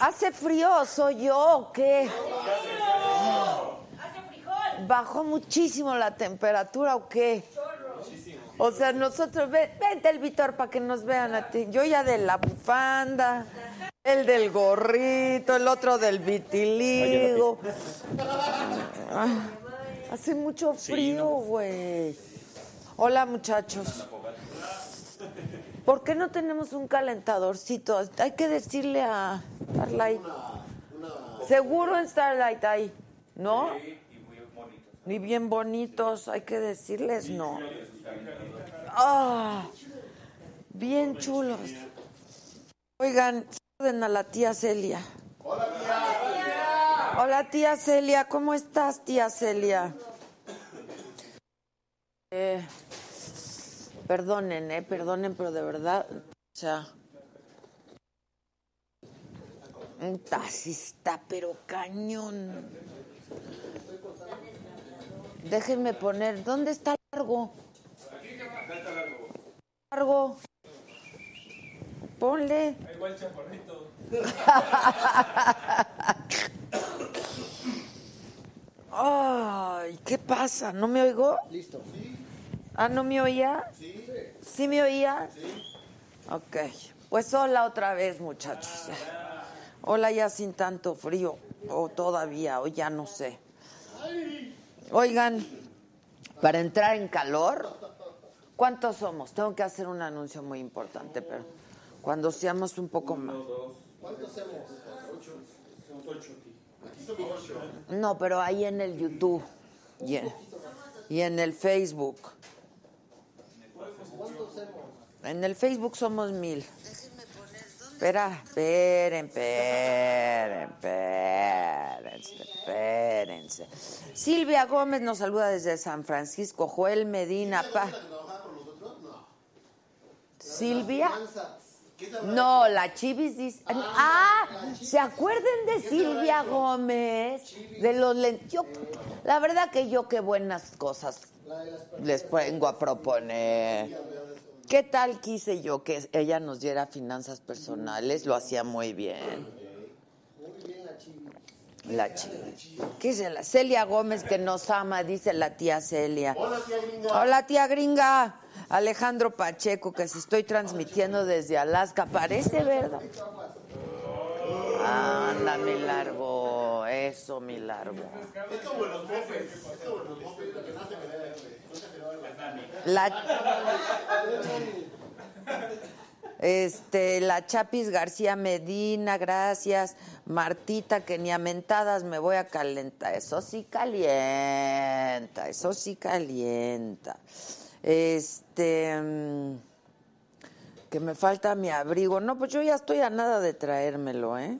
¿Hace frío? ¿Soy yo o qué? ¿Bajó muchísimo la temperatura o qué? O sea, nosotros, ve- vente el Vitor para que nos vean a ti. Yo ya de la bufanda, el del gorrito, el otro del vitiligo. Ah, Hace mucho frío, güey. Hola, muchachos. ¿Por qué no tenemos un calentadorcito? Hay que decirle a Starlight. Seguro en Starlight hay, ¿no? Ni bien bonitos, hay que decirles no. Ah, bien chulos. Oigan, saluden a la tía Celia. Hola tía Celia, ¿cómo estás tía Celia? Eh, perdonen, eh, perdonen, pero de verdad, o sea, un taxista, pero cañón. Déjenme poner, ¿dónde está largo? Largo. Ponle. Ay, ¿qué pasa? ¿No me oigo? Listo. Ah, ¿no me oía? Sí. ¿Sí me oía? Sí. Ok. Pues hola otra vez, muchachos. Hola ya sin tanto frío, o todavía, o ya no sé. Oigan, para entrar en calor, ¿cuántos somos? Tengo que hacer un anuncio muy importante, pero cuando seamos un poco más. No, pero ahí en el YouTube y en, y en el Facebook. En el Facebook somos mil. Espera, esperen, esperen, espérense, espérense. Silvia Gómez nos saluda desde San Francisco. Joel Medina. Pa. Silvia. No, la Chivis dice. Ah, ¿se acuerdan de Silvia Gómez? De los len- yo- La verdad que yo qué buenas cosas les vengo a proponer. ¿Qué tal quise yo que ella nos diera finanzas personales? Lo hacía muy bien. La Chivis. ¿Qué es la Celia Gómez que nos ama? Dice la tía Celia. Hola tía gringa. Hola tía gringa. Alejandro Pacheco, que se estoy transmitiendo desde Alaska. Parece verdad. Anda, mi largo. Eso, mi largo. La... Este, la Chapis García Medina, gracias. Martita, que ni a mentadas me voy a calentar. Eso sí calienta, eso sí calienta. Este. mm, Que me falta mi abrigo. No, pues yo ya estoy a nada de traérmelo, ¿eh?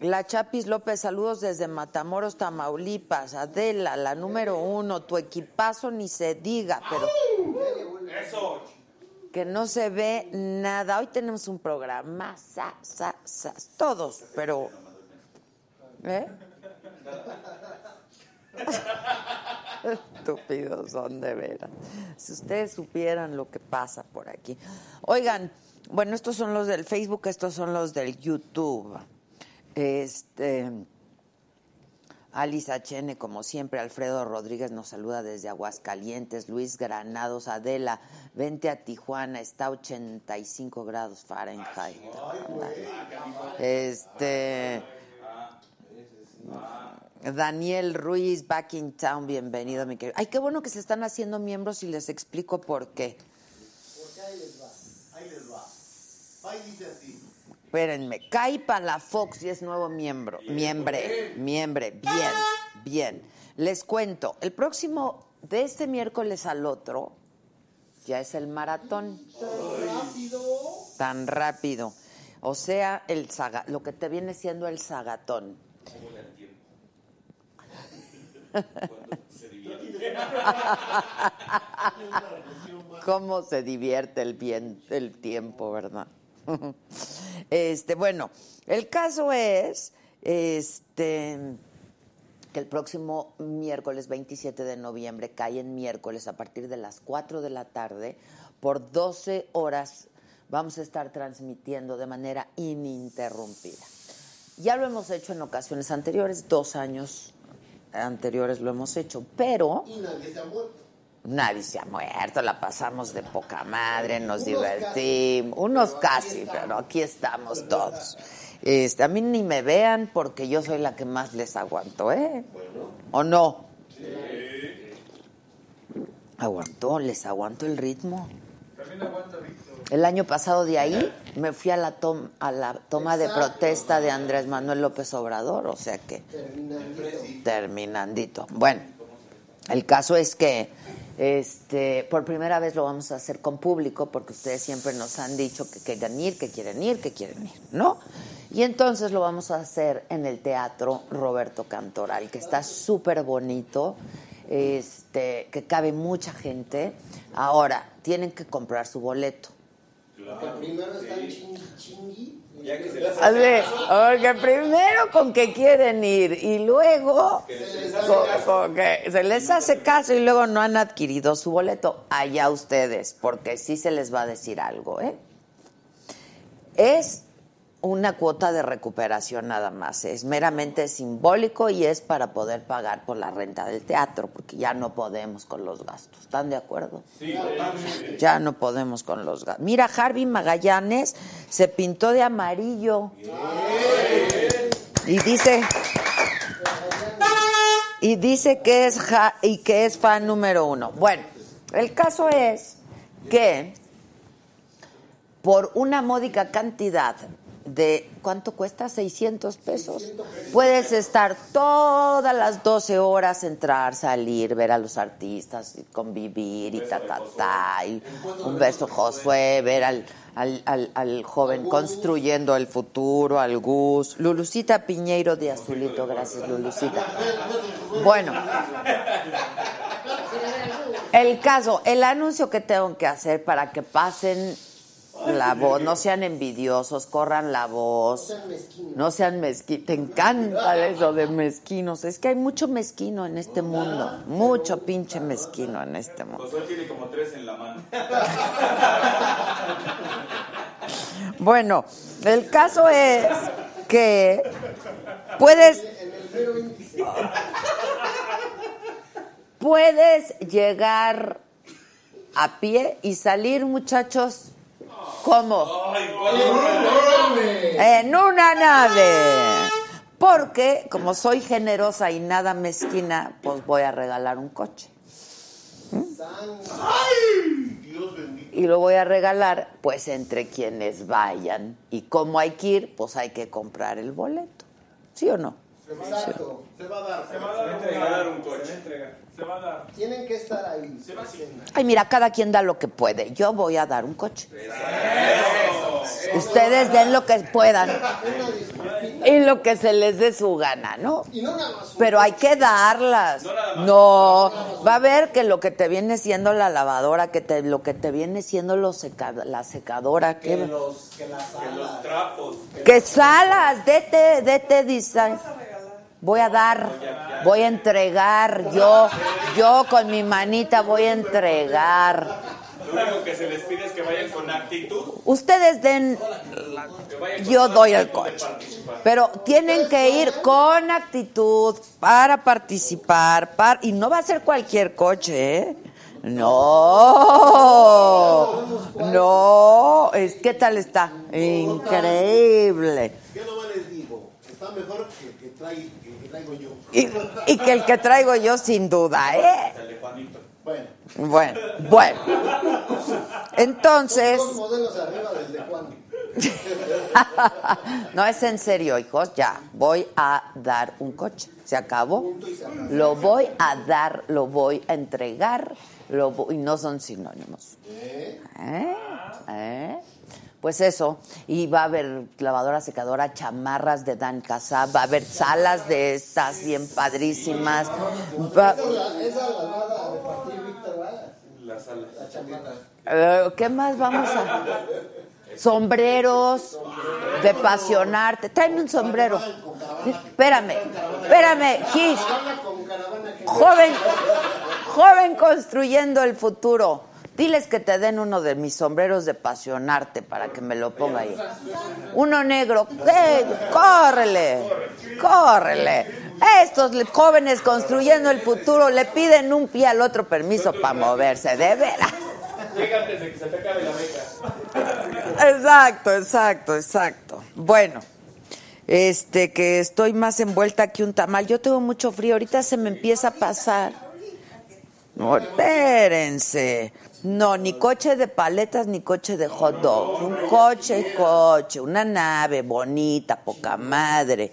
La Chapis López, saludos desde Matamoros, Tamaulipas. Adela, la número uno, tu equipazo ni se diga, pero. Que no se ve nada. Hoy tenemos un programa, sa, sa, sa, todos, pero. ¿Eh? Estúpidos son de veras. Si ustedes supieran lo que pasa por aquí. Oigan, bueno, estos son los del Facebook, estos son los del YouTube. Este. Alice Chene, como siempre, Alfredo Rodríguez nos saluda desde Aguascalientes, Luis Granados, Adela, vente a Tijuana, está 85 grados Fahrenheit. Este. Daniel Ruiz, back in town, bienvenido, mi querido. Ay, qué bueno que se están haciendo miembros y les explico por qué. Espérenme, Caipa la Fox y es nuevo miembro. Miembre, miembre, bien, bien. Les cuento, el próximo, de este miércoles al otro, ya es el maratón. Tan rápido. Tan rápido. O sea, el saga, lo que te viene siendo el sagatón. cómo se divierte el bien el tiempo, ¿verdad? Este, bueno, el caso es este que el próximo miércoles 27 de noviembre cae en miércoles a partir de las 4 de la tarde por 12 horas vamos a estar transmitiendo de manera ininterrumpida. Ya lo hemos hecho en ocasiones anteriores, dos años anteriores lo hemos hecho, pero Nadie se ha muerto, la pasamos de poca madre, nos divertimos, unos casi, pero aquí estamos todos. Este, a mí ni me vean porque yo soy la que más les aguanto, ¿eh? ¿O no? Aguantó, les aguanto el ritmo. El año pasado de ahí me fui a la, tom- a la toma de protesta de Andrés Manuel López Obrador, o sea que... Terminandito. Terminandito. Bueno. El caso es que este, por primera vez lo vamos a hacer con público porque ustedes siempre nos han dicho que quieren ir, que quieren ir, que quieren ir, ¿no? Y entonces lo vamos a hacer en el Teatro Roberto Cantoral, que está súper bonito, este, que cabe mucha gente. Ahora, tienen que comprar su boleto. A ver, porque primero con que quieren ir y luego con- con que se les hace caso y luego no han adquirido su boleto. Allá ustedes, porque sí se les va a decir algo, ¿eh? Es una cuota de recuperación nada más, es meramente simbólico y es para poder pagar por la renta del teatro, porque ya no podemos con los gastos. ¿Están de acuerdo? Ya no podemos con los gatos. Mira, Harvey Magallanes se pintó de amarillo. Y dice. Y dice que es ja- y que es fan número uno. Bueno, el caso es que por una módica cantidad de ¿cuánto cuesta? 600 pesos. Puedes estar todas las 12 horas, entrar, salir, ver a los artistas, y convivir y ta ta ta, y un beso Josué, ver al al, al- al joven construyendo el futuro, al Gus, Lulucita Piñeiro de Azulito, gracias Lulucita. Bueno, el caso, el anuncio que tengo que hacer para que pasen la voz, no sean envidiosos, corran la voz, no sean mezquinos. Te encanta eso de mezquinos. Es que hay mucho mezquino en este mundo, mucho pinche mezquino en este mundo. Josué tiene como tres en la mano. Bueno, el caso es que puedes. Puedes llegar a pie y salir, muchachos. ¿Cómo? En una nave. Porque, como soy generosa y nada mezquina, pues voy a regalar un coche. y lo voy a regalar pues entre quienes vayan. Y como hay que ir, pues hay que comprar el boleto. ¿Sí o no? Sí. Exacto. Se va a dar. Se va a Se va a dar. entregar un coche. Se va a dar. Tienen que estar ahí. Se va así. Ay, mira, cada quien da lo que puede. Yo voy a dar un coche. Ustedes den lo que puedan Una disculpita. y lo que se les dé su gana, ¿no? Y no nada más. un- Pero hay que darlas. No, va a ver que lo que te viene siendo la lavadora, que te, lo que te viene siendo los seca- la secadora, Que, que, los, que las alas. Trapos. que salas, dete, dete, design. Voy a dar, voy a entregar, yo, yo con mi manita voy a entregar. Lo único que se les pide es que vayan con actitud. Ustedes den, Que vayan con yo toda doy el actitud de coche. participar. Pero tienen que ir con actitud para participar, par- y no va a ser cualquier coche, ¿eh? No, no, es qué tal está, increíble. Yo nomás les digo, está mejor que el que, trae, que el que traigo yo. Y, y que el que traigo yo sin duda, ¿eh? El de Juanito. Bueno, Bueno, bueno. Entonces, dos modelos arriba del de Juan. no es en serio, hijos, ya, voy a dar un coche. Se acabó. Lo voy a dar, lo voy a entregar, lo vo- y no son sinónimos. ¿Eh? ¿Eh? Pues eso, y va a haber lavadora, secadora, chamarras de Dan Casa, va a haber salas de estas bien padrísimas. Va- Esa, esa la nada a repartir Víctor, ¿verdad? Las alas. La chamarra. Eh, ¿Qué más vamos a...? Sombreros, de pasionarte. Tráeme un sombrero. Espérame, espérame, Gis. Caravana con caravana que Joven, joven construyendo el futuro. Diles que te den uno de mis sombreros de pasionarte para que me lo ponga ahí. Uno negro. ¡Eh! ¡Córrele! ¡Córrele! Estos le- jóvenes construyendo el futuro le piden un pie al otro permiso para moverse, de veras. Llega antes de que se te acabe la beca. Exacto, exacto, exacto. Bueno, este que estoy más envuelta que un tamal. Yo tengo mucho frío, ahorita se me empieza a pasar. No, espérense. No, ni coche de paletas ni coche de hot dog. Un coche, coche, una nave bonita, poca madre.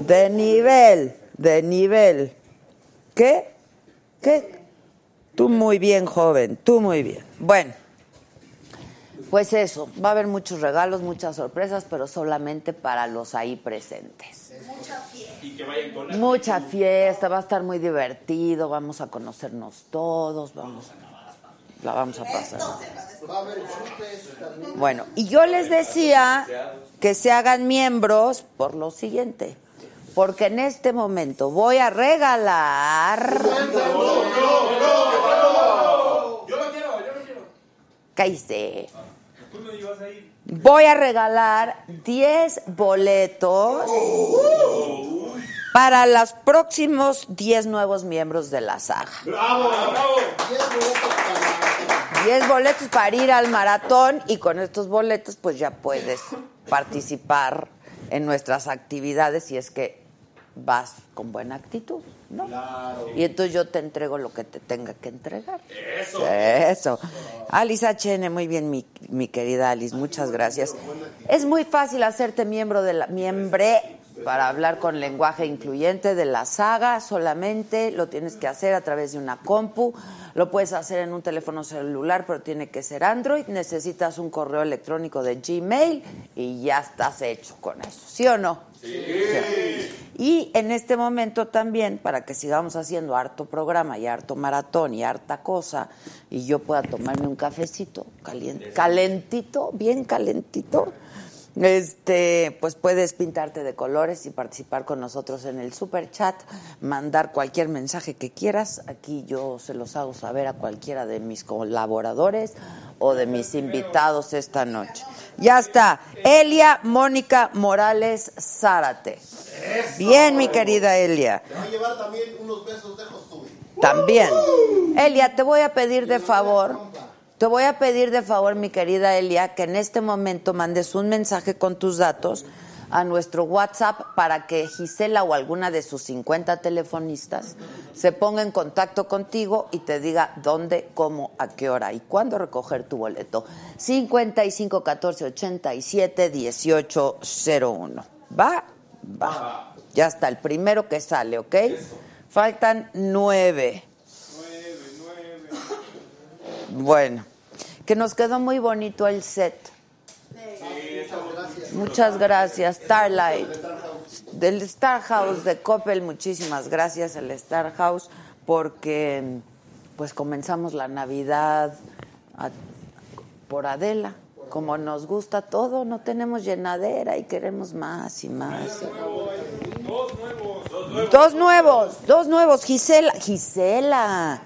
De nivel, de nivel. ¿Qué? ¿Qué? Tú muy bien, joven, tú muy bien. Bueno. Pues eso, va a haber muchos regalos, muchas sorpresas, pero solamente para los ahí presentes. Y que vayan con actitud. Mucha fiesta, va a estar muy divertido, vamos a conocernos todos, vamos, la vamos a pasar. va a haber chupes también. Bueno, y yo les decía que se hagan miembros por lo siguiente, porque en este momento voy a regalar... Yo lo quiero, yo lo quiero. Cállese. Tú me llevas ahí. Voy a regalar 10 boletos para los próximos 10 nuevos miembros de la saga. ¡Bravo! ¡Bravo! 10 boletos para 10 boletos para ir al maratón y con estos boletos pues ya puedes participar en nuestras actividades si es que vas con buena actitud, ¿no? Y entonces yo te entrego lo que te tenga que entregar. Eso. Eso. Alice HN, muy bien, mi, mi querida Alice, muchas gracias. Es muy fácil hacerte miembro de la miembre para hablar con lenguaje incluyente de la saga, solamente lo tienes que hacer a través de una compu, lo puedes hacer en un teléfono celular, pero tiene que ser Android, necesitas un correo electrónico de Gmail y ya estás hecho con eso, ¿sí o no? Y en este momento también, para que sigamos haciendo harto programa y harto maratón y harta cosa, y yo pueda tomarme un cafecito caliente, calentito, bien calentito, este, pues puedes pintarte de colores y participar con nosotros en el super chat, mandar cualquier mensaje que quieras. Aquí yo se los hago saber a cualquiera de mis colaboradores o de mis invitados esta noche. Ya está. Elia Mónica Morales Zárate. Bien, mi querida Elia. Te va a llevar también unos besos de Josué. También. Elia, te voy a pedir de favor, te voy a pedir de favor, mi querida Elia, que en este momento mandes un mensaje con tus datos a nuestro WhatsApp para que Gisela o alguna de sus 50 telefonistas se ponga en contacto contigo y te diga dónde, cómo, a qué hora y cuándo recoger tu boleto. 55 14 87 18 01. ¿Va? Va. Ya está, el primero que sale, ¿ok? Faltan nueve. Bueno, que nos quedó muy bonito el set. Muchas gracias, Starlight. Del Star House de Coppel, muchísimas gracias al Star House porque pues comenzamos la Navidad a- por Adela. Como nos gusta todo, no tenemos llenadera y queremos más y más. Dos nuevos, dos nuevos, Gisela, Gisela.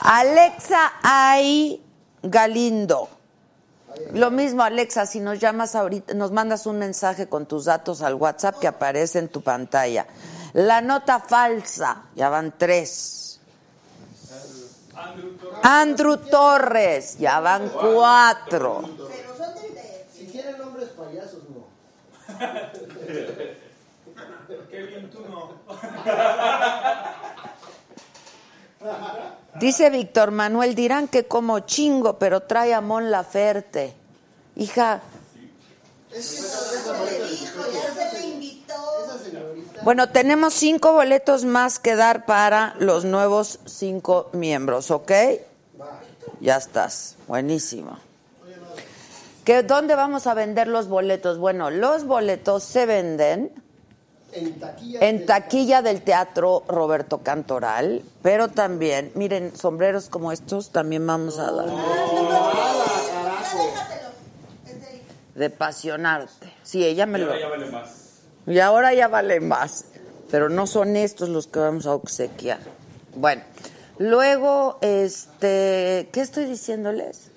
Alexa Ay Galindo. Lo mismo, Alexa, si nos llamas ahorita, nos mandas un mensaje con tus datos al WhatsApp que aparece en tu pantalla. La nota falsa, ya van tres. Andrew Torres, ya van cuatro. Si quieren hombres payasos, no. Kevin, tú no. Dice Víctor Manuel, dirán que como chingo, pero trae a Mon Laferte. Hija, Bueno, tenemos cinco boletos más que dar para los nuevos cinco miembros, ¿ok? Ya estás, buenísimo. ¿Que ¿Dónde vamos a vender los boletos? Bueno, los boletos se venden En taquilla. en taquilla del Teatro Roberto Cantoral, pero también, miren, sombreros como estos también vamos a dar. De pasionarte. Sí, ella me lo... Ya vale más. Y ahora ya vale más. Pero no son estos los que vamos a obsequiar. Bueno, luego, este, ¿qué estoy diciéndoles?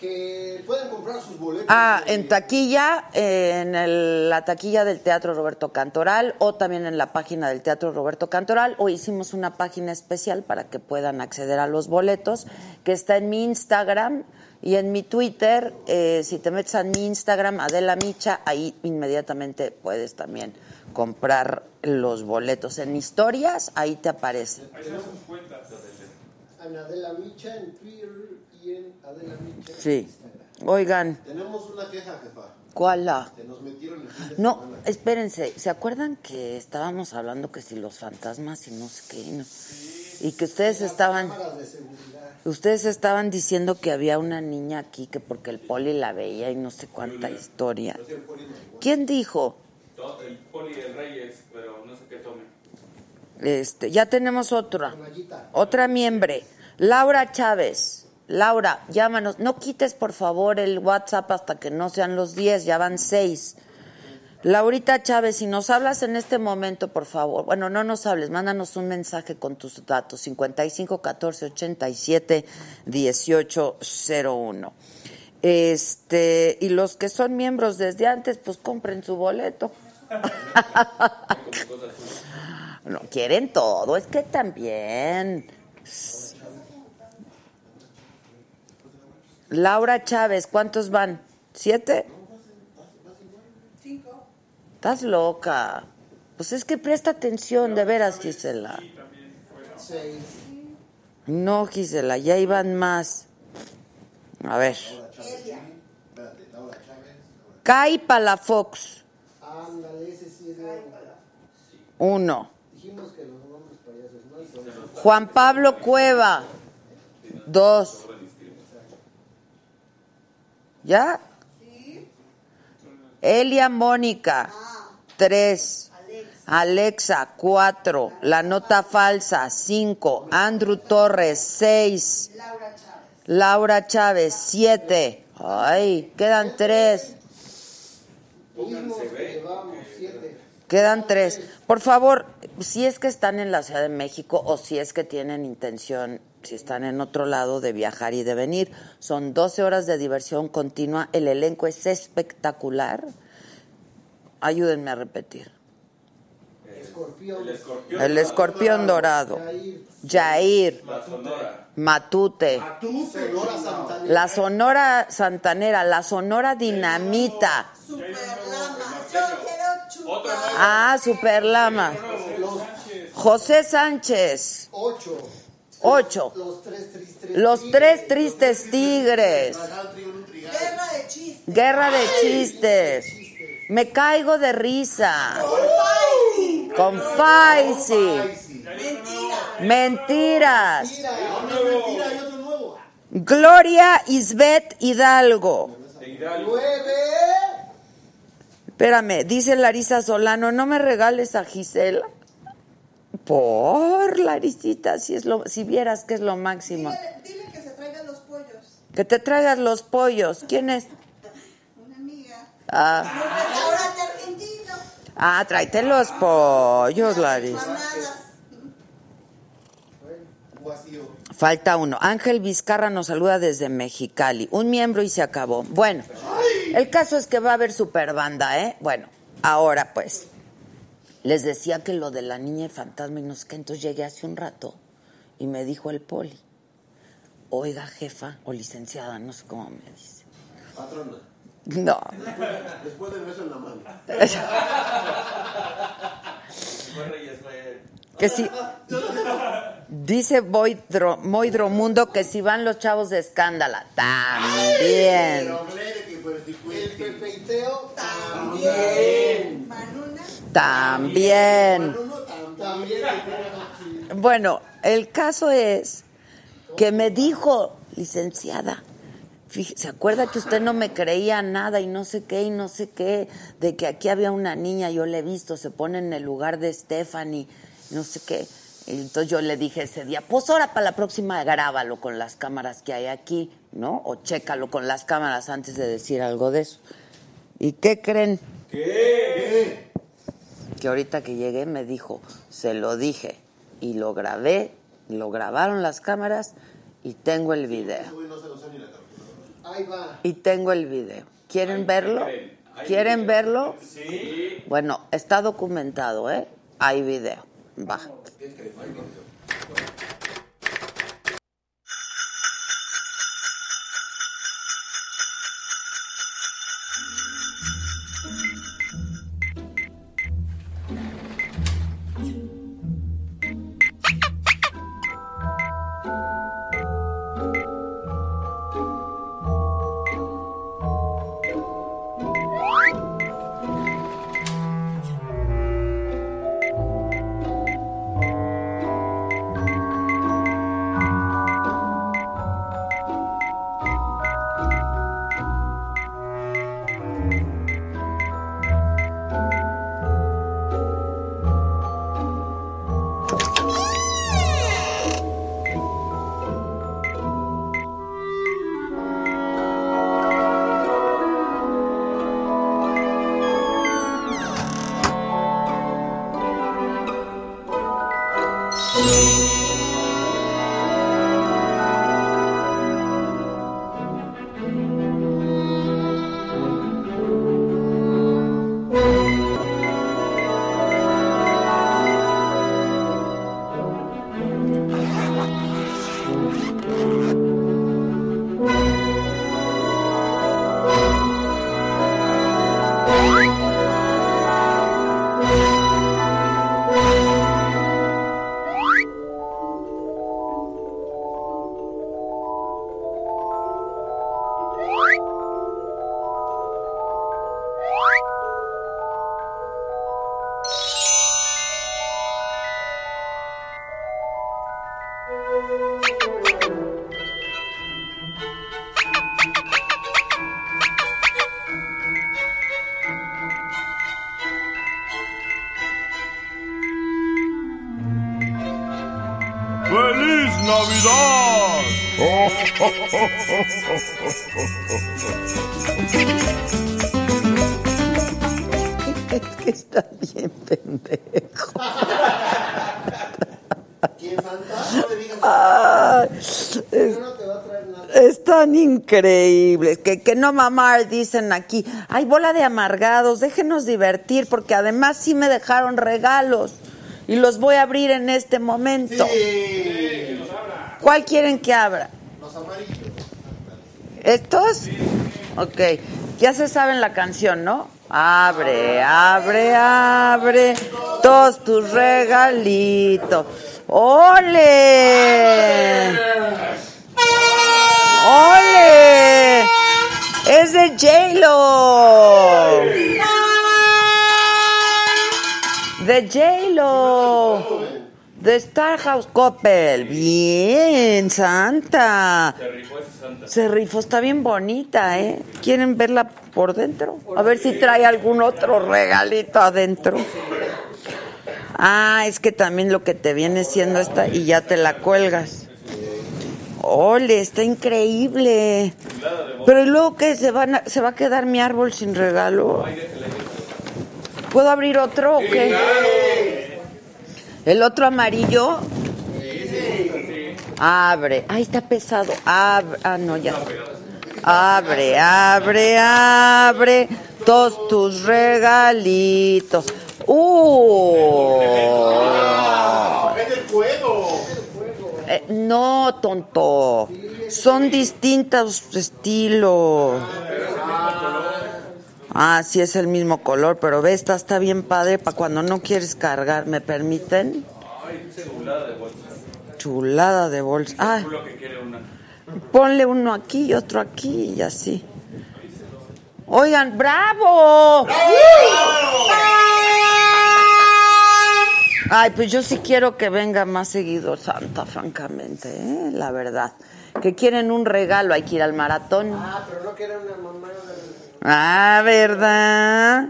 Que pueden comprar sus boletos. Ah, de- en taquilla, en el- la taquilla del Teatro Roberto Cantoral o también en la página del Teatro Roberto Cantoral o hicimos una página especial para que puedan acceder a los boletos que está en mi Instagram y en mi Twitter. Eh, si te metes a mi Instagram, Adela Micha, ahí inmediatamente puedes también comprar los boletos. En historias, ahí te aparece. En Adela Micha, en Twitter y en Adela Micha. Sí. Oigan, Tenemos una queja, jefa. ¿cuál la? Que nos metieron el fin de No, semana. espérense, ¿se acuerdan que estábamos hablando que si los fantasmas y no sé qué? y no- Y que ustedes estaban Cámaras de seguridad. ustedes estaban diciendo que había una niña aquí que porque el poli la veía y no sé cuánta historia. ¿Quién dijo? No, El poli del Reyes, pero no sé qué tome. Este, ya tenemos otra. Mayita. Otra miembre, Laura Chávez. Laura, llámanos. No quites, por favor, el WhatsApp hasta que no sean los 10, ya van 6. Laurita Chávez, si nos hablas en este momento, por favor, bueno, no nos hables, mándanos un mensaje con tus datos, 55 14 87 18 01. Este, y los que son miembros desde antes, pues compren su boleto. No, quieren todo, es que también. Laura Chávez, ¿cuántos van? ¿Siete? Cinco. Estás loca. Pues es que presta atención, de veras, Gisela. No, Gisela, ya iban más. A ver. Kai Palafox, Ándale, ese sí es bueno. uno. Dijimos que los hombres payasos no son. Juan Pablo Cueva. Dos. ¿Ya? Elia Mónica. Tres. Alexa, cuatro. La nota falsa, cinco. Andrew Torres, seis. Laura Chávez, siete. Ay, quedan tres. Mismos que llevamos, siete. Quedan tres. Por favor, si es que están en la Ciudad de México o si es que tienen intención, si están en otro lado, de viajar y de venir, son 12 horas de diversión continua. El elenco es espectacular. Ayúdenme a repetir. Escorpión. El escorpión. El escorpión dorado, Jair, La sonora. Matute, Tú, Sonora Santanera. la Sonora Santanera, la Sonora Dinamita. Ah, Superlama. José Sánchez, Ocho. ocho. Los tres tristes. Los tres tristes tigres. Guerra de chistes. Me caigo de risa. Con Faisy. Mentiras. Mira, hay otro nuevo. Gloria Isbeth Hidalgo. De Hidalgo. ¡Nueve! Espérame, dice Larisa Solano, no me regales a Gisela. Por Larisita, si es lo, si vieras que es lo máximo. Dile, dile que se traigan los pollos. Que te traigas los pollos. ¿Quién es? Una amiga. Ah, En un restaurante argentino. ah tráete los pollos, Laris. Empanadas. Vacío. Falta uno. Ángel Vizcarra nos saluda desde Mexicali. Un miembro y se acabó. Bueno, el caso es que va a haber superbanda, ¿eh? Bueno, ahora pues. Les decía que lo de la niña fantasma y no sé qué, entonces llegué hace un rato y me dijo el poli. Oiga, jefa o licenciada, no sé cómo me dice. Patrona. No. Después del beso en la mano. Fue Reyes, fue. Que si. Dice Boydro, Moidromundo que si van los chavos de escándala. También. Pero hombre, que por si fue el pepeiteo. También. Manuna. También. Uno tam- también. Bueno, el caso es que me dijo, licenciada, fij- ¿se acuerda que usted no me creía nada y no sé qué y no sé qué? De que aquí había una niña, yo la he visto, se pone en el lugar de Stephanie, no sé qué. Y entonces yo le dije ese día, pues ahora para la próxima grábalo con las cámaras que hay aquí, ¿no? O chécalo con las cámaras antes de decir algo de eso. ¿Y qué creen? que ahorita que llegué me dijo, se lo dije y lo grabé, lo grabaron las cámaras y tengo el video. Uy, no se lo sé ni la cabeza. Ahí va. Y tengo el video. ¿Quieren Ahí verlo? creen, ahí ¿Quieren creen. verlo? Sí. Bueno, está documentado, ¿eh? Hay video. Va. ¡Feliz Navidad! Es que está bien pendejo. ¿Quién Santa? No le digas. Ay, es- No te va a traer nada. Están increíbles, que, que no mamar, dicen aquí. Ay, bola de amargados, déjenos divertir, porque además sí me dejaron regalos y los voy a abrir en este momento. ¿Cuál quieren que abra? Los amarillos. ¿Estos? Ok, ya se saben la canción, ¿no? Abre, abre, abre todos tus regalitos. ¡Ole! ¡Ole! Es de J-Lo. de J-Lo. De Starhouse Coppel. Bien, Santa. Se rifó ese santa. Se rifó, está bien bonita, ¿eh? ¿Quieren verla por dentro? A ver si trae algún otro regalito adentro. Ah, es que también lo que te viene siendo esta y ya te la cuelgas. Ole, está increíble. Pero ¿y luego qué? ¿Se, van a- ¿Se va a quedar mi árbol sin regalo? ¿Puedo abrir otro o qué? ¿El otro amarillo? Abre. Ay, está pesado. Abre. Ah, no, ya. Abre, abre, abre. Todos tus regalitos. ¡Uh! ¡Ven el juego! Eh, no, tonto. Son distintos estilos. Ah, sí, es el mismo color, pero ve, esta está bien padre para cuando no quieres cargar. ¿Me permiten? Chulada de bolsa. Ah, ponle uno aquí y otro aquí y así. Oigan, ¡bravo! Ay, pues yo sí quiero que venga más seguido Santa, francamente, ¿eh? la verdad. Que quieren un regalo, hay que ir al maratón. Ah, pero no quieren una mamá. Ah, ¿verdad?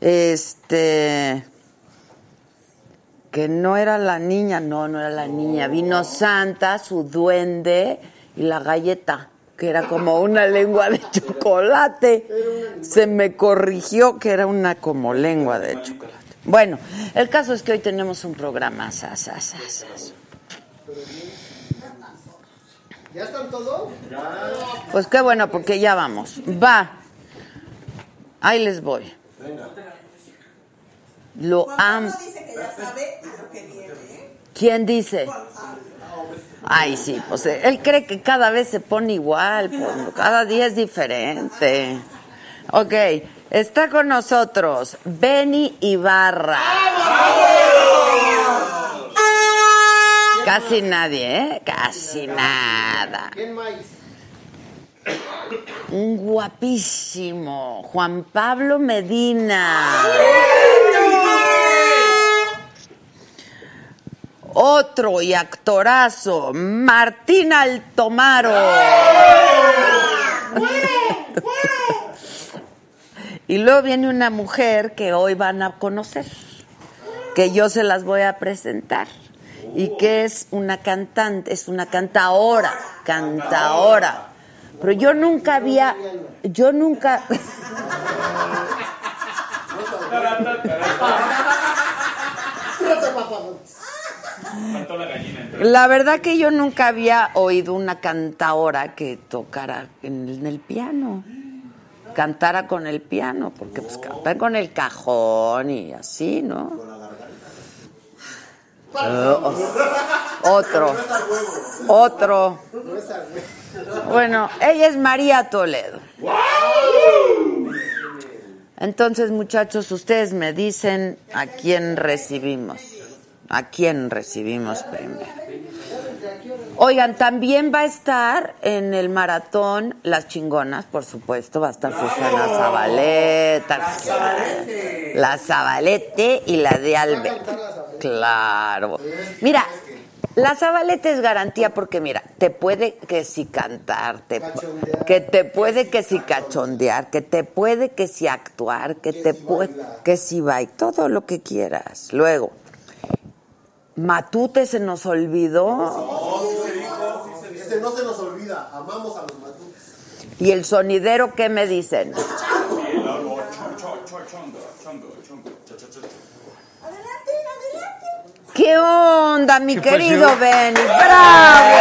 Este. Que no era la niña, no, no era la niña. Vino Santa, su duende y la galleta, que era como una lengua de chocolate. Se me corrigió que era una como lengua de chocolate. Bueno, el caso es que hoy tenemos un programa. sa, sa, sa, sa, sa. ¿Ya están todos? Pues qué bueno, porque ya vamos. Va. Ahí les voy. Lo Juan am. Pablo dice que ya sabe a lo que viene. ¿eh? ¿Quién dice? Juan Pablo. Ay, sí, pues eh, él cree que cada vez se pone igual, pues, cada día es diferente. Ok, está con nosotros Benny Ibarra. Casi nadie, ¿eh? Casi nada. ¿Quién más? Un guapísimo Juan Pablo Medina. Otro y actorazo, Martín Altomaro. Y luego viene una mujer que hoy van a conocer, que yo se las voy a presentar. Y que es una cantante, es una cantaora, cantaora. Pero yo nunca había, yo nunca, Cantó la gallina. la verdad que yo nunca había oído una cantaora que tocara en el, en el piano, cantara con el piano, porque pues cantar con el cajón y así, ¿no? Eh, o- otro, otro. Bueno, ella es María Toledo. Entonces, muchachos, ustedes me dicen a quién recibimos. A quién recibimos primero. Oigan, también va a estar en el maratón Las Chingonas, por supuesto. Va a estar Susana Zabaleta. La Zabalete y la de Albert. Claro. Mira, la Zabalete es garantía porque, mira, te puede que si cantar, te pu- que te puede que si cachondear, que te puede que si actuar, que te puede que si bailar, todo lo que quieras. Luego, Matute se nos olvidó Este no se nos olvida. Amamos a los matutos. y el sonidero, ¿qué me dicen? Adelante, adelante. ¿Qué onda, mi pues, querido Benny? ¡Bravo!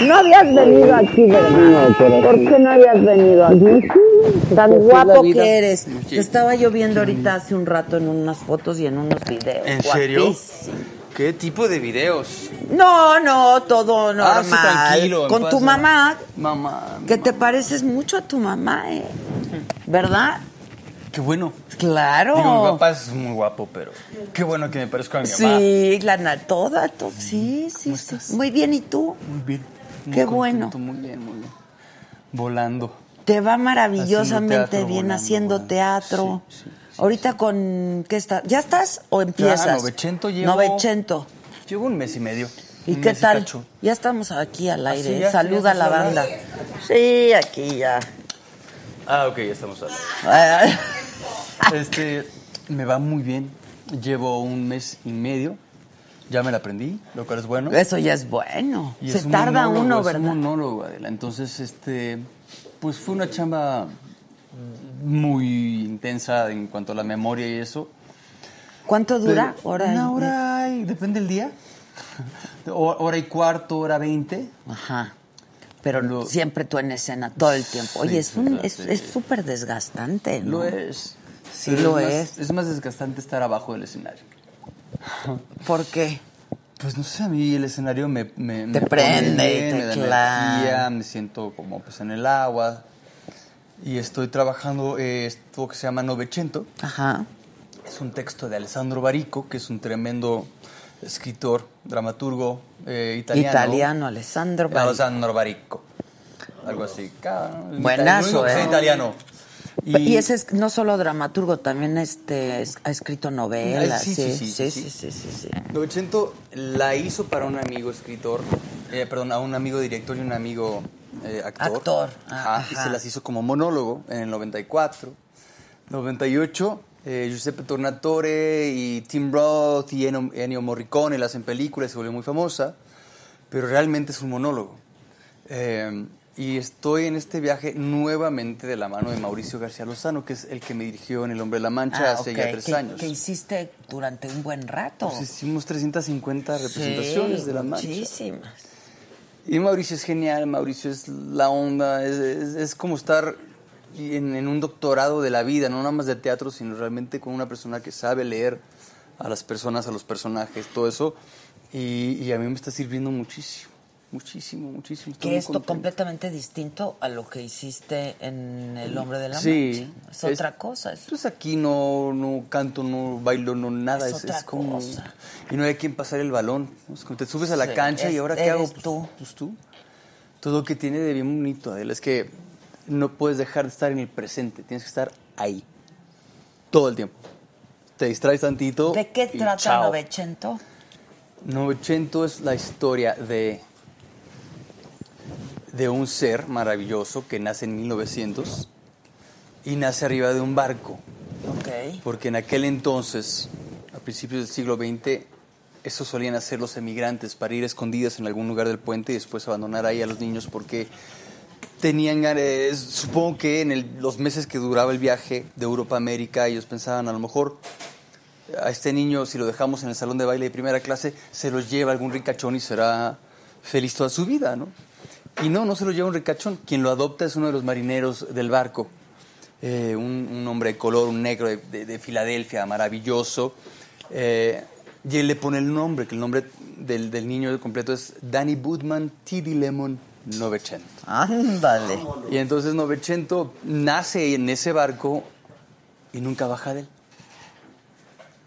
no. habías venido aquí, ¿verdad? ¿Por qué no habías venido aquí? Tan guapo que eres. Te estaba yo viendo ahorita hace un rato en unas fotos y en unos videos. ¿En serio? Guapísimo. ¿Qué tipo de videos? No, no, todo Ah, normal. sí, tranquilo. en Con paz, tu ¿no? mamá, Mamá. que te pareces mucho a tu mamá, ¿eh? ¿Verdad? Qué bueno. Claro. Digo, mi papá es muy guapo, pero qué bueno que me parezco a mi mamá. Sí, la na- toda, to- sí, sí, sí. Muy bien, ¿y tú? Muy bien. Muy Qué bueno. contento, Muy bien, muy bien. Volando. Te va maravillosamente teatro, bien volando, haciendo volando. teatro. Sí, sí, sí, Ahorita con qué está, ya estás o empiezas. Novecento llevo- 900. Llevo un mes y medio. ¿Y un qué mes tal? cacho. Ah, Ya estamos aquí al aire. sí, ¿eh? ya, sí, Saluda a ya la estás banda. al Sí, aquí ya. Ah, ok, ya estamos hablando. Ah, Este, me va muy bien. Llevo un mes y medio. Ya me la aprendí, lo cual es bueno. Eso ya es bueno. Y Se es un tarda monólogo, uno, es ¿verdad? un monólogo, Adela. Entonces, este, pues fue una chamba muy intensa en cuanto a la memoria y eso. ¿Cuánto dura? Pero Hora y- Una hora y, depende del día. O- Hora y cuarto, hora veinte. Ajá. Pero Lo- siempre tú en escena todo el tiempo. Oye, Sí, es un, sí, es sí. es súper desgastante, ¿no? Lo es. Sí, Pero lo más- es. Es más desgastante estar abajo del escenario. ¿Por qué? Pues no sé, a mí el escenario me... me me Te pone prende y te me da clava. energía, me siento como pues en el agua. Y estoy trabajando eh, esto que se llama Novecento. Ajá. Es un texto de Alessandro Barico, que es un tremendo escritor, dramaturgo eh, italiano. Italiano, Alessandro. Bari- Alessandro Barico. Algo así. Claro, es Buenazo, italiano, ¿eh? Es italiano. Y, ese es no solo dramaturgo, también este es- ha escrito novelas. Ay, sí, sí, sí, sí, sí, sí, sí, sí, sí, sí. Novecento la hizo para un amigo escritor, eh, perdón, a un amigo director y un amigo eh, actor. Actor, ah, Ajá, ajá. Y se las hizo como monólogo en el 94. 98, eh, Giuseppe Tornatore y Tim Roth y Ennio, Ennio Morricone las hacen películas, se volvió muy famosa, pero realmente es un monólogo. Eh, y estoy en este viaje nuevamente de la mano de Mauricio García Lozano, que es el que me dirigió en El Hombre de la Mancha Ah, hace ok, ya tres que- años. Que hiciste durante un buen rato. Pues hicimos 350 representaciones Sí, de la mancha. Muchísimas. Y Mauricio es genial, Mauricio es la onda, es, es- es como estar en, en un doctorado de la vida, no nada más de teatro, sino realmente con una persona que sabe leer a las personas, a los personajes, todo eso. Y, y a mí me está sirviendo muchísimo, muchísimo, muchísimo. Estoy Que muy esto contento. completamente distinto a lo que hiciste en El Hombre de la Mm, Sí. Mancha. Es, otra cosa. es- Pues aquí no, no canto, no bailo, no nada. Es Es, otra es como. cosa. Y no hay a quien pasar el balón. ¿no? Es como te subes a la Sí, cancha es- y ahora ¿qué eres hago? Pues tú. Pues tú. Todo lo que tiene de bien bonito, Adela, es que no puedes dejar de estar en el presente. Tienes que estar ahí. Todo el tiempo. Te distraes tantito. ¿De qué y trata chao. Novecento? Novecento es la historia de, de un ser maravilloso que nace en 1900 y nace arriba de un barco. Ok. Porque en aquel entonces, a principios del siglo XX, eso solían hacer los emigrantes para ir escondidas en algún lugar del puente y después abandonar ahí a los niños porque tenían, eh, supongo que en el- los meses que duraba el viaje de Europa a América, ellos pensaban a lo mejor a este niño, si lo dejamos en el salón de baile de primera clase, se lo lleva algún ricachón y será feliz toda su vida, ¿no? Y no, no se lo lleva un ricachón. Quien lo adopta es uno de los marineros del barco. Eh, un, un hombre de color, un negro de, de- de Filadelfia, maravilloso. Eh, y él le pone el nombre, que el nombre del, del niño completo es Danny Budman T.D. Lemon Novecento. Ándale. Y entonces Novecento nace en ese barco y nunca baja de él.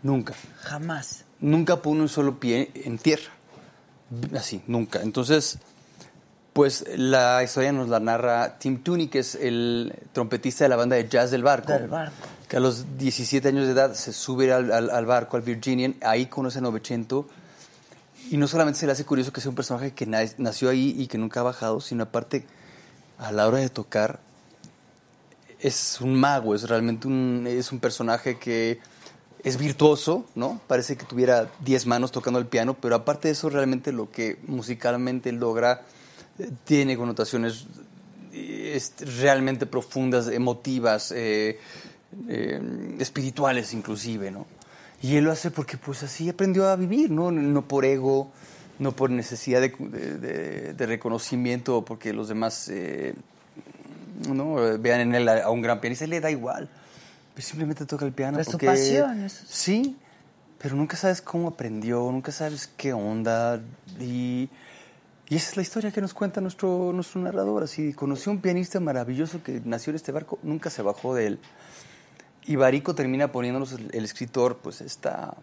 Nunca Jamás. nunca pone un solo pie en tierra. Así, nunca. Entonces, pues la historia nos la narra Tim Tooney, que es el trompetista de la banda de jazz del barco. Del barco. Que a los 17 años de edad se sube al, al- al barco, al Virginian, ahí conoce a Novecento. Y no solamente se le hace curioso que sea un personaje que na- nació ahí y que nunca ha bajado, sino aparte, a la hora de tocar, es un mago, es realmente un, es un personaje que es virtuoso, ¿no? Parece que tuviera 10 manos tocando el piano, pero aparte de eso, realmente lo que musicalmente logra eh, tiene connotaciones eh, este, realmente profundas, emotivas, eh, eh, espirituales inclusive, ¿no? Y él lo hace porque pues así aprendió a vivir, ¿no? No por ego, no por necesidad de, de- de- de reconocimiento, porque los demás... eh, ¿no? Eh, Vean en él a a un gran pianista, le da igual. Pues simplemente toca el piano. Es su porque- pasión, es- Sí, pero nunca sabes cómo aprendió, nunca sabes qué onda. Y, y esa es la historia que nos cuenta nuestro, nuestro narrador. Así, conoció a un pianista maravilloso que nació en este barco, nunca se bajó de él. Y Barico termina poniéndonos el, el escritor, pues está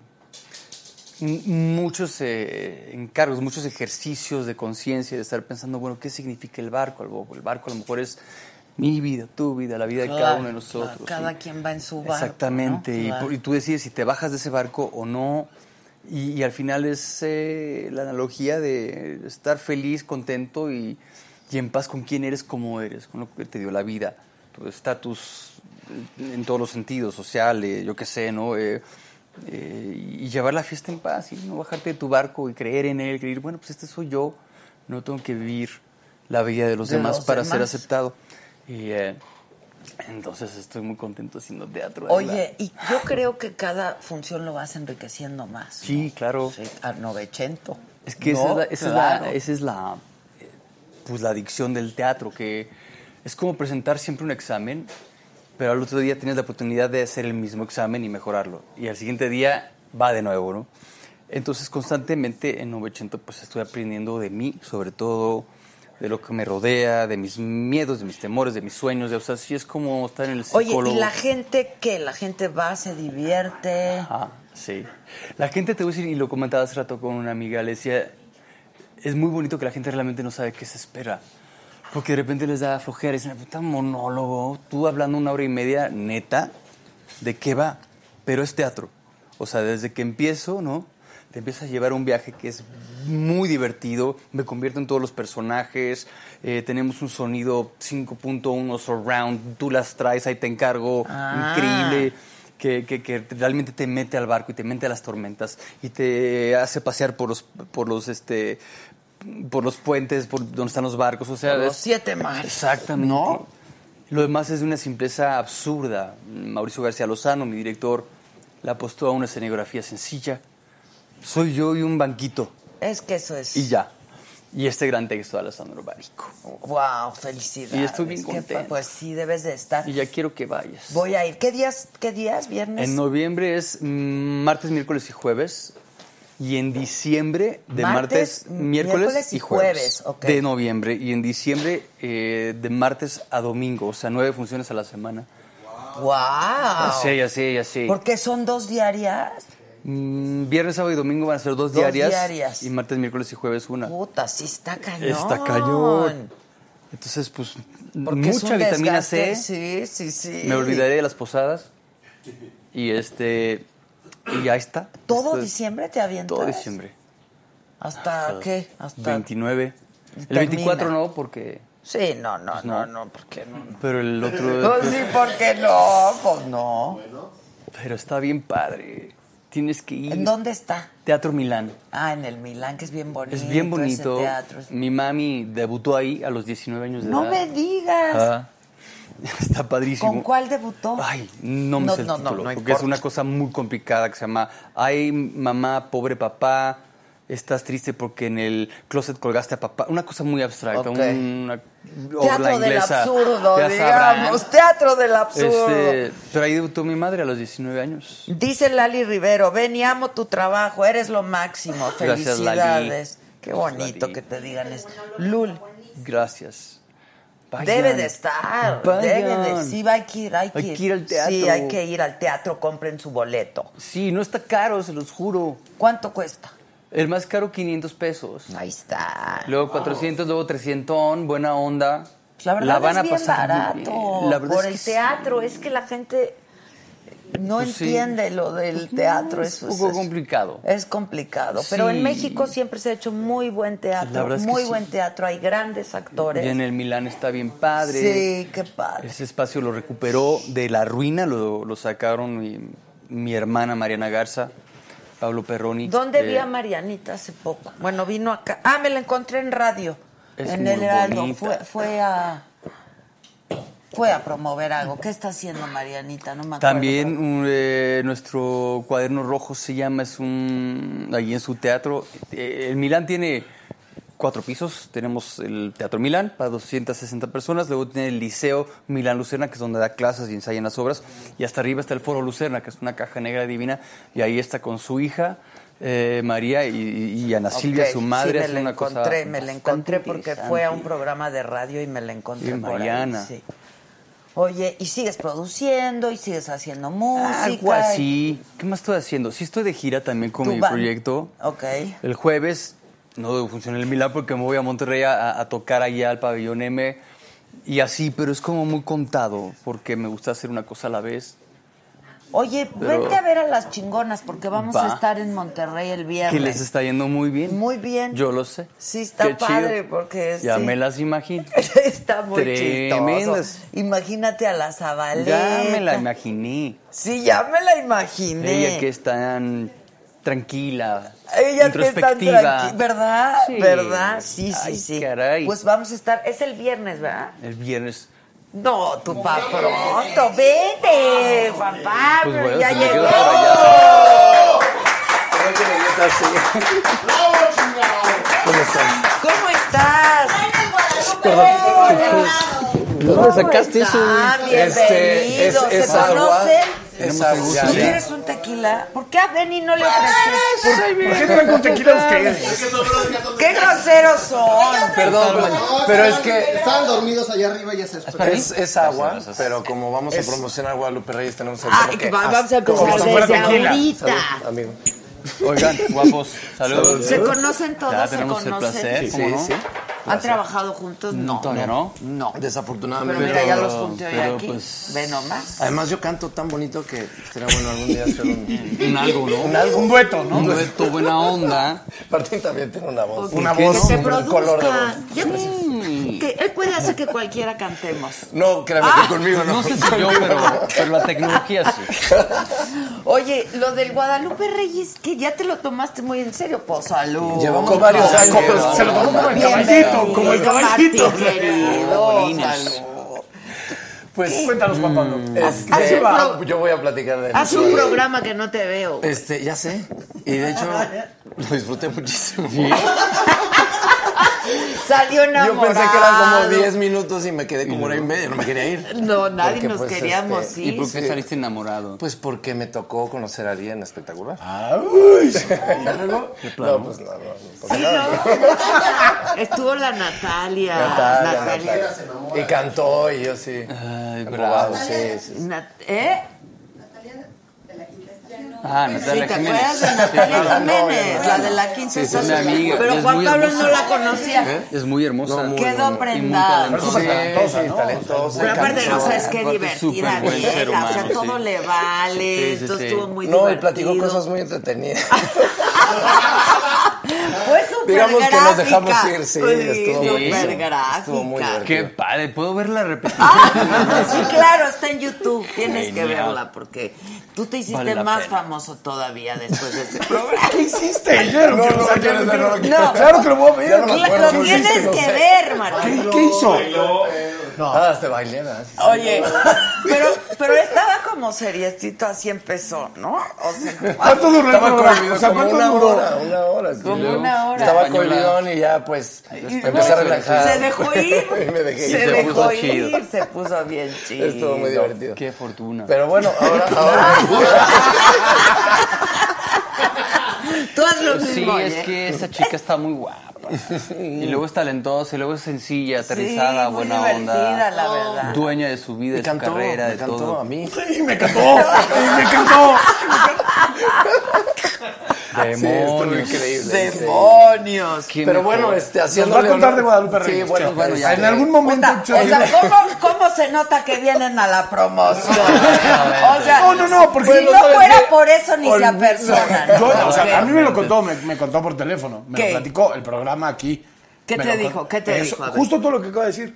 muchos eh, encargos, muchos ejercicios de conciencia, de estar pensando, bueno, ¿qué significa el barco? Algo- El barco a lo mejor es Mi vida, tu vida, la vida de cada Claro, uno de nosotros. claro, cada y- quien va en su barco, Exactamente. ¿no? y Claro. por- Y, tú decides si te bajas de ese barco o no. Y, y al final es eh, la analogía de estar feliz, contento y, y en paz con quién eres, cómo eres, con lo que te dio la vida, tu estatus en en todos los sentidos, social, eh, yo qué sé, ¿no? Eh, eh, y llevar la fiesta en paz y no bajarte de tu barco y creer en él, creer, bueno, pues este soy yo, no tengo que vivir la vida de los De demás los para ser demás. aceptado. Y eh, entonces estoy muy contento haciendo teatro. es la- Oye, y yo creo que cada función lo vas enriqueciendo más. ¿no? Sí, claro. Sí, a 900. Es que esa, es No, la, esa es la- claro. esa es la, eh, pues la adicción del teatro, que es como presentar siempre un examen, pero al otro día tienes la oportunidad de hacer el mismo examen y mejorarlo. Y al siguiente día va de nuevo, ¿no? Entonces constantemente en 900 pues estoy aprendiendo de mí, sobre todo de lo que me rodea, de mis miedos, de mis temores, de mis sueños, de, o sea, sí es como estar en el Oye, psicólogo. ¿y la gente qué? La gente va, se divierte. Ajá, sí. La gente te voy a decir, y lo comentaba hace rato con una amiga, le decía, es muy bonito que la gente realmente no sabe qué se espera. Porque de repente les da flojera, dicen, puta monólogo, tú hablando una hora y media, neta, ¿de qué va? Pero es teatro. O sea, desde que empiezo, ¿no? Te empiezas a llevar un viaje que es muy divertido, me convierto en todos los personajes, eh, tenemos un sonido 5.1 surround, tú las traes, ahí te encargo, Ah. increíble, que, que- que realmente te mete al barco y te mete a las tormentas y te hace pasear por los por los este por los puentes, por donde están los barcos, o sea, Por los es- siete mares. Exactamente. ¿No? Lo demás es de una simpleza absurda. Mauricio García Lozano, mi director, la apostó a una escenografía sencilla. Soy yo y un banquito Es que eso es. y ya. Y este gran texto de Alessandro Barico. Oh. Wow, felicidades. Y estoy bien Qué contento. pa- Pues sí, debes de estar. Y ya quiero que vayas. Voy a ir. ¿Qué días? ¿Qué días? Viernes. En noviembre es mm, martes, miércoles y jueves. Y en diciembre, de Martes, martes, miércoles, miércoles y y jueves. jueves, ok. De noviembre. Y en diciembre, eh, de martes a domingo. O sea, nueve funciones a la semana. Wow. Así, así, así. Ah, ¿Por qué son dos diarias? Mm, viernes, sábado y domingo van a ser dos, Dos diarias, diarias. Y martes, miércoles y jueves una. Puta, sí está cañón. Está cañón. Entonces, pues, Porque es mucha un vitamina desgaste, C. Sí, sí, sí. Me olvidaré de las posadas. Y este. Y ya está. ¿Todo Esto es- diciembre te avientas? Todo diciembre. ¿Hasta qué? Hasta... 29. El Termina. 24 no, porque. Sí, no, no, Pues no, no. no, porque no. no. Pero el otro. Pues sí, ¿por qué no? Pues no. Pero está bien padre. Tienes que ir. ¿En dónde está? Teatro Milán. Ah, en el Milán, que es bien bonito. Es bien bonito. Ese teatro. Es- Mi mami debutó ahí a los 19 años de No edad. me digas. Ah, está padrísimo. ¿Con cuál debutó? Ay, no me No, sé el no, no, título, no porque es importa. una cosa muy complicada que se llama Ay, mamá, pobre papá, estás triste porque en el closet colgaste a papá. Una cosa muy abstracta, Ok. una obra Teatro del inglesa. absurdo, Ya sabrán. digamos. Teatro del absurdo. Este, pero ahí debutó mi madre a los 19 años. Dice Lali Rivero, ven y amo tu trabajo, eres lo máximo. Gracias, Lali. Felicidades. Qué bonito Lali. que te digan eso. Lul, Gracias. Vayan. debe de estar, debe de, Vayan. sí, hay que ir, hay que, Hay que ir al teatro. Sí, hay que ir al teatro, compren su boleto. Sí, no está caro, se los juro. ¿Cuánto cuesta? El más caro, 500 pesos. Ahí está. Luego 400, luego 300, buena onda. La verdad van es a bien pasar muy barato. bien. La verdad por es el que teatro, es que la gente no Pues sí. Pues entiende lo del teatro. es eso un poco complicado. Es complicado. Pero en Sí. México siempre se ha hecho muy buen La teatro. verdad es que muy sí. buen teatro. Hay grandes actores. Y en el Milán está bien padre. Sí, qué padre. Ese espacio lo recuperó de la ruina, lo, lo sacaron mi, mi hermana Mariana Garza, Pablo Perroni. ¿Dónde Eh, vi a Marianita hace poco? Bueno, vino acá. Ah, me la encontré en radio. Es en muy el Heraldo. bonita. Fue, fue a. Fue a promover algo. ¿Qué está haciendo Marianita? No me acuerdo. También un, eh, nuestro cuaderno rojo se llama, es un. allí en su teatro. Eh, el Milán tiene cuatro pisos. Tenemos el Teatro Milán para 260 personas. Luego tiene el Liceo Milán Lucerna, que es donde da clases y ensayan las obras. Y hasta arriba está el Foro Lucerna, que es una caja negra divina. Y ahí está con su hija. eh, María y, y Ana Ok, Silvia, su madre, sí, es me la una cosa encontré, me la bastante encontré porque fue a un interesante. programa de radio y me la encontré Y por ahí, Mariana. sí. Oye, y sigues produciendo y sigues haciendo música. Algo y- así. ¿Qué más estoy haciendo? Sí estoy de gira también con Tú mi va- proyecto. Ok. El jueves no funciona el Milán porque me voy a Monterrey a, a tocar allá al pabellón M. Y así, pero es como muy contado, porque me gusta hacer una cosa a la vez. Oye, Pero- vente a ver a las chingonas porque vamos a Va. estar en Monterrey el viernes. Que les está yendo muy bien. Muy bien. Yo lo sé. Sí, está Qué padre, porque Ya sí. me las imagino. Está muy Tremendas. chistoso. Imagínate a la Zabaleta. Ya me la imaginé. Sí, ya me la imaginé. Ella que es tan tranquila, Ella que es tan introspectiva. tranqui- ¿verdad? Sí. ¿Verdad? Sí, sí, Ay, sí. caray. Pues vamos a estar, es el viernes, ¿verdad? El viernes. No, tu papá pronto, vete, Juan Pablo, Pues bueno, ya se me llegó. quedó por allá. Creo que me gusta así. ¿Cómo estás? ¿Cómo estás? ¿Dónde sacaste eso? Ah, bienvenido, Este, es- es ¿se agua. conocen? Tenemos Es agua. agua. ¿No Ya. quieres un tequila? ¿Por qué a Benny no le ofreces? ¿Por qué traen con tequila ustedes? ¡Qué groseros son! Perdón, pero es que. Estaban dormidos allá arriba y ya se despertaron. Es, es agua, pero como vamos a promocionar Guadalupe Reyes, tenemos el Ah, tema que que va- vamos a hasta- empezar si fuera desde tequila. ahorita. Amigo. Oigan, guapos, saludos. Se conocen todos, Ya se tenemos el conocen. placer, ¿cómo no? ¿Han trabajado juntos? No. Todavía no. No, desafortunadamente. Pero mira, ya los Pero- junté hoy pero aquí. pues- Ve nomás. Además, yo canto tan bonito que sería bueno algún día hacer un. Un algo, ¿no? un álbum. Un dueto, ¿no? Un dueto, buena onda. Martín también tiene una voz. Una Que voz. se un color de produzca. voz. Ya- que él puede hacer que cualquiera cantemos. No, créeme que conmigo no. Ah. No sé si yo, pero, pero la tecnología sí. Oye, lo del Guadalupe Reyes, que ya te lo tomaste muy en serio, pues salud. Llevamos varios años. Como- Se lo tomó como el caballito, como el caballito. Martín, Oh, querido, salud. Pues, Cuéntanos, Juan Pablo. este, haz un ah, pro- yo voy a platicar de Haz mi- un programa que no te veo. Este, ya sé. Y de hecho, lo disfruté muchísimo. Salió enamorado. Yo pensé que eran como 10 minutos y me quedé como hora y media, no me quería ir. No, nadie Porque, nos pues, queríamos este, ¿Y ir. por qué saliste enamorado? Pues porque me tocó conocer a Ariana espectacular. No, pues no, no, no. Sí, ¿no? Estuvo la Natalia. Natalia, Natalia. Natalia. Y cantó y yo sí. Ay, Embobado, bravo. sí, sí. Nat- ¿Eh? Ah, Sí, Natalia ¿te Jiménez. acuerdas de Natalia claro, no, Jiménez? La de la quinta Sí, sí, es mi estación. amiga, y Pero es Juan muy Pablo hermosa. ¿Eh? no la conocía. Es muy hermosa. ¿Eh? Quedó prendada. Y muy Sí, talentosa. sí, talentosa. Pero aparte, no cantó. sabes qué aparte, divertida súper buen ser vieja. O sea, humano, todo sí. le vale. Sí, sí, entonces sí. estuvo muy No, y divertido. platicó cosas muy entretenidas. Fue súper Digamos que nos dejamos gráfica. ir, sí, Fue estuvo súper buenísimo. gráfica. Estuvo muy divertido. Qué padre, ¿puedo ver la repetición? Ah, sí, claro, está en YouTube. Tienes que verla porque tú te hiciste Vale la más pena. famoso todavía después de ese programa. ¿Qué hiciste ayer? No, no, Ayer, no, no, no, no, ayer. Claro que lo voy a Ya no me ver. acuerdo Lo cómo tienes hiciste, no que sé. ver, Martín. ¿Qué hizo? Bailó, Ah, te bailé, ¿verdad? Sí, sí. Oye, pero, pero estaba como seriecito, así empezó, ¿no? O sea, ¿Cuánto duró el Estaba programa? cohibido O sea, como ¿cuánto una duró? hora, una hora. sí. como una hora. Estaba Española. cohibidón y ya, pues, Y- empecé a relajar. Se dejó ir. Y me dejé se ir. Se dejó puso ir. chido. Se puso bien chido. Estuvo muy divertido. Qué fortuna. Pero bueno, ahora, ahora. Tú haz lo Sí, mismo. es oye. que esa chica está muy guapa. Y luego es talentosa, y luego es sencilla, Sí, aterrizada, muy buena divertida, onda. la verdad. Dueña de su vida, me de su cantó, carrera, me de cantó a todo. mí. Y me cantó. Y me cantó. Sí, estuvo Demonios. increíble. Demonios. Qué Pero mejor. bueno, este, haciendo. Nos va a contar de Guadalupe Sí, Reyes. bueno, Chava. bueno, ya. En algún momento, Puta, Chava. o sea, ¿cómo, cómo se nota que vienen a la promoción? O sea, No, no, no, porque si no no sabes fuera qué- por eso ni se Olvídalo. apersonan. Yo, o sea, a mí me lo contó, me, me contó por teléfono, me ¿Qué? lo platicó el programa aquí. ¿Qué Me te lo dijo? con- ¿Qué te Eso, dijo? A ver. Justo todo lo que acaba de decir.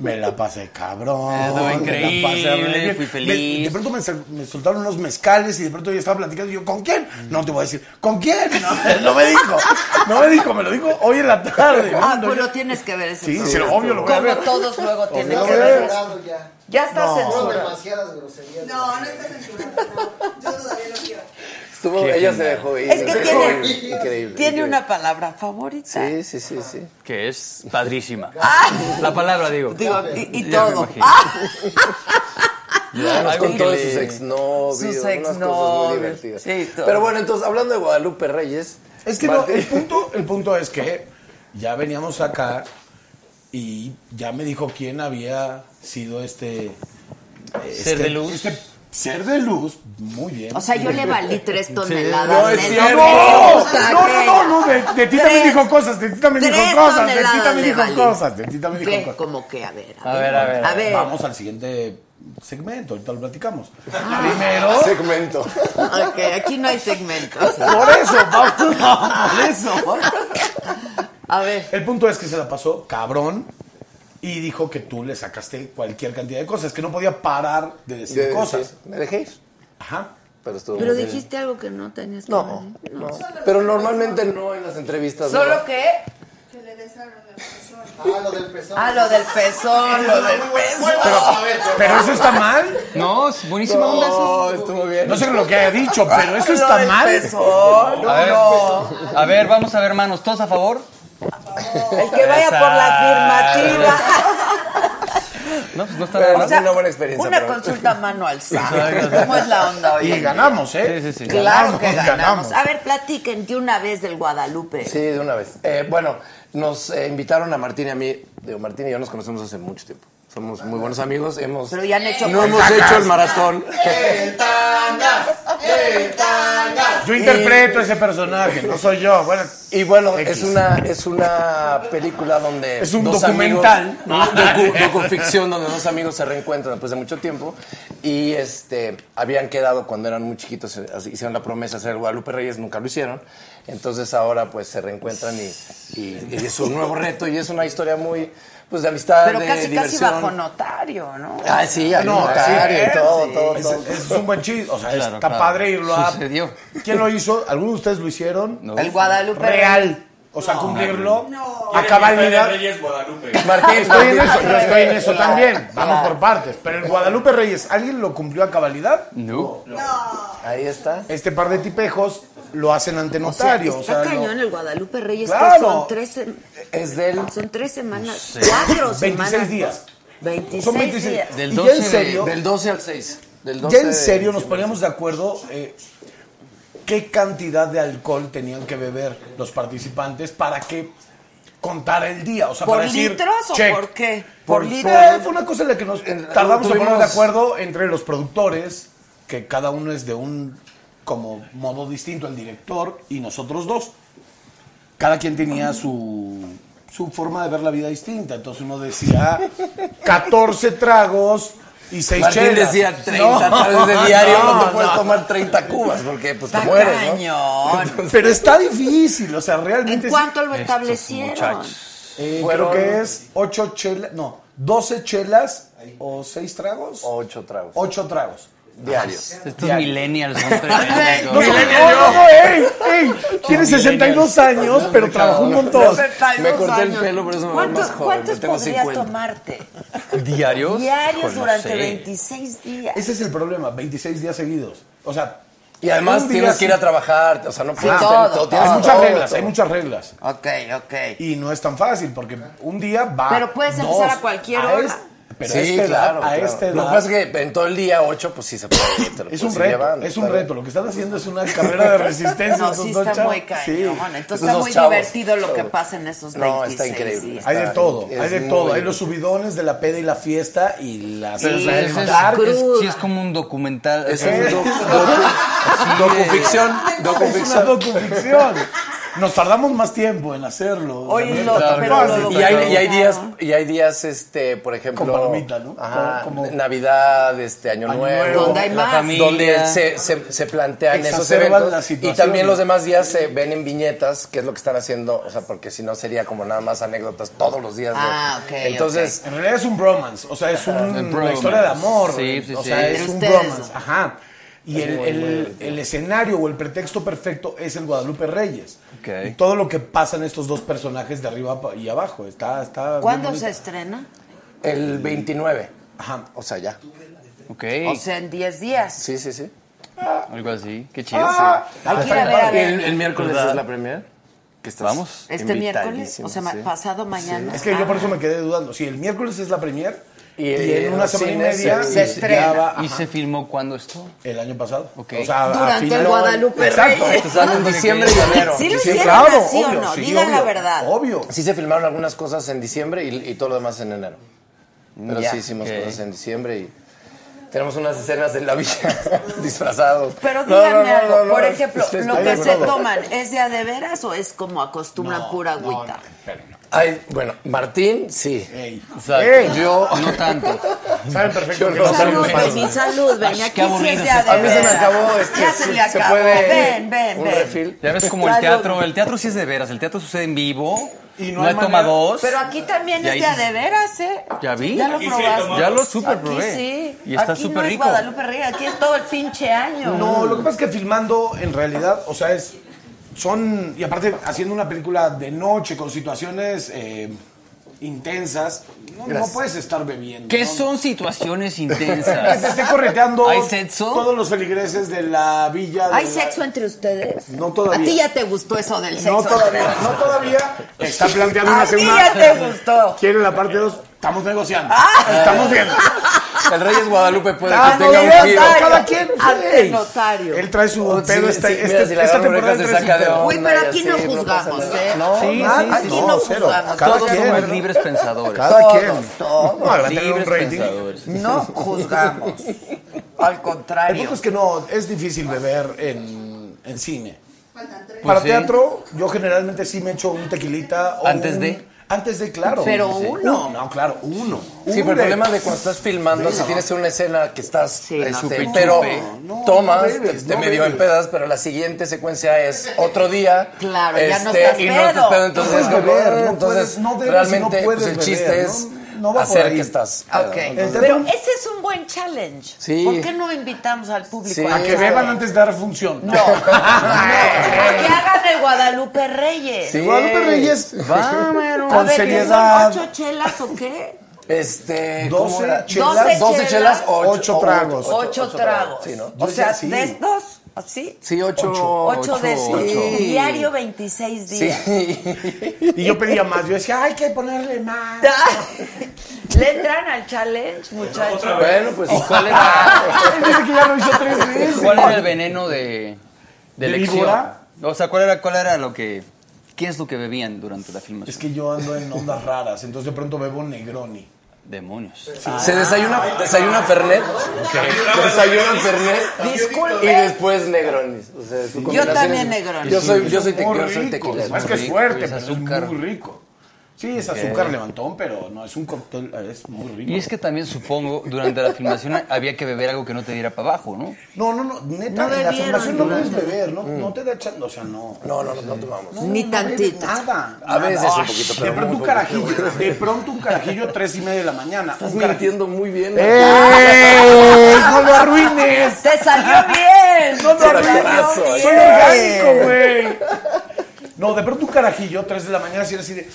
Me la pasé cabrón. Estuvo me la increíble, re bien. fui Me- feliz. de pronto me, sal- me soltaron unos mezcales y de pronto yo estaba platicando y yo, ¿con quién? Mm. No te voy a decir, ¿con quién? No, no me dijo, no me dijo, me lo dijo hoy en la tarde. Ah, No, pues yo- lo tienes que ver ese Sí, programa. sí, obvio lo voy a Como ver. todos luego tienen lo que voy a ver. ver. Censurado ya. Ya está Fueron censurado. demasiadas groserías. No, no está censurado. no. Yo todavía lo quiero. Estuvo, ella se dejó ir. Es que se dejó tiene, ir. Increíble. tiene increíble. una palabra favorita. Sí, sí, sí, sí. Que es padrísima. La palabra, Ah. digo. Digo, y, y Ya me todo. imagino. Ah, Ya nos Algo contó que de le- sus exnovios, Sus unas cosas exnovios, muy divertidas. sí, todo. Pero bueno, entonces, hablando de Guadalupe Reyes. Es que no, Martín- el punto, el punto es que ya veníamos acá y ya me dijo quién había sido este, Ser este- de luz. este ser de luz, muy bien. o sea, yo le valí tres toneladas. No es menos cierto. que le no, gusta no, no, aquella. no, no de, de ti también Tres. dijo cosas, de ti también dijo Tres cosas, de ti toneladas también de dijo balín. cosas, de ti también dijo ¿Qué? cosas. Como que, a ver, A ver, a ver. A ver. Vamos al siguiente segmento, ahorita lo platicamos. Ah. Primero, Segmento. Ok, aquí no hay segmento. por eso, vamos, no, por eso. A ver. El punto es que se la pasó cabrón y dijo que tú le sacaste cualquier cantidad de cosas, que no podía parar de decir De- cosas. sí, Me dejé ir, Ajá. pero estuvo Pero muy bien. dijiste algo que no tenías que No, no. Pero normalmente no en las entrevistas. ¿Solo qué? Que le besaron el profesor. Ah, lo del pesado. Ah, lo del pezón, lo del pezón. Pero eso está mal. No, es buenísima onda eso. estuvo bien. No sé lo que haya dicho, pero eso Lo está del mal. pezón. A ver, a ver, vamos a ver, hermanos, ¿todos a favor? El que vaya por la afirmativa. No, pues no está Pero nada no mal. fue una buena experiencia. Una pero- consulta mano alzada. ¿Cómo es la onda hoy? Y en día? ganamos, ¿eh? Sí, sí, sí. Claro que ganamos. A ver, platiquen de una vez del Guadalupe. Sí, de una vez. Eh, bueno, nos eh, invitaron a Martín y a mí. Digo, Martín y yo nos conocemos hace mucho tiempo. Somos muy buenos amigos. Hemos, Pero ya han hecho no hemos cosas. hecho el maratón. Yo interpreto ese personaje, no soy yo. Bueno, Y bueno, X. es una, es una película donde. Es un dos documental, amigos- ¿no? docu- docuficción donde dos amigos se reencuentran después de mucho tiempo. Y este habían quedado cuando eran muy chiquitos, eh, así, hicieron la promesa de hacer el Guadalupe Reyes, nunca lo hicieron. Entonces ahora pues se reencuentran y, y- y es un nuevo reto y es una historia muy. Pues de amistad, Pero de casi, casi diversión. bajo notario, ¿no? Ah, sí, al No, notario sí, y todo, todo, es, todo. es un buen chiste. O sea, Claro, está claro. padre irlo a. Sucedió. ¿Quién lo hizo? ¿Alguno de ustedes lo hicieron? El Guadalupe. Real. O sea, cumplirlo. No. A cabalidad. Reyes Guadalupe. Martín, Estoy en eso, yo estoy en eso Claro, Ah. también. Vamos Ah. claro. por partes. Pero el Guadalupe Reyes, ¿alguien lo cumplió a cabalidad? No. Ahí está. Este par de tipejos lo hacen ante notario. O sea, está lo- cañón el Guadalupe Reyes, que Claro. son tres, sem- Es del. son tres semanas, cuatro 26 semanas. días. 26, Son 26. días. Del Y 12 ya en de- serio, Del 12 al 6. Del 12 ya en de serio nos diciembre. poníamos de acuerdo eh, qué cantidad de alcohol tenían que beber los participantes para que contara el día. O sea, ¿Por para decir, litros o check. por qué? Por, Por litros. litros. fue una cosa en la que nos tardamos tuvimos- en ponernos de acuerdo entre los productores, que cada uno es de un como modo distinto, el director y nosotros dos. Cada quien tenía su, su forma de ver la vida distinta. Entonces uno decía 14 tragos y 6 Martín chelas. decía 30 tragos de diario, no, te puedes no. tomar 30 cubas porque pues te Está mueres, ¿no? cañón. Pero está difícil, o sea, realmente... sí. ¿En cuánto lo establecieron? Eh, creo Fueron- que es 8 chelas, no, 12 chelas o 6 tragos. 8 tragos 8 tragos. diarios. Estos millennials son tremendos. No, no, no, no, ey, ey, tiene 62 años, pero trabajó un montón. Me corté el pelo, por eso me veo ¿Cuántos, más joven, ¿cuántos tengo podrías 50. tomarte? ¿Diarios? Diarios Pues no durante sé. 26 días. Ese es el problema, 26 días seguidos. O sea, Y además un día tienes que ir a sí. trabajar, o sea, no puedes todo, tener todo. tienes Hay Ah, muchas todo, reglas, ¿eh? hay todo. muchas reglas. Ok, ok. Y no es tan fácil, porque un día va. Pero puedes dos, empezar a cualquier hora. es- pero Sí, a esta edad, claro, a claro. esta Lo edad- que pasa es que en todo el día 8 pues sí se puede. te lo Es puedes un ir reto, llevando, es un claro. reto. Lo que están haciendo es una carrera de resistencia. No, esos sí dos está chavos. muy cañón. Sí. Entonces está Esos muy chavos, divertido lo que chavos. pasa en esos 26 No, está increíble. días. Hay de todo, Es hay de muy todo. Hay bien. los subidones de la peda y la fiesta y las... Pero, o sea, Ese Sí, es- es- cruda. sí, es como un documental. Es o sea, un docu- docu- docuficción, ¿Eh? Es una docuficción. docuficción. Nos tardamos más tiempo en hacerlo. Oye, También lo- está pero fácil. lo- Y hay, y hay días, y hay días, este, por ejemplo, Con palomita, ¿no? Ajá, Como- como- Navidad, este, Año, Año Nuevo, Nuevo, Donde hay la más. familia. donde se- se, se, se plantean esos Exacerban las eventos y situaciones. también los demás días se ven en viñetas, que es lo que están haciendo, o sea, porque si no sería como nada más anécdotas todos los días. ¿no? Ah, ok, Entonces, En realidad es un bromance, o sea, es un- una bromance. historia de amor. Sí, sí, o sí. sea, es Entre un ustedes, bromance. ¿no? Ajá. Y el, el- el escenario o el pretexto perfecto es el Guadalupe Reyes. Ok. Y todo lo que pasa en estos dos personajes de arriba pa- y abajo. Está, está bien ¿Cuándo bonito. se estrena? el 29, Ajá. o sea, ya. Ok, O sea, en 10 días. Ah, Sí, sí, sí. algo así. Qué chido. Hay que ir a ver, a ver. El, el miércoles ¿Verdad? es la premier. Que estás Vamos. Este miércoles, invitadísimo, o sea, ma- sí. pasado mañana. Ah. Es que yo por eso me quedé dudando. Si el miércoles es la premier y, Y el- en una los semana y cines media se- se ya estrena. va- ¿Y ajá, se filmó cuándo esto? el año pasado. Ok. O sea, a Durante el final- Guadalupe Exacto. Reyes. Se sale en diciembre y enero. Sí lo Sí, hicieron claro, así o obvio, no, sí, digan la obvio, verdad. Obvio. Sí se filmaron algunas cosas en diciembre y, y todo lo demás en enero. Pero Ya, sí hicimos ok. cosas en diciembre y Tenemos unas escenas en la villa disfrazados. Pero No, díganme no, no, no, no, algo, este, por es- ejemplo, es- es- ¿lo hay que de se todo. toman es de a de veras o es como acostumbran pura agüita? Ay, bueno, Martín, sí. O sea, Ey. Yo. No tanto. Saben perfecto Salud, Benny, salud, Benny. Aquí sí es de a de A mí se me veras. acabó este. Ya se le se acabó. puede Ven, ven, un ven. refil. Ya ves como el Claro. teatro, el teatro sí es de veras, el teatro sucede en vivo, Y no no hay hay toma manera- dos. Pero aquí también Ya es de a hice- de veras, ¿eh? Ya vi. Ya lo Aquí sí probaste. tomamos. Ya lo super Aquí probé. sí. Y está Aquí súper no rico. Es Guadalupe Reyes, aquí es todo el pinche año. No, lo que pasa es que filmando, en realidad, o sea, es. Son. Y aparte, haciendo una película de noche con situaciones eh, intensas, no, no Gracias. puedes estar bebiendo. ¿Qué ¿no? son situaciones Que te intensas? esté correteando ¿Hay sexo? todos los feligreses de la villa. de ¿Hay la- sexo entre ustedes? No todavía. A ti ya te gustó eso del sexo. No todavía, no todavía. Está planteando una A ti segunda. ya te gustó. Ah. Quiere la parte 2. Estamos negociando. Estamos viendo. El Reyes Guadalupe puede Ah, que no, tenga no, un giro. no, cada quien. Ante güey. notario. Él trae su Oh, sí, pedo. este, sí, este, mira, si la esta agarra Rebeca temporada él se trae su saca de pedo. onda. Uy, pero ya aquí sé, no no pasa juzgamos, nada. ¿eh? No, sí, Ah, sí, aquí sí. no, no cero. juzgamos. Cada Todos somos quien. libres pensadores. Cada Todos, quien. todos. No, ahora tiene un libres rating. pensadores. No juzgamos. Al El contrario. punto es que no, es difícil beber en, en cine. Faltan tres. Para Pues sí. teatro, yo generalmente sí me echo un tequilita. o ¿Antes un- de? Antes de, claro. Pero Sí. Uh, uno. No, claro, uno. Sí, Un pero el de- problema de cuando estás filmando, si tienes una escena que estás, Sí, este, no, chupe, pero chupe. No, no tomas, bebes, te, te no medio bebes. en pedas, pero la siguiente secuencia es otro día. Claro, ya no este, estás y no pedo. estás pedo, entonces, No puedes como, beber, no entonces puedes- no debes y no realmente puedes pues, el chiste beber, es ¿no? No va por hacer ahí. que estás. pedo. Ah, Ok. Este, Entonces- Pero ese es un buen challenge. Sí. ¿Por qué no invitamos al público Sí. A que beban antes de dar función. No. no. A que hagan el Guadalupe Reyes. Sí. Guadalupe Reyes. A Con ver, ¿qué seriedad. ¿Son ocho chelas o qué? Este, ¿cómo 12 era? chelas, Doce 12 chelas, chelas, 8, ocho tragos. Ocho, tragos. Sí, ¿no? Yo O ya sea, sí. de estos, así. Sí, 8. Ocho, de estos. Diario 26 Sí. días. Y yo pedía más. Yo decía, hay que ponerle más. ¿Le entran al challenge, muchachos? Bueno, pues. ¿Cuál era, Dice que ya lo hizo tres veces. cuál era el veneno de, de ¿De elección? víbora? O sea, ¿cuál era, cuál era lo que, qué es lo que bebían durante la filmación? Es que yo ando en ondas raras, entonces de pronto bebo Negroni. Demonios. Se desayuna, desayuna Fernet. Desayuna Fernet. Disculpe. Y después Negronis. O sea, su Yo combinación también es- negro. Yo soy, yo soy, tequi- Muy yo soy rico, tequilero. Es que es rico, fuerte, es pero es azúcar. muy rico. Sí, es azúcar levantón, pero no es un cóctel, es muy rico. Y es que también supongo, durante la filmación había que beber algo que no te diera para abajo, ¿no? No, no, no, neta, No en la bebieron, filmación no puedes durante- beber, no, no te da echando, o sea, no. No, no, no, no tomamos. No, Ni no tantito. bebes Nada. A veces nada. un poquito, pero De pronto muy un poco. carajillo, de pronto un carajillo a tres y media de la mañana. Estás un carajillo. mintiendo muy bien. ¡Ey! ¡No lo arruines! ¡Te salió bien! ¡No lo Pero arruines! abrazo, ¡Soy eh. orgánico, güey! No, de pronto un carajillo, tres de la mañana, si era así de...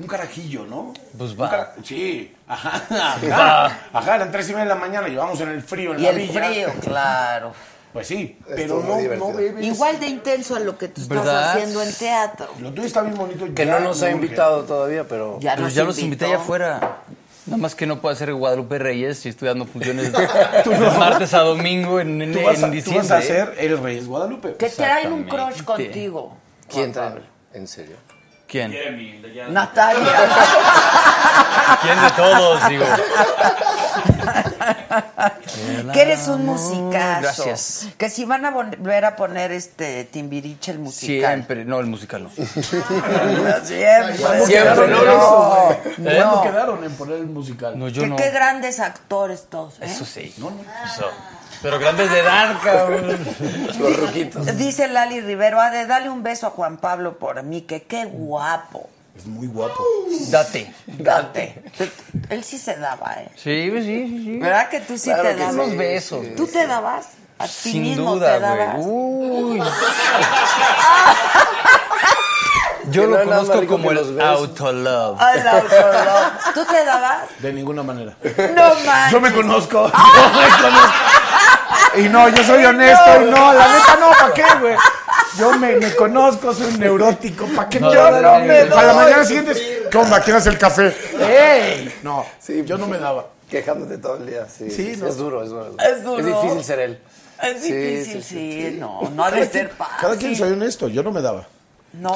Un carajillo, ¿no? Pues Un va. cara- Sí, ajá, ajá. Ajá, eran tres y media de la mañana, llevamos en el frío, en Y la el villa. frío, claro. Pues sí, Estuvo pero muy no, no divertido. bebes. Igual de intenso a lo que tú estás ¿Verdad? haciendo en teatro. Lo tuyo está bien bonito. Que ya no nos ha urge. invitado todavía, pero. Ya, Pero nos Pues ya los invité invitó. allá afuera. Nada más que no puedo hacer Guadalupe Reyes si estoy dando funciones de martes a domingo en, en- Tú vas, a, en tú diciembre. vas a ser el Reyes Guadalupe. Que traen un crush Exactamente. contigo. ¿Quién trae? ¿En serio? ¿Quién? Jeremy, de allá. Natalia. ¿Quién de todos? Digo. que eres un musicazo. Gracias. Que si van a volver a poner este Timbiriche el musical. Siempre. No, el musical no. Siempre. Siempre. Siempre, no, No, ¿Cuándo ¿Eh? no. quedaron en poner el musical? No, yo Que no. qué grandes actores todos. ¿eh? Eso sí. Eso. Pero grandes de edad, cabrón. Los ruquitos. Dice Lali Rivero, ha de darle un beso a Juan Pablo por mí, que qué guapo. Es muy guapo. Date. Date. Él sí se daba, ¿eh? Sí, pues sí, sí. sí. ¿Verdad que tú sí Claro te que dabas? sí. Unos besos. ¿Tú te dabas? ¿A ti Sin mismo te duda, dabas? güey. Uy. Yo Que no lo hay nada más conozco rico como que el los besos. autolove. Ay, la autolove. ¿Tú te dabas? De ninguna manera. No manches. Yo me conozco. Yo me conozco. Y no, yo soy honesto. Y no, la neta no, ¿para qué, güey? Yo me, me conozco, soy un neurótico. ¿Para qué? No, yo no, no no, me no. Eh, Para la mañana siguiente, es, ¿qué onda? ¿Quieres el café? ¡Ey! No, Sí, yo no me daba. Quejándote todo el día. Sí, Sí, sí, no. Es duro, es duro. Es duro. difícil ser él. Es Sí, difícil, sí. sí, No, no ha de ser fácil. Cada quien soy honesto, yo no me daba. ¿No?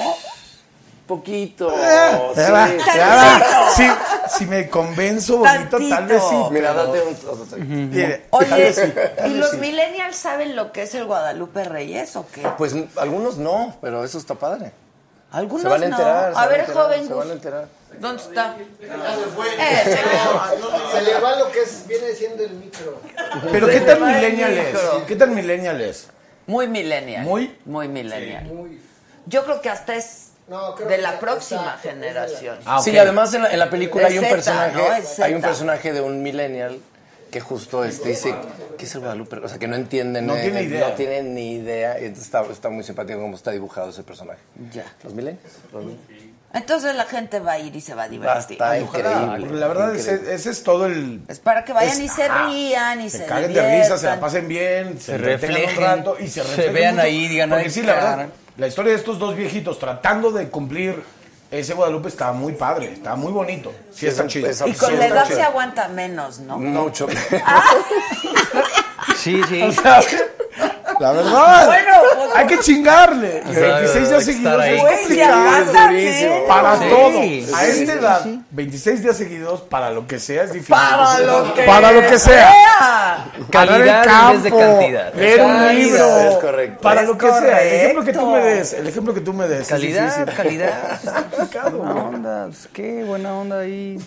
Poquito. Oh, Ya Eh, va, sí. ya va. Si, si me convenzo bonito, tal vez sí. Mira, pero- date un... otro trago. Mire, tal Oye, vez sí, tal ¿y vez los sí. millennials saben lo que es el Guadalupe Reyes o qué? Pues m- algunos no, pero eso está padre. Algunos Se van a no. enterar. se a van ver, enterar, joven. Se van a enterar. ¿Dónde está? se fue. Eh, Se le va lo que es- viene siendo el micro. Pero ¿qué Se tan va el millennial es? micro. ¿Qué tan millennial es? Muy millennial. ¿Muy? Muy millennial. Yo creo que hasta es No, creo de que- la próxima exacto, generación. Ah, ok. Sí, además en la, en la película Es hay un Zeta, personaje, ¿no? Es hay un Zeta. personaje de un millennial que justo este dice ¿qué es el Guadalupe? O sea, que no entienden, eh, No tiene idea. no tienen ni idea. Y entonces Está, está muy simpático cómo está dibujado ese personaje. Ya. Los millennials. los mil- Entonces la gente va a ir y se va a divertir. Está Ojalá, increíble. La verdad, increíble. ese, ese es todo el... Es para que vayan es- y se ajá. rían y se, se caguen de diviertan. risa, se la pasen bien, se, Se reflejen un reflejen, rato y se se reflejen vean mucho. ahí, digan, Porque "Ay, sí, la verdad, cara". la historia de estos dos viejitos tratando de cumplir ese Guadalupe estaba muy padre, estaba muy bonito. Sí, está un- chido. es un- Y con Sí, la está edad chido. se aguanta menos, ¿no? Mucho. Ah. Sí, sí. La verdad. Bueno, pues- hay que chingarle. O sea, 26 hay días que seguidos estar ahí. es Güey, se complicado. aguanta durísimo. menos. Para Sí, todo. sí, A sí, esta sí, edad, sí. 26 días seguidos, para lo que sea, es difícil. Para lo que Para lo que sea. pues, Parar el Calidad en vez de campo, cantidad. Leer un Calidad. libro. Es correcto. Para Es lo que sea. El ejemplo que tú me correcto. des. El ejemplo que tú me des. es Calidad, difícil. calidad. Complicado, Buena onda, pues, qué buena onda ahí.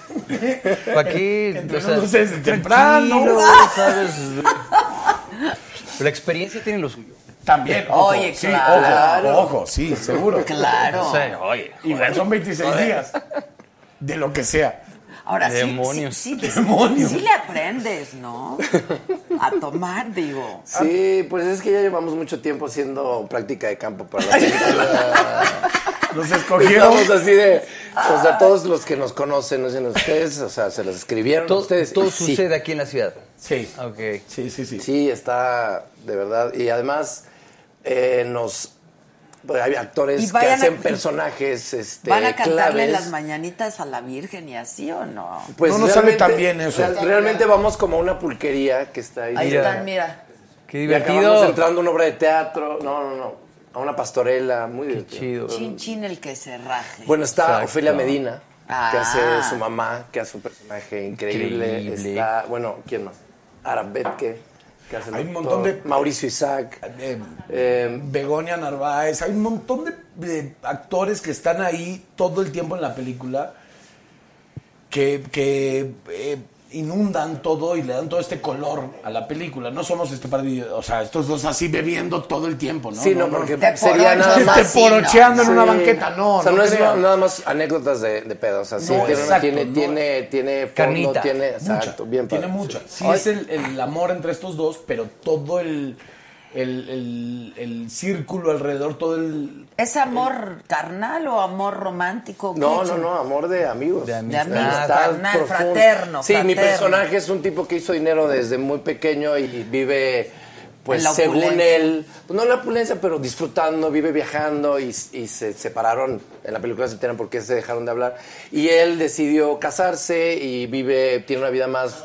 ¿Para qué? Entrenamos desde temprano. tranquilo, ¿sabes? La experiencia tiene lo suyo. También. Ojo, Oye, sí, claro. Ojo, ojo, sí, seguro. Claro. O sea, oye. Igual son 26 días. De lo que sea. Ahora sí- Demonios. sí. Sí, Demonios. sí le aprendes, ¿no? A tomar, digo. Sí, pues es que ya llevamos mucho tiempo haciendo práctica de campo para la película. Los Y escogieron. Estamos así de, o sea, todos los que nos conocen, nos dicen ustedes, o sea, se las escribieron Todo, ustedes. todo Y sí, sucede aquí en la ciudad. Sí. Ok. Sí, sí, sí. Sí, está de verdad. Y además, eh, nos. pues, hay Y actores que vayan a- hacen personajes este, ¿Van a cantarle claves. las mañanitas a la Virgen y así o no? Pues No nos sale realmente- tan bien eso. real- Realmente vamos como a una pulquería que está ahí. Ahí Y están, mira. Qué acabamos divertido. entrando a una obra de teatro. No, no, no. A una pastorela. Muy Qué divertido. chido. Chin chin el que se raje. Bueno, está Exacto. Ofelia Medina, que Ah. hace su mamá, que hace un personaje increíble. Increíble. Está, bueno, ¿quién más? Arabetke, que hace el Hay un doctor. montón de- Mauricio Isaac. Eh, eh, Begonia Narváez, hay un montón de, de actores que están ahí todo el tiempo en la película que, que, eh, inundan todo y le dan todo este color a la película. No somos este par de, o sea, estos dos así bebiendo todo el tiempo, ¿no? sí, no, No, no. porque Te sería porochas nada Este, más. así, ¿no? porocheando en Sí. una banqueta, no, O sea, no, no, es crean. nada más anécdotas de, de pedo. O sea, sí, No, tiene, exacto, tiene, no. eh, tiene, tiene fondo, Carnita. tiene. Mucha, Exacto, bien Tiene padre. mucha. Sí, Oye, es el, el amor entre estos dos, pero todo el, el, el- el círculo alrededor, todo el... ¿Es amor carnal o amor romántico? No, ¿Qué no, chin- no, amor de amigos. De amistad. De amigos, carnal, fraterno, Sí, mi fraterno. personaje es un tipo que hizo dinero desde muy pequeño y vive, pues En la según opulencia. él, no en la opulencia, pero disfrutando, vive viajando y, y se separaron. En la película se enteran por qué se dejaron de hablar. Y él decidió casarse y vive, tiene una vida más,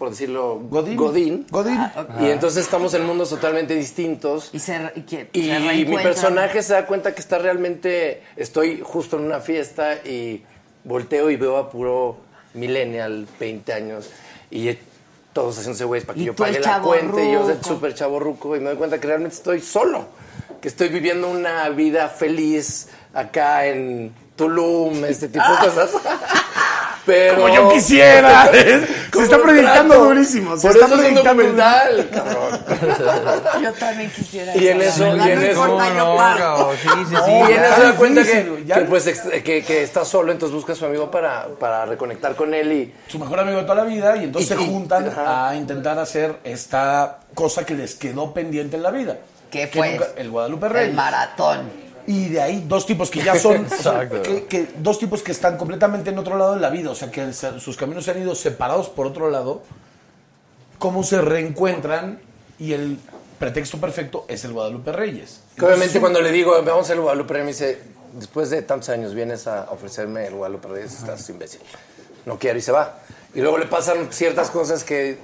por decirlo, Godín. Godín. Ah, Y entonces estamos en mundos totalmente distintos. Y, se, y, que, se Y mi reencuentran. personaje se da cuenta que está realmente. Estoy justo en una fiesta y volteo y veo a puro millennial, 20 años, y todos haciéndose güeyes para que Y yo tú el pague la cuenta. Y yo soy chavorruco. súper chaborruco y me doy cuenta que realmente estoy solo, que estoy viviendo una vida feliz acá en Tulum, este tipo de cosas. Pero. Como yo quisiera. ¿eh? se Como está un proyectando trato. durísimo. Se Por está eso es un proyectando documental, cabrón. Yo también quisiera. Y en esa eso- lana. y en No eso- importa, yo No, pago. cabrón, sí, sí, sí. Y No, en ya eso se da es cuenta difícil, que, ya. que, pues, ex- que, que está solo, entonces busca a su amigo para, para reconectar con él y su mejor amigo de toda la vida y entonces Y- se y- juntan ajá. a intentar hacer esta cosa que les quedó pendiente en la vida. ¿Qué Que fue? nunca- el Guadalupe El Reyes. maratón. Y de ahí dos tipos que ya son, o sea, Exacto. que, que dos tipos que están completamente en otro lado de la vida, o sea, que se- sus caminos se han ido separados por otro lado, cómo se reencuentran y el pretexto perfecto es el Guadalupe Reyes. que obviamente cuando le digo vamos al Guadalupe Reyes", me dice después de tantos años vienes a ofrecerme el Guadalupe Reyes estás imbécil no quiero y se va y luego le pasan ciertas cosas que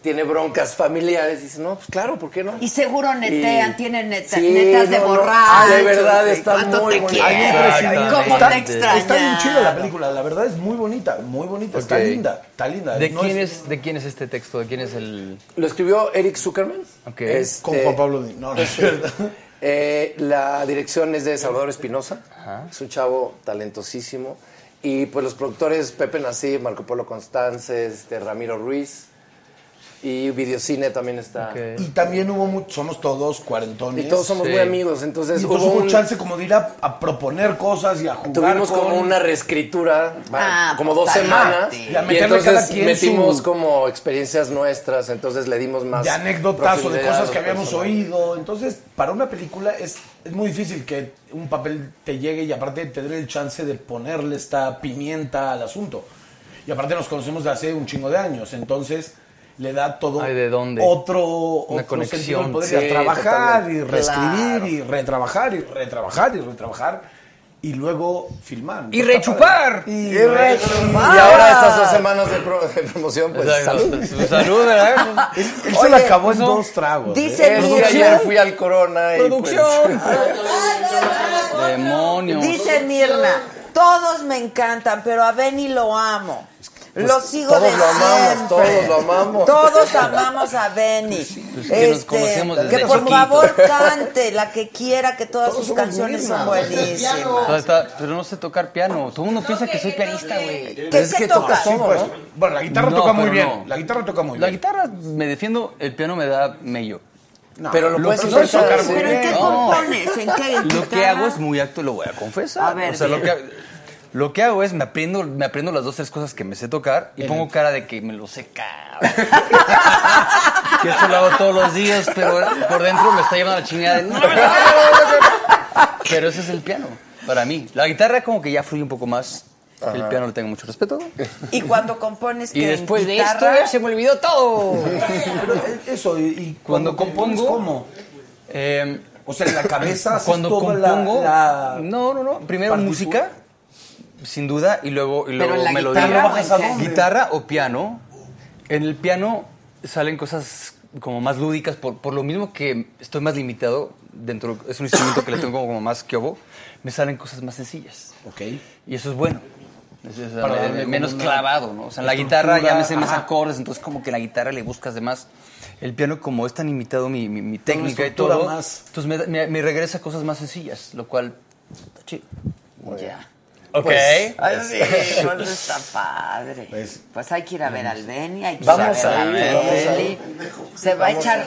tiene broncas familiares. Dice, no, pues claro, ¿por qué no? Y seguro netean, Y- tienen neta- Sí, netas de no, no. borrachos. Ah, de verdad, y está cuánto muy te bonita. quieren, Impresionante. ¿Cómo Está- te extraña? Está bien chida la película, la verdad es muy bonita, muy bonita, está Ok. linda, está linda. ¿De, No quién es- es, ¿De quién es este texto? ¿De quién es el...? Lo escribió Eric Zuckerman. Ok. Este, Con Juan Pablo Di- no, no es cierto. Eh, la dirección es de Salvador Espinosa. Es un chavo talentosísimo. Y pues los productores Pepe Nací, Marco Polo Constance, este, Ramiro Ruiz. Y Videocine también está. Y también hubo mucho, somos todos cuarentones. Y todos somos muy amigos, entonces Y entonces hubo hubo un- chance como de ir a, a proponer cosas y a jugar Tuvimos con- como una reescritura, Ah, como dos pues, semanas. sí. Y Y, a meterle cada entonces quien metimos su- como experiencias nuestras, entonces le dimos más. de anécdotas o de profundidad a cosas los que habíamos personajes. oído. Entonces, para una película es, es muy difícil que un papel te llegue y aparte tener el chance de ponerle esta pimienta al asunto. Y aparte nos conocemos de hace un chingo de años, entonces le da todo Ay, ¿de dónde? otro, Una otro sentido al conexión. poder Sí, y a trabajar y totalmente. reescribir Claro. y retrabajar y retrabajar y retrabajar y luego filmar. Entonces, Y está rechupar. padre. Y, Y re- y rechupar. ahora estas dos semanas de, pro- de promoción, pues Exacto. salud. Salud, ¿verdad? Él se la Oye, acabó en eso- dos tragos. Dice ¿eh? Es que ayer fui al Corona y pues, Producción. Demonios. Demonio. Dice Mirna, todos me encantan, pero a Benny lo amo. lo sigo pues, todos de lo amamos, siempre. todos lo amamos. Este, Todos amamos a Benny. Este, pues que nos conocemos desde que por chiquitos. favor cante la que quiera, que todas sus canciones son buenísimas. Ah, está- pero no sé tocar piano. Todo el mundo piensa que soy pianista, güey. ¿Qué se toca? Sí, pues, Bueno, la guitarra No, toca muy pero bien. no. La guitarra toca muy La bien. guitarra me defiendo, el piano me da mello. No. Pero lo puedes intentar, sí. ¿Pero en qué compones? ¿En qué Lo que guitarra? hago es muy acto, lo voy a confesar. A ver, o sea, lo bien. que, lo que hago es me aprendo, me aprendo las dos, tres cosas que me sé tocar y pongo cara de que me lo sé cabrón. que esto lo hago todos los días, pero por dentro me está llevando la chingada de... Pero ese es el piano, para mí. La guitarra como que ya fluye un poco más. El Ajá. piano le tengo mucho respeto. Y cuando compones Y que en después de guitarra- esto se me olvidó todo. Pero e-, eso, y, y Cuando cuando, compongo- em, compongo. ¿Cómo? o sea, en la cabeza haces cuando toda la- compongo, la no, no, no, primero partitura. música, sin duda, y luego, y Pero luego en la melodía. guitarra, ¿Lo bajas a dónde? Guitarra o piano. En el piano salen cosas como más lúdicas, por, por lo mismo que estoy más limitado dentro, es un instrumento que le tengo como más que obo, me salen cosas más sencillas. Ok. Y eso es bueno. Es- es- Para me- darle como menos una clavado, ¿no? O sea, en la estructura, guitarra ya me sé más ajá. acordes, entonces como que en la guitarra le buscas de más. El piano, como es tan limitado mi, mi- mi Tiene una técnica y estructura todo, más. entonces me, me- me regresa cosas más sencillas, lo cual está chido. Ya. Ok. Pues, ay, Es- sí, este, pues está padre. Pues, hay que ir a ver al Benny, hay que ir Vamos a a ver ir, a vamos a Benny. ir. Se va a Vamos echar,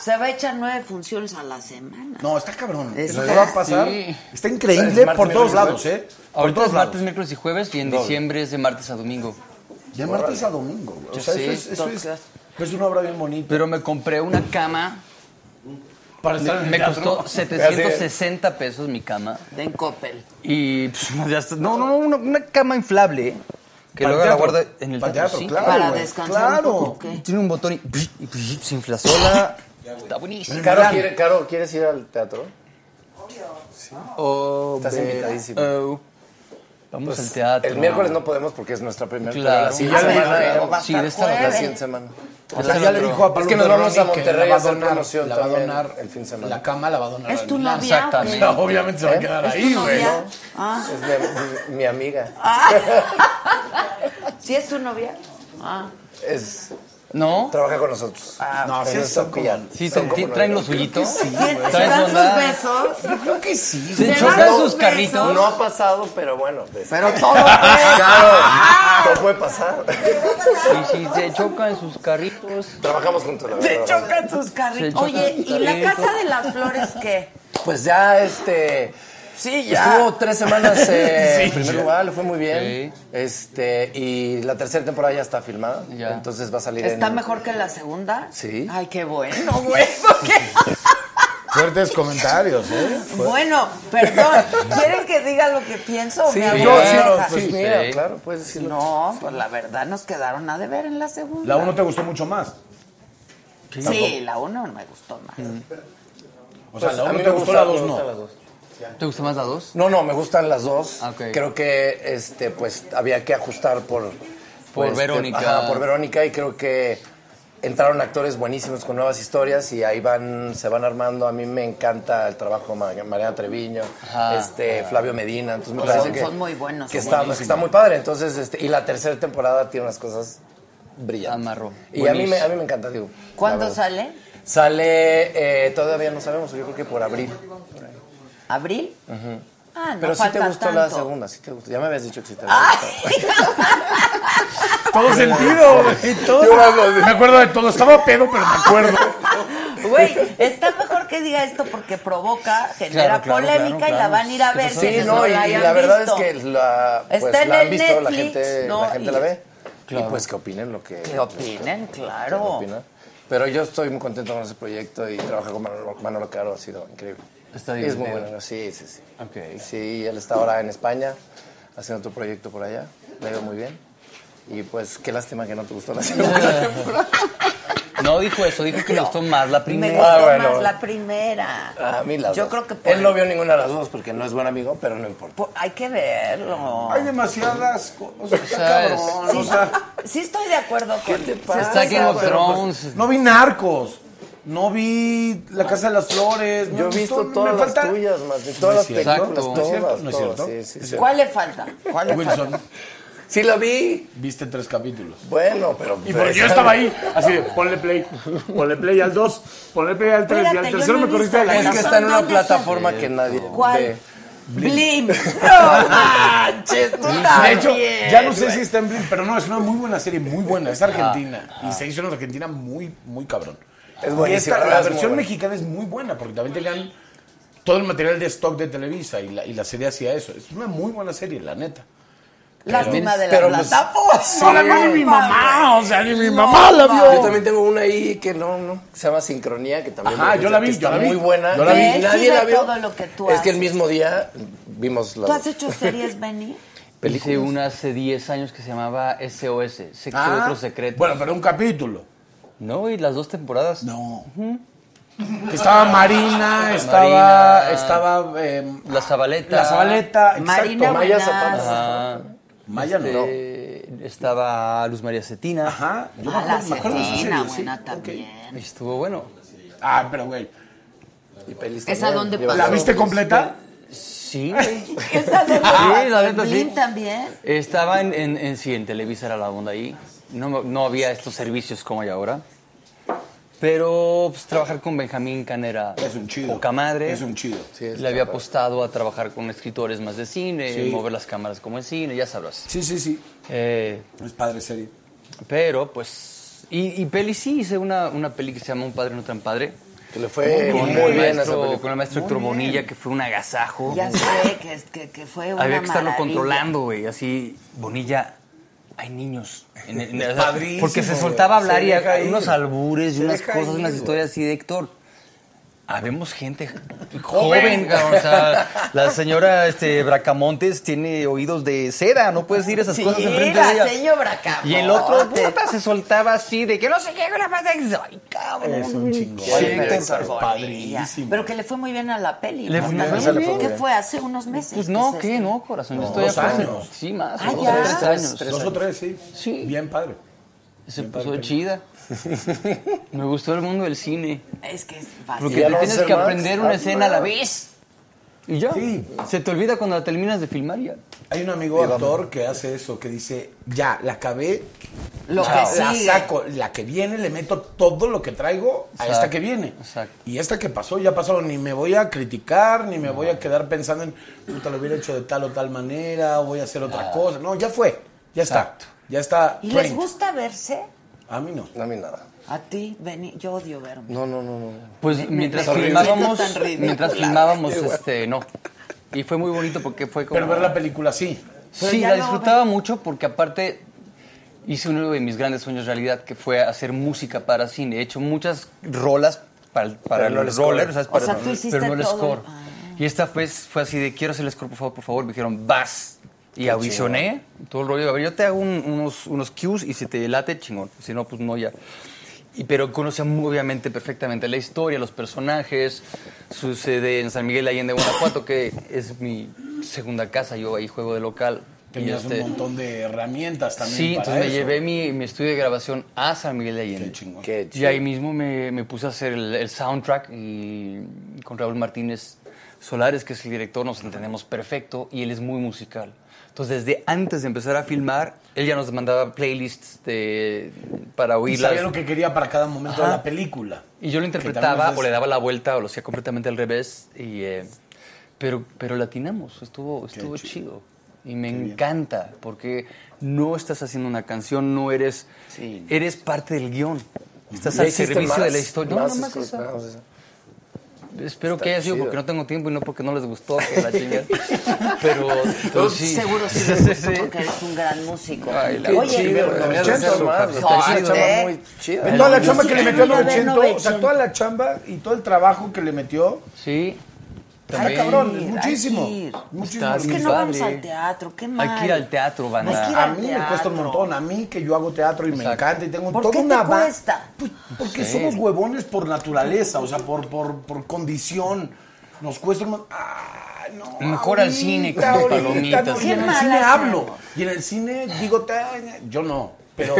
se va a echar nueve funciones a la semana. No, está cabrón. Está- Eso va a pasar. Sí. Está increíble por todos lados, ¿eh? Por Ahorita todos es lados. martes, miércoles y jueves, y en Doble. diciembre es de martes a domingo. Ya martes a domingo, güey. O Yo sea, sé, eso es, eso es, tocas. es una obra bien bonita. Pero me compré una cama. Para estar en el me teatro. costó 760 pesos mi cama. De Encopel. Y pues, ya está. No, no, no, una, una cama inflable. Que Para luego el la teatro. guarda en el Para el teatro, teatro, sí. claro, Para güey. descansar un Claro. poco, Y Tiene un botón y, y- y- se infla sola. Está buenísimo. Caro, quiere- Caro, ¿quieres ir al teatro? Oh, Estás ver- invitadísima. oh. Vamos Pues, al teatro. El miércoles no podemos porque es nuestra primera. Claro. pero La siguiente Ya le semana. dije, la- sí, de esta la jueves. siguiente semana. O sea, ya le dijo a Es Pablo que nos vamos a Perroni que Monterrey la a va hacer donar, promoción la va a también donar el fin de semana. La cama la va a donar. ¿Es a tu Milán. novia o qué? O sea, obviamente se va a quedar ¿Es tu ahí, güey. novia? Ah. Es mi, mi- mi amiga. ¿Sí es tu novia? Ah. Es, ¿No? Ah, Trabaja con nosotros. No, sí Pero son Ah, son como- ya- Sí, son te- como traen nueve. los suyitos. Sí, ¿Se güey. dan sus besos? Yo creo que sí. Se güey. chocan No, sus carritos. No ha pasado, pero bueno. pues. Pero todo puede. Claro, todo puede pasar. Y si se chocan sus carritos. Trabajamos juntos, la verdad. Se chocan tus Se carritos. chocan Oye, sus ¿y la carritos. casa de las flores qué? Pues ya, este. Sí, ya. Estuvo tres semanas eh, Sí, en primer ya. lugar, le fue muy bien. Este, y la tercera temporada ya está filmada. Entonces va a salir ¿Está en. mejor que la segunda? Sí. Ay, qué bueno, güey. porque- Fuertes comentarios, ¿eh? Bueno, perdón. ¿Quieren que diga lo que pienso? o Sí, me yo, hago sí, loca? pues Sí. mira, claro, puedes decirlo. No, pues la verdad nos quedaron a deber en la segunda. La uno te gustó mucho más. Sí, Tampoco. la uno no me gustó más. O sea, Pues, la a uno mí te me gustó, gusta- la me dos gustan las no. dos. ¿Te gusta más la dos? No, no, me gustan las dos. Ah, ok. Creo que este, pues había que ajustar por. Por este, Verónica. ajá, por Verónica y creo que entraron actores buenísimos con nuevas historias y ahí van, se van armando. A mí me encanta el trabajo de Mariana Treviño, Ajá, este, ajá. Flavio Medina. Entonces me Son- parece que, son muy buenos, que son está, buenísimos. que está muy padre. Entonces, este, y la tercera temporada tiene unas cosas Ah, brillantes. Y a mí, me, a mí me encanta, digo. la ¿Cuándo verdad. sale? Sale, eh, todavía no sabemos, yo creo que por abril. ¿Abril? Ujú. Ah, no Pero sí falta te gustó tanto. la segunda, sí te gustó. Ya me habías dicho que sí te había gustado. Todo sentido, güey, todo. Me acuerdo de todo. Estaba pedo, pero me acuerdo. Güey, está mejor que diga esto porque provoca, Claro, genera claro, polémica claro, y la claro. van a ir a ver. Sí, quienes no, y- la y hayan la verdad visto. es que la- pues, está en la han el visto, la Netflix, gente- ¿no? la gente Y- la ve. Y pues que opinen lo que... Que opinen, claro. que opinan. Pero yo estoy muy contento con ese proyecto y trabajar con Manolo, Manolo Caro ha sido increíble. Está Y Es muy divertido. bueno, sí, sí, sí. Sí, él está ahora en España haciendo otro proyecto por allá. Le ha ido muy bien. Y pues qué lástima que no te gustó la segunda temporada. No dijo eso, dijo que le gustó más la Me primera. gustó Ah, bueno, más bueno. la primera. A mí las Yo dos. creo que por- Él no vio ninguna de las dos porque no es buen amigo, pero no importa. Pues, hay que verlo. Hay demasiadas cosas. Está ¿Sabes? cabrón. Sí, o sea, sí estoy de acuerdo con ¿Qué te pasa, pero, pues, no vi Narcos. No vi La Casa de las Flores. no Yo he visto todas me las falta- tuyas, más bien, No todas es las cierto, películas, no es cierto, todas, no es todas, cierto. sí, sí, sí. ¿Cuál le falta? ¿Cuál le Wilson. falta? Sí la vi. Viste tres capítulos. Bueno, pero... Y porque yo estaba ahí, así de ponle play, ponle play al 2, ponle play al 3 y al Espérate, yo tercero no he me corriste visto de la la- Es que casa. está en una plataforma que nadie ¿Cuál? ve. Blim. No manches, tú De hecho, también, ya no sé güey. si está en Blink, pero no, es una muy buena serie, muy buena. Ah. Es argentina. Y se hizo en Argentina muy, muy cabrón. Es Y buenísima, esta- la verdad la, es muy versión buena. mexicana es muy buena porque también tenían todo el material de stock de Televisa y la, y la serie hacía eso. Es una muy buena serie, la neta. Lástima de la Pero pues, los- plataforma. Sí, a mí ni mi mamá, o sea, ni mi mamá la vio. Yo también tengo una ahí que no, no, que se llama Sincronía, que también Ajá, me- yo la vi, que yo está la vi. muy buena. Yo la vi. y Él Nadie sí ve la vio. todo lo que tú es que el haces. mismo día vimos la ¿Tú has hecho series, Benny? Hice una hace 10 años que se llamaba SOS, Sexo Ah, de Otros Secretos. Bueno, pero un capítulo. No, y las dos temporadas. No. Estaba Marina, estaba- estaba, em, Ah, la Zabaleta. La Zabaleta, exacto. Marina Maya Buenas. Zapata. Ajá. Maya no. no. Estaba Luz María Cetina. Ajá. Yo me Ah, la acuerdo- me acuerdo de esa Cetina, serie, sí. buena también. Estuvo bueno. Ah, pero güey. ¿Esa también. dónde ¿La pasó? viste completa? Sí, güey. ¿Esa de Sí, la neta, Blim sí. también? Estaba en, en, en- sí, en Televisa era la onda ahí. No, no había estos servicios como hay ahora. Pero pues, trabajar con Benjamín Canera Es un chido. poca madre. Es un chido. Le había apostado a trabajar con escritores más de cine, Sí. mover las cámaras como en cine, ya sabrás. Sí, sí, sí. Eh, es padre serie. Pero, pues. Y, y peli sí, hice una, una peli que se llama Un padre no tan padre. Que le fue con, muy el bien a esa maestro, película. con el maestro Muy Héctor bien. Bonilla, que fue un agasajo. Ya sé que, que, que fue una Había que estarlo maravilla. controlando, güey. Así, Bonilla, hay niños. En- en- Es o sea, padrísimo, porque se güey. soltaba a hablar Se y deja a- ir. unos albures y Se unas deja cosas, ir, unas güey. historias así de Héctor. Habemos gente Joven. joven, cabrón. O sea, la señora este, Bracamontes tiene oídos de cera. No puedes decir esas Sí, cosas enfrente la de ella. señora Camote. Y el otro puta, se soltaba así de que no sé qué, la pata. Ay, cabrón. Es un chingón. Sí, Oye, pero es padrísimo. Pero que le fue muy bien a la peli. Le ¿no? fue muy También. bien, le fue muy ¿Qué bien. fue? ¿Hace unos meses? Pues que no, se ¿qué? No, corazón. Yo No, estoy dos acá hace- años. Sí, más. Ah, dos ya. o tres años. Dos o tres, sí. Sí. Bien padre. Se puso chida. Me gustó el mundo del cine. Es que es fácil. Porque te tienes que aprender una escena a la vez. Y ya. Sí. Se te olvida cuando la terminas de filmar ya. Hay un amigo actor que hace eso, que dice, ya, la acabé. Lo la, que la sigue. saco, la que viene le meto todo lo que traigo a Exacto, esta que viene. Y esta que pasó, ya pasó, ni me voy a criticar, ni me voy a quedar pensando en, puta, lo hubiera hecho de tal o tal manera, o voy a hacer otra cosa. No, ya fue, ya está, ya está. ¿Y les print. gusta verse? A mí no. A mí nada. A ti, Benny, yo odio verme. No, no, no, no. Pues me- mientras me siento filmábamos, tan ridícula. mientras filmábamos, Qué bueno. este, no. Y fue muy bonito porque fue como... Pero ver la película sí. Pero sí, ya la luego disfrutaba mucho porque aparte hice uno de mis grandes sueños realidad que fue hacer música para cine. He hecho muchas rolas para, para Pero no el el roller, score. ¿sabes? O Para- sea, tú hiciste pero no el todo. score. Y esta vez fue así de quiero hacer el score, por favor, por favor. Me dijeron, vas. Y Qué audicioné todo el rollo. A ver, yo te hago un- unos, unos cues y si te late, chingón. Si no, pues no ya. Y, pero conocía muy, obviamente perfectamente la historia, los personajes. Sucede en San Miguel de Allende, Guanajuato, que es mi segunda casa. Yo ahí juego de local Tenías Y este- un montón de herramientas también. Sí, para entonces me eso. llevé mi, mi estudio de grabación a San Miguel de Allende. Y ahí mismo me, me puse a hacer el, el soundtrack y con Raúl Martínez Solares, que es el director, nos entendemos perfecto y él es muy musical. Entonces, desde antes de empezar a filmar, él ya nos mandaba playlists de, para Y oírlas. sabía lo que quería para cada momento de Ajá. la película. Y yo lo Que también interpretaba es- o le daba la vuelta o lo hacía completamente al revés. Y, eh, pero, pero latinamos, estuvo, estuvo chido. Y me encanta porque no estás haciendo una canción, no eres. Eres parte del guión. Estás ¿Ya al hiciste servicio más? de la historia. No, Más nada más escru- esa. más esa. Espero Está que haya sido chido. porque no tengo tiempo y no porque no les gustó que la chingada. pero, pero Pero sí. Seguro sí les gustó porque eres un gran músico. Ay, la Oye, chido, pero- la pero- neta, pero- eso, pero- Carlos, pero- está pero- chido. ¿eh? muy chida. Toda la chamba que le metió Novecientos. Novecento, o sea, toda la chamba y todo el trabajo que le metió. Sí. Está también. cabrón, Hay es que muchísimo. ir. muchísimo. Está Es que bien no vamos padre. al teatro, qué Hay que ir al teatro, banda. a mí me cuesta un montón, a mí que yo hago teatro y me Exacto. encanta y tengo ¿Por toda qué te una ba- cuesta? Porque Sí. somos huevones por naturaleza, o sea, por, por, por condición. Nos cuesta un... mon- ¡Ah! Mejor al cine con tus ahorita, palomitas. no, y Qué en el malas cine somos. hablo. Y en el cine digo, "Ta- yo no. Pero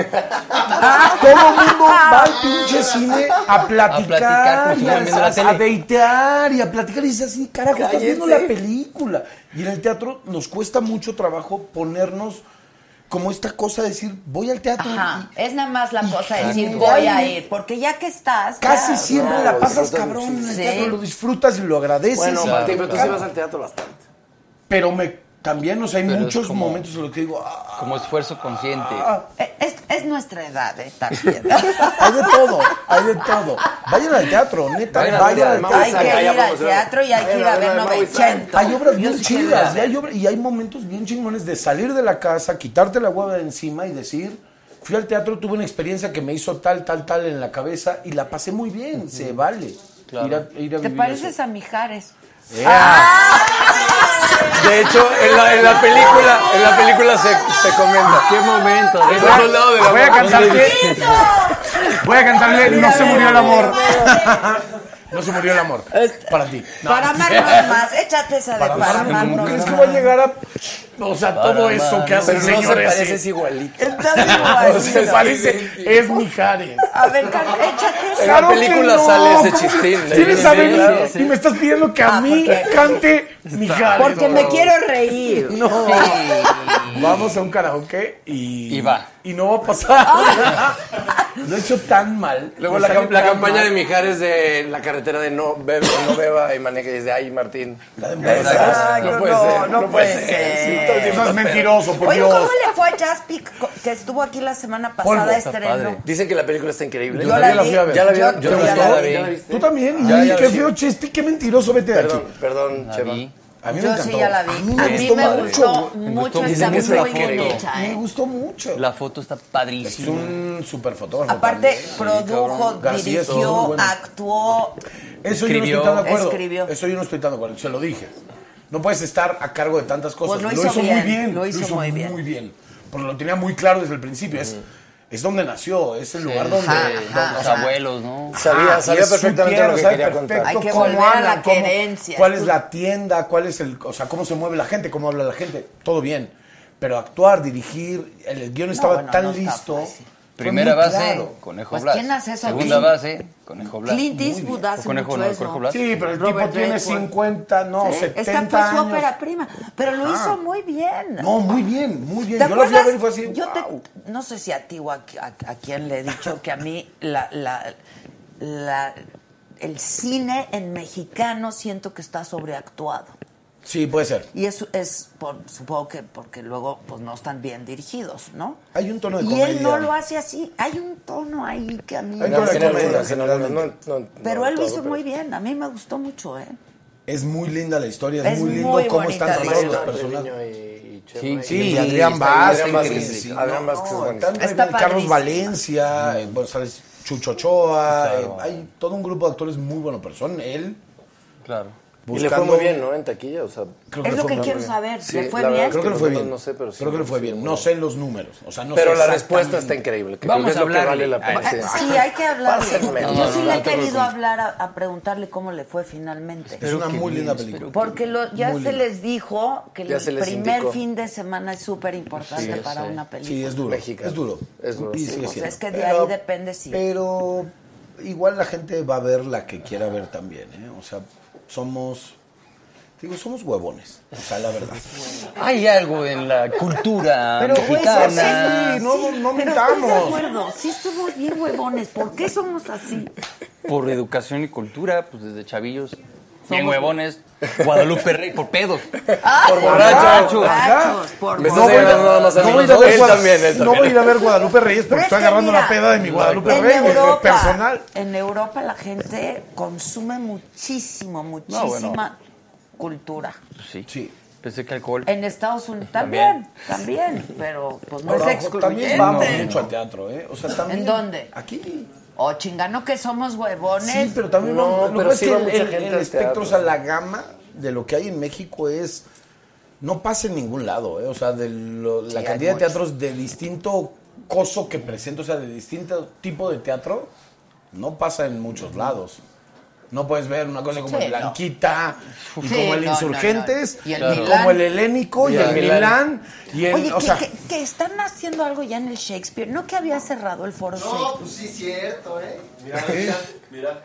todo el mundo va al pinche cine a platicar, platicar, como si y estuvieran viendo la a, tele. a deitear y a platicar. Y dices así, carajo, estás viendo la Cállense. película. Y en el teatro nos cuesta mucho trabajo ponernos como esta cosa de decir, voy al teatro. Ajá, es nada más la cosa de decir Exacto. voy a ir, porque ya que estás... Casi ya, siempre ¿no? la pasas cabrón en el Sí. teatro, lo disfrutas y lo agradeces. Bueno, y Martín, te pero tú sí encanta. vas al teatro bastante. Pero me también, o sea, hay Pero es muchos como- momentos en los que digo, ah, Como esfuerzo consciente. Eh, Es, es nuestra edad, ¿eh? También. hay de todo, hay de todo. Vayan al teatro, neta, Vayan vayan, al al teatro. teatro. Hay que ir al teatro y hay que ir a ver Novecento. Hay obras Yo bien sí quiero chidas, y ver. hay, obra- y hay momentos bien chingones de salir de la casa, quitarte la hueva de encima y decir, fui al teatro, tuve una experiencia que me hizo tal, tal, tal en la cabeza y la pasé muy bien, se vale. Ir a, ir a ¿Te ¡Ah! vivir pareces eso. ¡Ah! a Mijares? De hecho, en la, en la película, en la película se, se comenta. Qué momento. Es un soldado de la Voy a muerte. cantarte. Voy a cantarle No se murió el amor. No se murió el amor. Para ti. No. Para amarnos más, échate esa de Para para amarnos más. amarnos ¿Crees más. que voy a llegar a... O sea, todo eso que hace el Pero no señor se ese. parece, es igualito. O sea, parece, es Mijares. A ver, Car- échate esa. En la película sale ese chistín. Tienes Sí, a venir claro. y me estás pidiendo que a mí cante Mijares. Porque me quiero reír. No. Vamos a un karaoke y. Y va. Y no va a pasar. Lo he hecho tan mal. Luego me la, sale cam- la tan campaña mal. de Mijares de la carretera de no beba, no beba y maneja y dice, ay, Martín. Esa- Ay, no, no, puede no, ser. no puede ser. Sí, Eso es mentiroso, por Oye, Dios. ¿cómo le fue a Jaspic co- que estuvo aquí la semana pasada estreno? Dicen que la película está increíble. Yo la vi. Ya la vi. Yo- Yo yo también la ya la vi. vi. Ya la Tú también. Ya, Ay, ya qué lo feo chiste, qué mentiroso, vete de aquí. Perdón, perdón, Chema. A mí me Yo encantó. sí ya la vi. A mí me A mí gustó me mucho. gustó Me mucho, gustó está mucho. muy Me bien gustó. hecha, Me ¿eh? gustó mucho. La foto está Es padrísima. un super fotógrafo. Aparte, también. produjo, cabrón. García estuvo muy dirigió, bueno. actuó. Eso yo no estoy Escribió. tan de acuerdo. Escribió. Eso yo no estoy tan de acuerdo. Se lo dije. No puedes estar a cargo de tantas cosas. Pues lo hizo muy bien, bien. lo hizo muy bien. Mm. Muy bien. Porque lo tenía muy claro desde el principio. Es, es donde nació, es el lugar donde, ajá, donde- ajá. Los abuelos, ¿no? Sabía, Ah, sabía es su perfectamente tierra, lo que sabe quería contar. perfecto Hay que cómo volver a la hablan, cómo- querencia. ¿Cuál es la tienda? ¿Cuál es el, o sea, cómo se mueve la gente? ¿Cómo habla la gente? Todo bien. Pero actuar, dirigir, el guión estaba bueno, tan no está listo. fue Primera muy base, claro. conejo Pues, Blas. ¿quién hace eso? Segunda Clint- base, conejo Blas. Clint Eastwood hace O conejo, mucho no, el eso. conejo Blas. Sí, pero el Robert tipo tiene Redford. 50, no, ¿Eh? 70 Esta fue su años. Ah. ópera prima, pero lo Ajá. hizo muy bien. No, muy bien, muy bien. ¿Te Yo la fui a ver y acuerdas? fue así. Yo te- "Wow". no sé si a ti o a, a- a quién le he dicho que a mí la, la- la- el cine en mexicano siento que está sobreactuado. Sí, puede ser. Y eso es, por- supongo que porque luego pues no están bien dirigidos, ¿no? Hay un tono de y comedia. él no lo hace así. Hay un tono ahí que a mí... Hay un tono de Pero comedia, generalmente. él lo hizo muy bien. A mí me gustó mucho, ¿eh? Es muy linda la historia, es, Es muy lindo muy cómo bonita están la todos los historia. personajes. Sí, Sí, sí, y Adrián está Vázquez. increíble. sí, sí, Adrián no, Vázquez es no, buenísimo. están Está re bien, Carlos padrísimo. Valencia, eh, bueno, sabes, Chucho Ochoa, eh, hay todo un grupo de actores muy buenos, pero son él. Claro. Y le fue muy bien, ¿no? En taquilla, o sea... Creo le fue muy bien. la verdad es que Creo que le fue bien. No sé, pero sí. Creo que le fue bien. No sé los números. O sea, no Pero sé la exactamente. respuesta está increíble, que creo Vamos que es a lo que vale hablarle. la pena, Ay, sí. Sí, hay que hablar. Pásenme. Yo No, sí le no, he no te querido preocupes. hablar a, a preguntarle cómo le fue finalmente. Es una muy linda película. Porque lo- ya Muy se linda. les dijo que Ya el se les primer indicó. fin de semana es súper importante Sí, para sí. una película. pues Sí, es duro. Mexicano. Es duro. Es duro. Y Sí, sigue o sea, siendo. es que de Pero- ahí depende si... Pero igual la gente va a ver la que quiera ver también, ¿eh? O sea, somos... Digo, somos huevones. O sea, la verdad. Hay algo en la cultura Pero, güey, mexicana. sí, no, no pero mintamos. estoy de acuerdo, sí somos bien huevones. ¿Por qué somos así? Por educación y cultura, pues desde chavillos. Bien huevones. Guadalupe Rey, por pedos. Pues, Ah. por borrachos. por No voy, a, no voy a ir a ver Guada- no voy a ir a ver Guadalupe Reyes porque Pero es estoy que agarrando mira, la peda de mi Guadalupe en Reyes de Europa, personal. En Europa la gente consume muchísimo, muchísima cultura. Sí. Pensé que alcohol. En Estados Unidos también, también, pero pues no Ahora, es ojo, excluyente. también vamos mucho al teatro, ¿eh? O sea, también ¿En dónde? Aquí. Oh, chingano que somos huevones. Sí, pero también No, vamos- lo pero que pasa sí es va que el- mucha el, gente el al espectro, teatro. o sea, la gama de lo que hay en México es no pasa en ningún lado, ¿eh? O sea, de lo- la hay cantidad de mucho. teatros de distinto coso que presenta, o sea, de distinto tipo de teatro, no pasa en muchos lados. No puedes ver una cosa como Sí, el no. Blanquita y Sí, como el no, no, Insurgentes no. Y el y Milán. como el Helénico y, Y el el Milán. Milán y el, Oye, o que, sea, que- que están haciendo algo ya en el Shakespeare. ¿No que había cerrado el foro No, pues sí, cierto, ¿eh? Mira, mira, mira.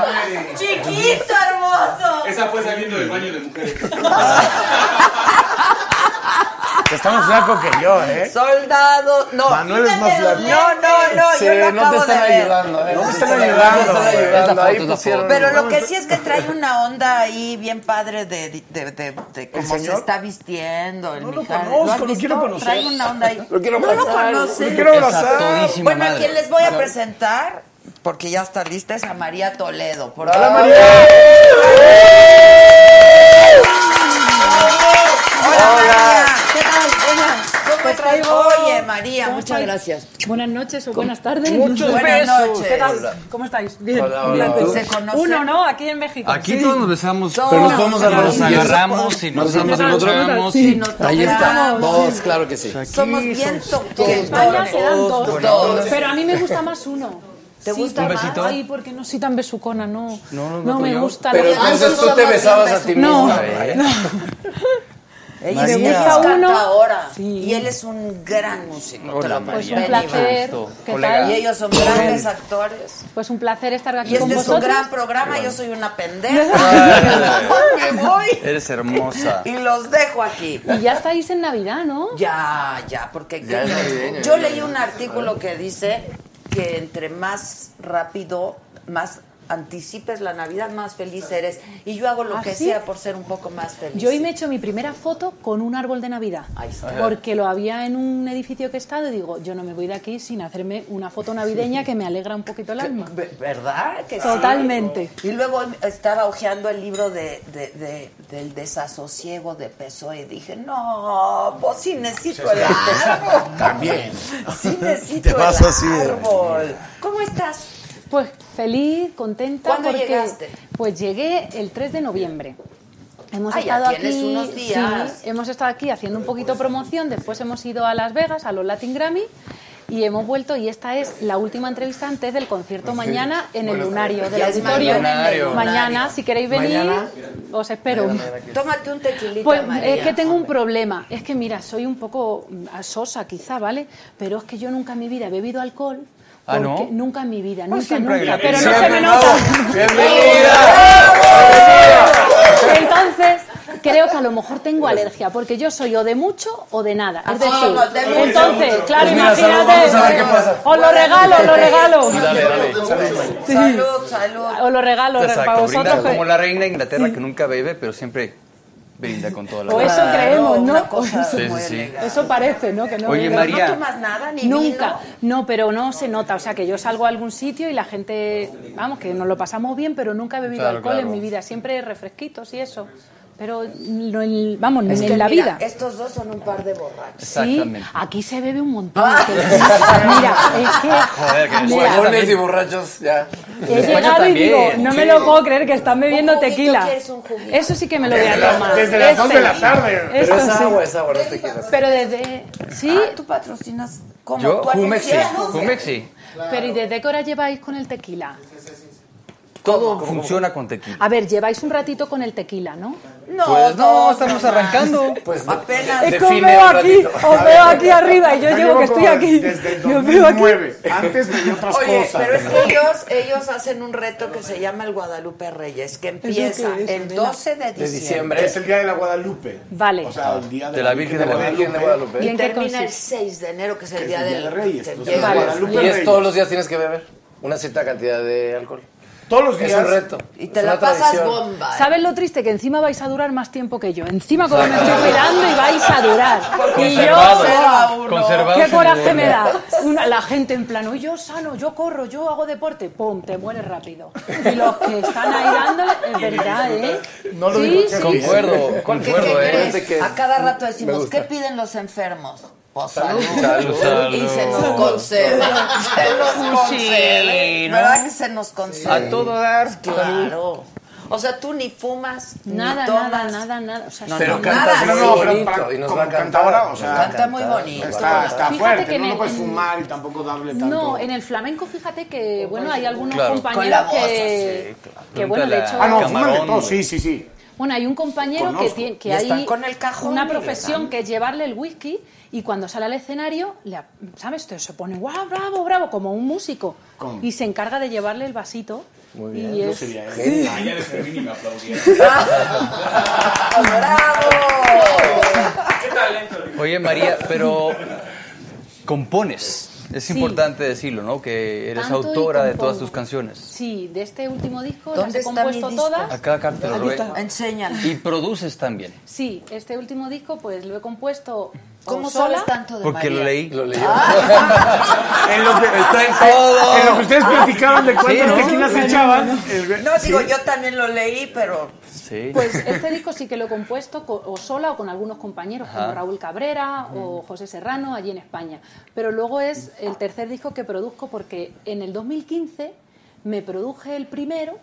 ¡Chiquito, hermoso! Esa fue saliendo del baño de mujeres. que está más flaco que yo, ¿eh? Soldado, no. Manuel es más Quítate los flaco. lentes. No, no, no, Sí, yo lo no te acabo están de ver. ayudando, ¿eh? No te están No ayudando, te están güey. Es ayudando. la foto, es la foto. Pero lo que sí es que trae una onda ahí bien padre de, de, de- de cómo se señor? está vistiendo. El No lo Mijares. conozco, has lo visto? quiero conocer. Trae una onda ahí. Lo quiero no lo abrazar, conoces. lo quiero abrazar. Está todísima Bueno, a madre. quien les voy Ya. a presentar, porque ya está lista, es a María Toledo. Por ¡Hola, favor. María! Hola, María. ¿Qué tal? ¿Cómo estás? Oye, María, ¿Cómo muchas estáis? gracias. Buenas noches o buenas tardes. Muchos buenas besos. noches. ¿Qué tal? Hola. ¿Cómo estáis? Bien. Hola, hola, Bien. hola. ¿Se conocen? Uno, ¿no? Aquí en México. Aquí Sí. todos nos besamos, Todos pero nos nos agarramos. nos agarramos y nos Nos agarramos. agarramos. Sí, nos Ahí está. tocamos. Vos, claro que sí. Somos bien En toquetones. España se dan dos. Todos. Pero a mí me gusta más uno. ¿Te Sí, gusta ¿Un más? besito? Ay, porque no soy tan besucona, no. No, No no, no, me yo. gusta. Pero no. entonces tú te besabas a ti No. misma, ¿eh? Ella María. es música Uno. ahora. Y él es un gran músico. te Hola, lo María. puedo Pues un pedir. placer. ¿Qué tal? Y ellos son grandes actores. Pues un placer estar aquí Y con este es un vosotros. gran programa, yo soy una pendeja. Me voy Eres hermosa. y los dejo aquí. Y ya estáis en Navidad, ¿no? Ya, ya, porque ¿qué Ya es crees? navideño, yo ya, leí ya. un artículo que dice que entre más rápido, más anticipes la Navidad, más feliz eres. Y yo hago lo ¿Ah, que sí? sea por ser un poco más feliz. Yo hoy me he hecho mi primera foto con un árbol de Navidad. está. Porque lo había en un edificio que he estado y digo, yo no me voy de aquí sin hacerme una foto navideña que me alegra un poquito el alma. Ve- ¿Verdad? Que sí? Totalmente. Y luego estaba hojeando el libro de, de- de- del desasosiego de PSOE y E. dije, no, pues sí necesito el árbol. También. Sí necesito Te vas el así de- árbol. ¿Cómo estás? Pues feliz, contenta. ¿Cuándo porque, llegaste? Pues llegué el 3 de noviembre. Hemos Ah, ya estado tienes aquí, unos días. sí, hemos estado aquí haciendo un poquito promoción. Después hemos ido a Las Vegas a los Latin Grammy y hemos vuelto y esta es la última entrevista antes del concierto mañana en el Bueno, Lunario del ya es auditorio. mañana en el Lunario. Mañana, si queréis venir, Mañana. os espero. Tómate un tequilita, Pues María. es que tengo un problema. Es que mira, soy un poco mm, sosa quizá, ¿vale? Pero es que yo nunca en mi vida he bebido alcohol. Ah, ¿no? porque Nunca en mi Ah, vida, Pues nunca, siempre hay nunca. la Pero no primera. se me Siempre, nota. ¿no? ¡Bienvenida! Entonces, creo que a lo mejor tengo alergia, porque yo soy o de mucho o de nada. Es Ah, decir, no, de mucho. entonces, Pues claro, mira, salud, imagínate. vamos a ver qué pasa. Os lo regalo, os lo regalo. Dale, dale. Sí. Salud, salud. Os lo regalo para Exacto, vosotros. brinda que- como la reina de Inglaterra que nunca bebe, pero siempre brinda con toda la O eso Claro. creemos, ¿no? una cosa Sí, sí, muy sí. elegante. Eso parece, ¿no? Que no Oye, bebe. María. ¿No tomas nada, ni Nunca. No, pero no se nota. O sea, que yo salgo a algún sitio y la gente... Vamos, que nos lo pasamos bien, pero nunca he bebido Claro, alcohol claro. en mi vida. Siempre refresquitos y eso. pero no en- vamos, Es ni que en la mira, vida. Estos dos son un par de borrachos. Ah. Sí, aquí se bebe un montón. que- mira, es que Joder, que- Huevones y borrachos, ya. he llegado y digo, no me lo puedo creer que están bebiendo juguito, tequila. ¿quieres un juguito? Eso sí que me lo voy Desde a las- tomar. desde las dos de la Este. tarde. Pero Esto es sí. agua, es agua, no te quieras. Pero desde... ¿Sí? ¿Tú patrocinas? ¿Cómo? Yo, ¿Tú anuncias? Jumex sí. ¿Anuncias? Jumex sí. Pero ¿y desde qué hora lleváis con el tequila? Todo funciona con tequila. A ver, lleváis un ratito con el tequila, ¿no? No, pues no, estamos arrancando. Pues apenas. Es que os veo Eh, aquí, os veo aquí arriba y yo llevo Yo que llevo estoy como aquí. desde el y os veo aquí. 2009. Antes veía otras Oye, cosas. pero es que ellos, ellos hacen un reto que se llama el Guadalupe Reyes, que empieza qué es, el nena? 12 de diciembre. De diciembre. Es el día de la Guadalupe. Vale. O sea, el día de, De la Virgen de la Virgen de Guadalupe. Y, termina el 6 de enero, que es el es día el Día del de Reyes, del los Día de Vale. Guadalupe. Guadalupe Y pues, es Reyes. todos los días tienes que beber una cierta cantidad de alcohol. Todos los Es días. un reto. Y Es una tradición. ¿Sabes lo triste? Que encima vais a durar más tiempo que yo. Encima como me estoy cuidando y vais a durar. Y yo... Conservados. ¡buah! Conservados ¡Qué en coraje el me da! mundo. Una- la gente en plano, yo sano, yo corro, yo hago deporte. ¡Pum! Te mueres rápido. Y los que están ahí dándole... Es verdad, ¿eh? No lo Sí, digo, sí, Concuerdo, Porque, concuerdo, ¿qué ¿eh? crees? A cada rato decimos, Me ¿qué gusta. piden los enfermos? Pues Salud. salud. Salud, Y salud. se nos concede. Se nos concede. Sí, ¿no? ¿Verdad que se nos concede? A todo dar. Claro. O sea, tú ni fumas, Nada, ni tomas. nada, nada, nada. O sea, No, Pero no, cantas nada, muy sí. bonito y nos va a cantar. ahora, o sea, Canta muy bonito. Está, está Fíjate que fuerte, en no, el- no puedes en- fumar y tampoco darle tanto. No, en el flamenco fíjate que, bueno, hay algunos Claro. compañeros Con la voz, que, que, bueno, de hecho... Ah, no, fuman de todo, sí, sí, sí. Bueno, hay un compañero Conozco. que tiene Y que están hay con el cajón una y profesión le dan. que es llevarle el whisky y cuando sale al escenario, le ap- ¿sabes? Te- Se pone guau, bravo, bravo, como un músico. ¿Cómo? Y se encarga de llevarle el vasito. Muy bien, yo es- sería este. él. Ah, Ayer de Fermín y me aplaudía. Oye, María, pero compones. Es Sí. importante decirlo, ¿no? Que eres Canto y autora de compongo. todas tus canciones. Sí, de este último disco las ¿Dónde he está compuesto mi disco? todas. Acá, acá te lo Aquí robé. está. Enséñame. Y produces también. Sí, este último disco pues lo he compuesto ¿Cómo o sola. sabes tanto de Porque lo María? leí. Lo leí. Ah. En lo que, Está en todo. en lo que ustedes platicaban de cuántas Sí, ¿no? tequilas se echaban. el- No, digo, sí. yo también lo leí, pero Sí. Pues este disco sí que lo he compuesto co- o sola o con algunos compañeros como Ajá. Raúl Cabrera o José Serrano allí en España. Pero luego es el tercer disco que produzco porque en el 2015 me produje el primero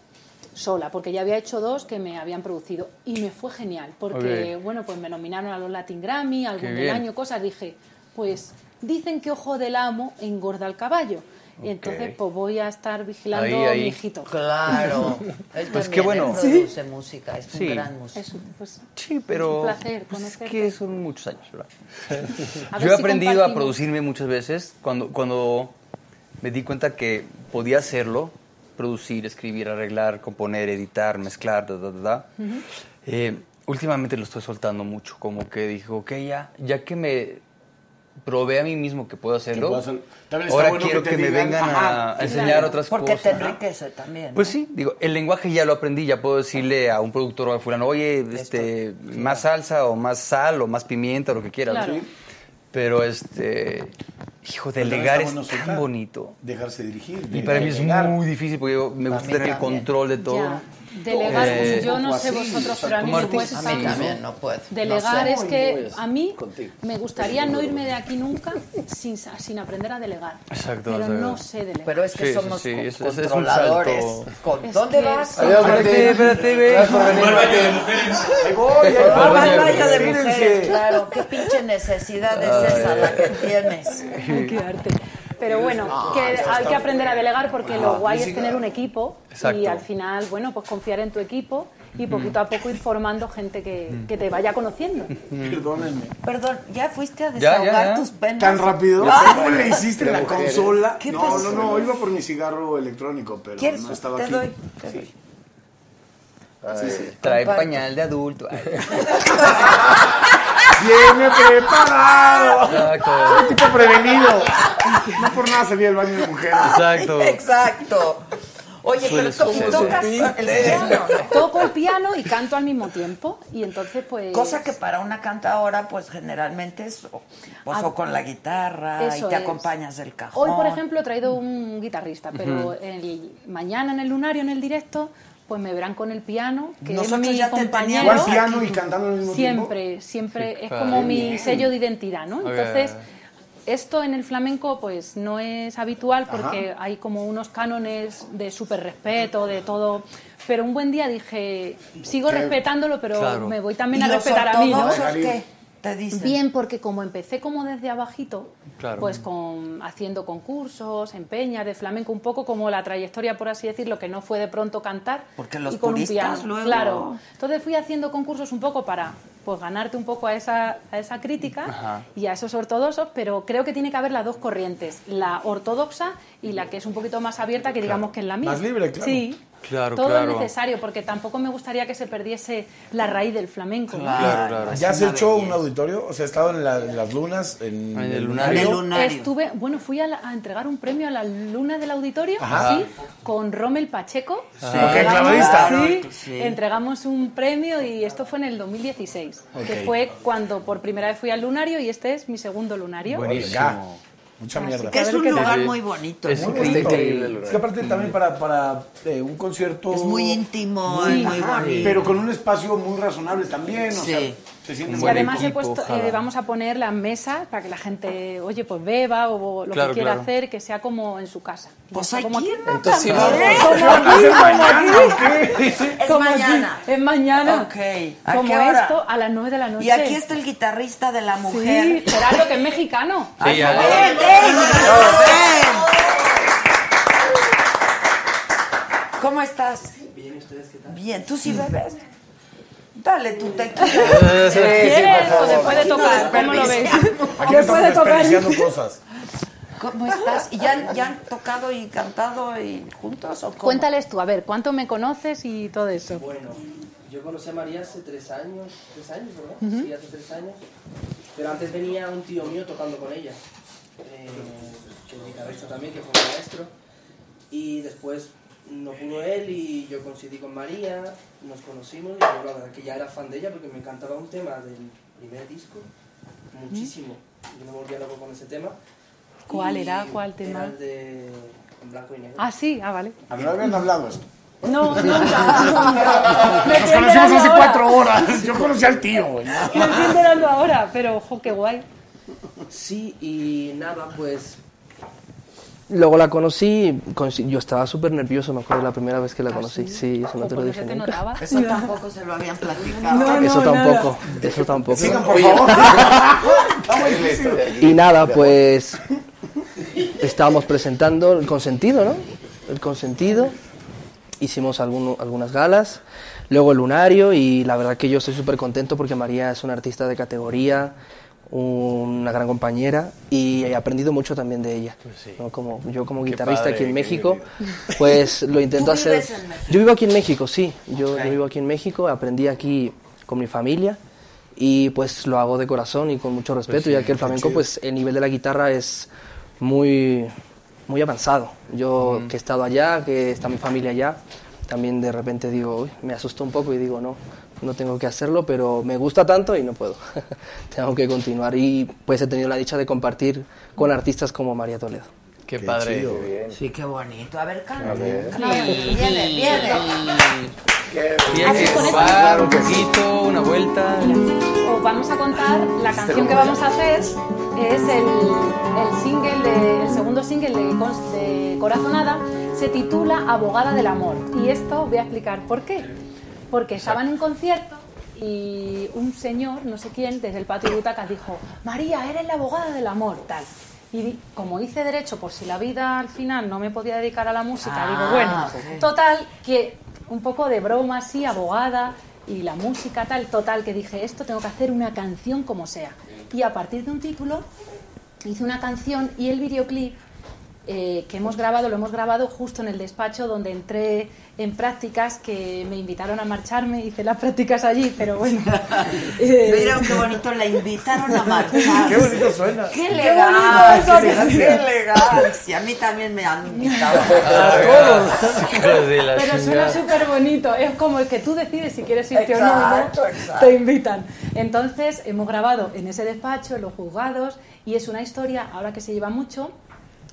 sola, porque ya había hecho dos que me habían producido y me fue genial, porque Ok. bueno, pues me nominaron a los Latin Grammy, algún Qué del bien. año, cosas, dije, pues dicen que ojo del amo engorda el caballo. Y entonces Ok. pues voy a estar vigilando Ahí, a ahí. mi hijito. claro. Él Pues también, qué bueno. él produce música, es un Sí. gran músico. Eso, pues, Sí, pero un placer pues es conocerte. que son muchos años, ¿verdad? A ver Yo he si aprendido a compartimos. producirme muchas veces cuando, cuando me di cuenta que podía hacerlo, producir, escribir, arreglar, componer, editar, mezclar, da, da, da, da. Eh, últimamente lo estoy soltando mucho, como que dijo, ok, ya, ya que me probé a mí mismo que puedo hacerlo, puedo hacerlo. También está ahora bueno quiero que que, te me digan, vengan ajá, a, enseñar otras Porque cosas. te enriquece también. Pues ¿no? sí, digo, el lenguaje ya lo aprendí, ya puedo decirle a un productor o a fulano, oye, este, más salsa o más sal o más pimienta o lo que quieras. ¿no? Claro. Sí. Pero este, hijo, Pero también delegar está es bueno tan soltar. bonito. Dejarse dirigir. Y para mí es delegar. muy difícil porque yo me gusta mí tener el también. control de todo. Ya. ¿no? Delegar, Eh, pues, yo no poco sé así, vosotros, o sea, pero a mí como me artista, cuesta. A mí sí. también no puedo. Delegar No sé. es que a mí me gustaría no irme de aquí nunca sin, sa- sin aprender a delegar. Exacto, Pero exacto. no sé delegar. Pero es que Sí, sí, somos sí, co- es- es- es un controladores. salto. Con- Es ¿Dónde que- vas? Adiós, espérate, espérate, ve. Vuelve año de mujeres. Ahí voy, ahí voy. Ah, al baño de Mírense. mujeres, claro. Qué pinche necesidad es esa la que tienes. Ay, qué arte. Pero bueno, que hay que aprender a delegar porque lo guay es tener un equipo y Exacto. Mm. al final, bueno, pues confiar en tu equipo y poquito a poco ir formando gente que, que te vaya conociendo. Perdónenme. Perdón, ¿ya fuiste a ya, desahogar ya. tus penas? ¿Tan rápido? Ah, ¿Cómo le hiciste en la consola? ¿Qué no, no, pasó? no, iba por mi cigarro electrónico, pero ¿Quieres? no estaba Te aquí. doy, te doy. Trae Comparto. pañal de adulto. Ay, ¡Viene preparado! Exacto, Soy tipo prevenido. No por nada salí del baño de mujeres. exacto. Exacto. Oye, pero to- tocas el piano, ¿no? Toco el piano y canto al mismo tiempo y entonces pues... Cosa que para una cantadora, pues generalmente es o, pues, Ah, o con la guitarra Eso y te es. acompañas del cajón. Hoy, por ejemplo, he traído un guitarrista, pero el, mañana en el lunario, en el directo, pues me verán con el piano, que Nosotros es mi ya te compañero. teníamos Igual piano y cantando al mismo Siempre, siempre Sí, es claro. como mi Bien. sello de identidad, ¿no? Ok. Entonces, esto en el flamenco pues no es habitual Ajá. porque hay como unos cánones de súper respeto, de todo. Pero un buen día dije, sigo Qué- respetándolo, pero claro. me voy también a ¿Y los respetar a mí, ¿no? ortodoxos qué te dicen? Bien, porque como empecé como desde abajito, Claro. pues con, haciendo concursos, en peñas de flamenco, un poco como la trayectoria, por así decirlo, que no fue de pronto cantar Porque los y con un puristas piano. luego- Claro. Entonces fui haciendo concursos un poco para pues ganarte un poco a esa, a esa crítica Ajá. y a esos ortodoxos, pero creo que tiene que haber las dos corrientes, la ortodoxa y la que es un poquito más abierta, que digamos que es la mía. Más libre, claro. Sí. Claro, Todo claro. es necesario, porque tampoco me gustaría que se perdiese la raíz del flamenco. ¿no? Claro, claro. ¿Ya Es has una Ah, hecho un auditorio? O sea, he estado en, la- en las lunas, en, En el lunario. Estuve, bueno, fui a, la- a entregar un premio a la luna del auditorio, Ajá. sí, con Rommel Pacheco. Sí. Entregamos- Ok, clavadista. sí, Sí. entregamos un premio y esto fue en el 2016, Ok. que fue cuando por primera vez fui al lunario y este es mi segundo lunario. Buenísimo. Mucha mierda. que es un lugar muy bonito, Es ¿no? muy Está bonito. increíble el Es lugar. que aparte también para, para eh, un concierto... Es muy íntimo, es muy ajá, bonito. Pero con un espacio muy razonable también. O sea, Sí. se siente Y muy además rico. he puesto, eh, vamos a poner las mesas para que la gente, oye, pues beba o lo Claro, que quiera claro. hacer, que sea como en su casa. Pues hay como quien Pues Entonces sí vamos. ¿Eh? Como ¿Va a aquí, ser mañana como aquí. o qué? Es Como mañana. aquí, Es mañana. Ok. ¿A como qué hora? esto, a las 9 de la noche. Y aquí está el guitarrista de la Sí, mujer. Gerardo, que es mexicano. Ay, ya. eh, ven, ven, ven. ¿Cómo estás? Bien, ¿ustedes qué tal? Bien, ¿tú sí bebes? Dale tu tequila. Eh, Eh, sí, sí, por Esto favor. después de Aquí no tocar, ¿cómo lo ves? desperdiciamos. Aquí ¿O estamos puede tocar? desperdiciando cosas. ¿Cómo estás? ¿Y ya, han- ya han tocado y cantado y juntos o cómo? Cuéntales tú, a ver, ¿cuánto me conoces y todo eso? Bueno, yo conocí a María hace tres años, tres años, ¿verdad? Ujú. Sí, hace tres años. Pero antes venía un tío mío tocando con ella, eh, que es guitarrista también, que fue un maestro. Y después no pudo él y yo coincidí con María, nos conocimos y yo la verdad que ya era fan de ella porque me encantaba un tema del primer disco, muchísimo. Yo me volví loco con ese tema. ¿Cuál Y era? ¿Cuál tema? Era el de en blanco y negro. Ah, sí, ah, vale. No habían hablado esto. No, nunca, nunca. nunca. Me Nos estoy conocimos hace enterando cuatro ahora. horas. Yo conocí al tío, güey. eh, Me estoy enterando ahora, pero ojo, qué guay. Sí, y nada, pues Luego la conocí, consi- yo estaba súper nervioso, me acuerdo la primera vez que la ¿Ah, conocí. sí? Sí, eso no te lo dije nunca. Eso tampoco se lo habían platicado. eso tampoco, eso tampoco. Sigan, por favor. Y nada, pues estábamos presentando el consentido, ¿no? El consentido. Hicimos alguno- algunas galas, luego el lunario y la verdad que yo estoy súper contento porque María es una artista de categoría, una gran compañera y he aprendido mucho también de ella. ¿no? Como, yo como guitarrista padre, aquí en Pues qué México, pues lo intento ¿Tú hacer... vives en México? Yo vivo aquí en México, sí, yo, yo vivo aquí en México, aprendí aquí con mi familia y pues lo hago de corazón y con mucho respeto, sí, ya que el qué flamenco, chido. pues el nivel de la guitarra es muy, muy avanzado. Yo que he estado allá, que está mi familia allá, también de repente digo, "Uy", me asustó un poco y digo, no, no tengo que hacerlo, pero me gusta tanto y no puedo. tengo que continuar y pues he tenido la dicha de compartir con artistas como María Toledo. Qué, padre. chido, sí, qué bonito. A ver, canta. A ver. Sí, Viene, viene. Y hay que jugar un poquito, una vuelta. Os vamos a contar la canción que vamos a hacer. Es el, el single, de- el segundo single de, Cons- de Corazonada. Se titula Abogada del Amor. Y esto os voy a explicar por qué. Porque estaba en un concierto y un señor, no sé quién, desde el patio de butacas dijo, María, eres la abogada del amor, tal. Y di- como hice derecho, por si la vida al final no me podía dedicar a la música, Ah, digo, bueno, ok. total, que un poco de broma así, abogada y la música tal, total, que dije, esto tengo que hacer una canción como sea. Y a partir de un título hice una canción y el videoclip eh, que hemos grabado, lo hemos grabado justo en el despacho donde entré en prácticas, que me invitaron a marcharme, hice las prácticas allí, pero bueno. Mira qué bonito, la invitaron a marchar. Qué bonito suena. Qué Qué elegancia. bonito eso, Qué, que sí. elegancia. A mí también me han invitado. Hijos de la Pero chingada. suena súper bonito, es como el que tú decides si quieres irte Exacto, o no, exacto. ¿no? te invitan. Entonces hemos grabado en ese despacho, en los juzgados, y es una historia, ahora que se lleva mucho,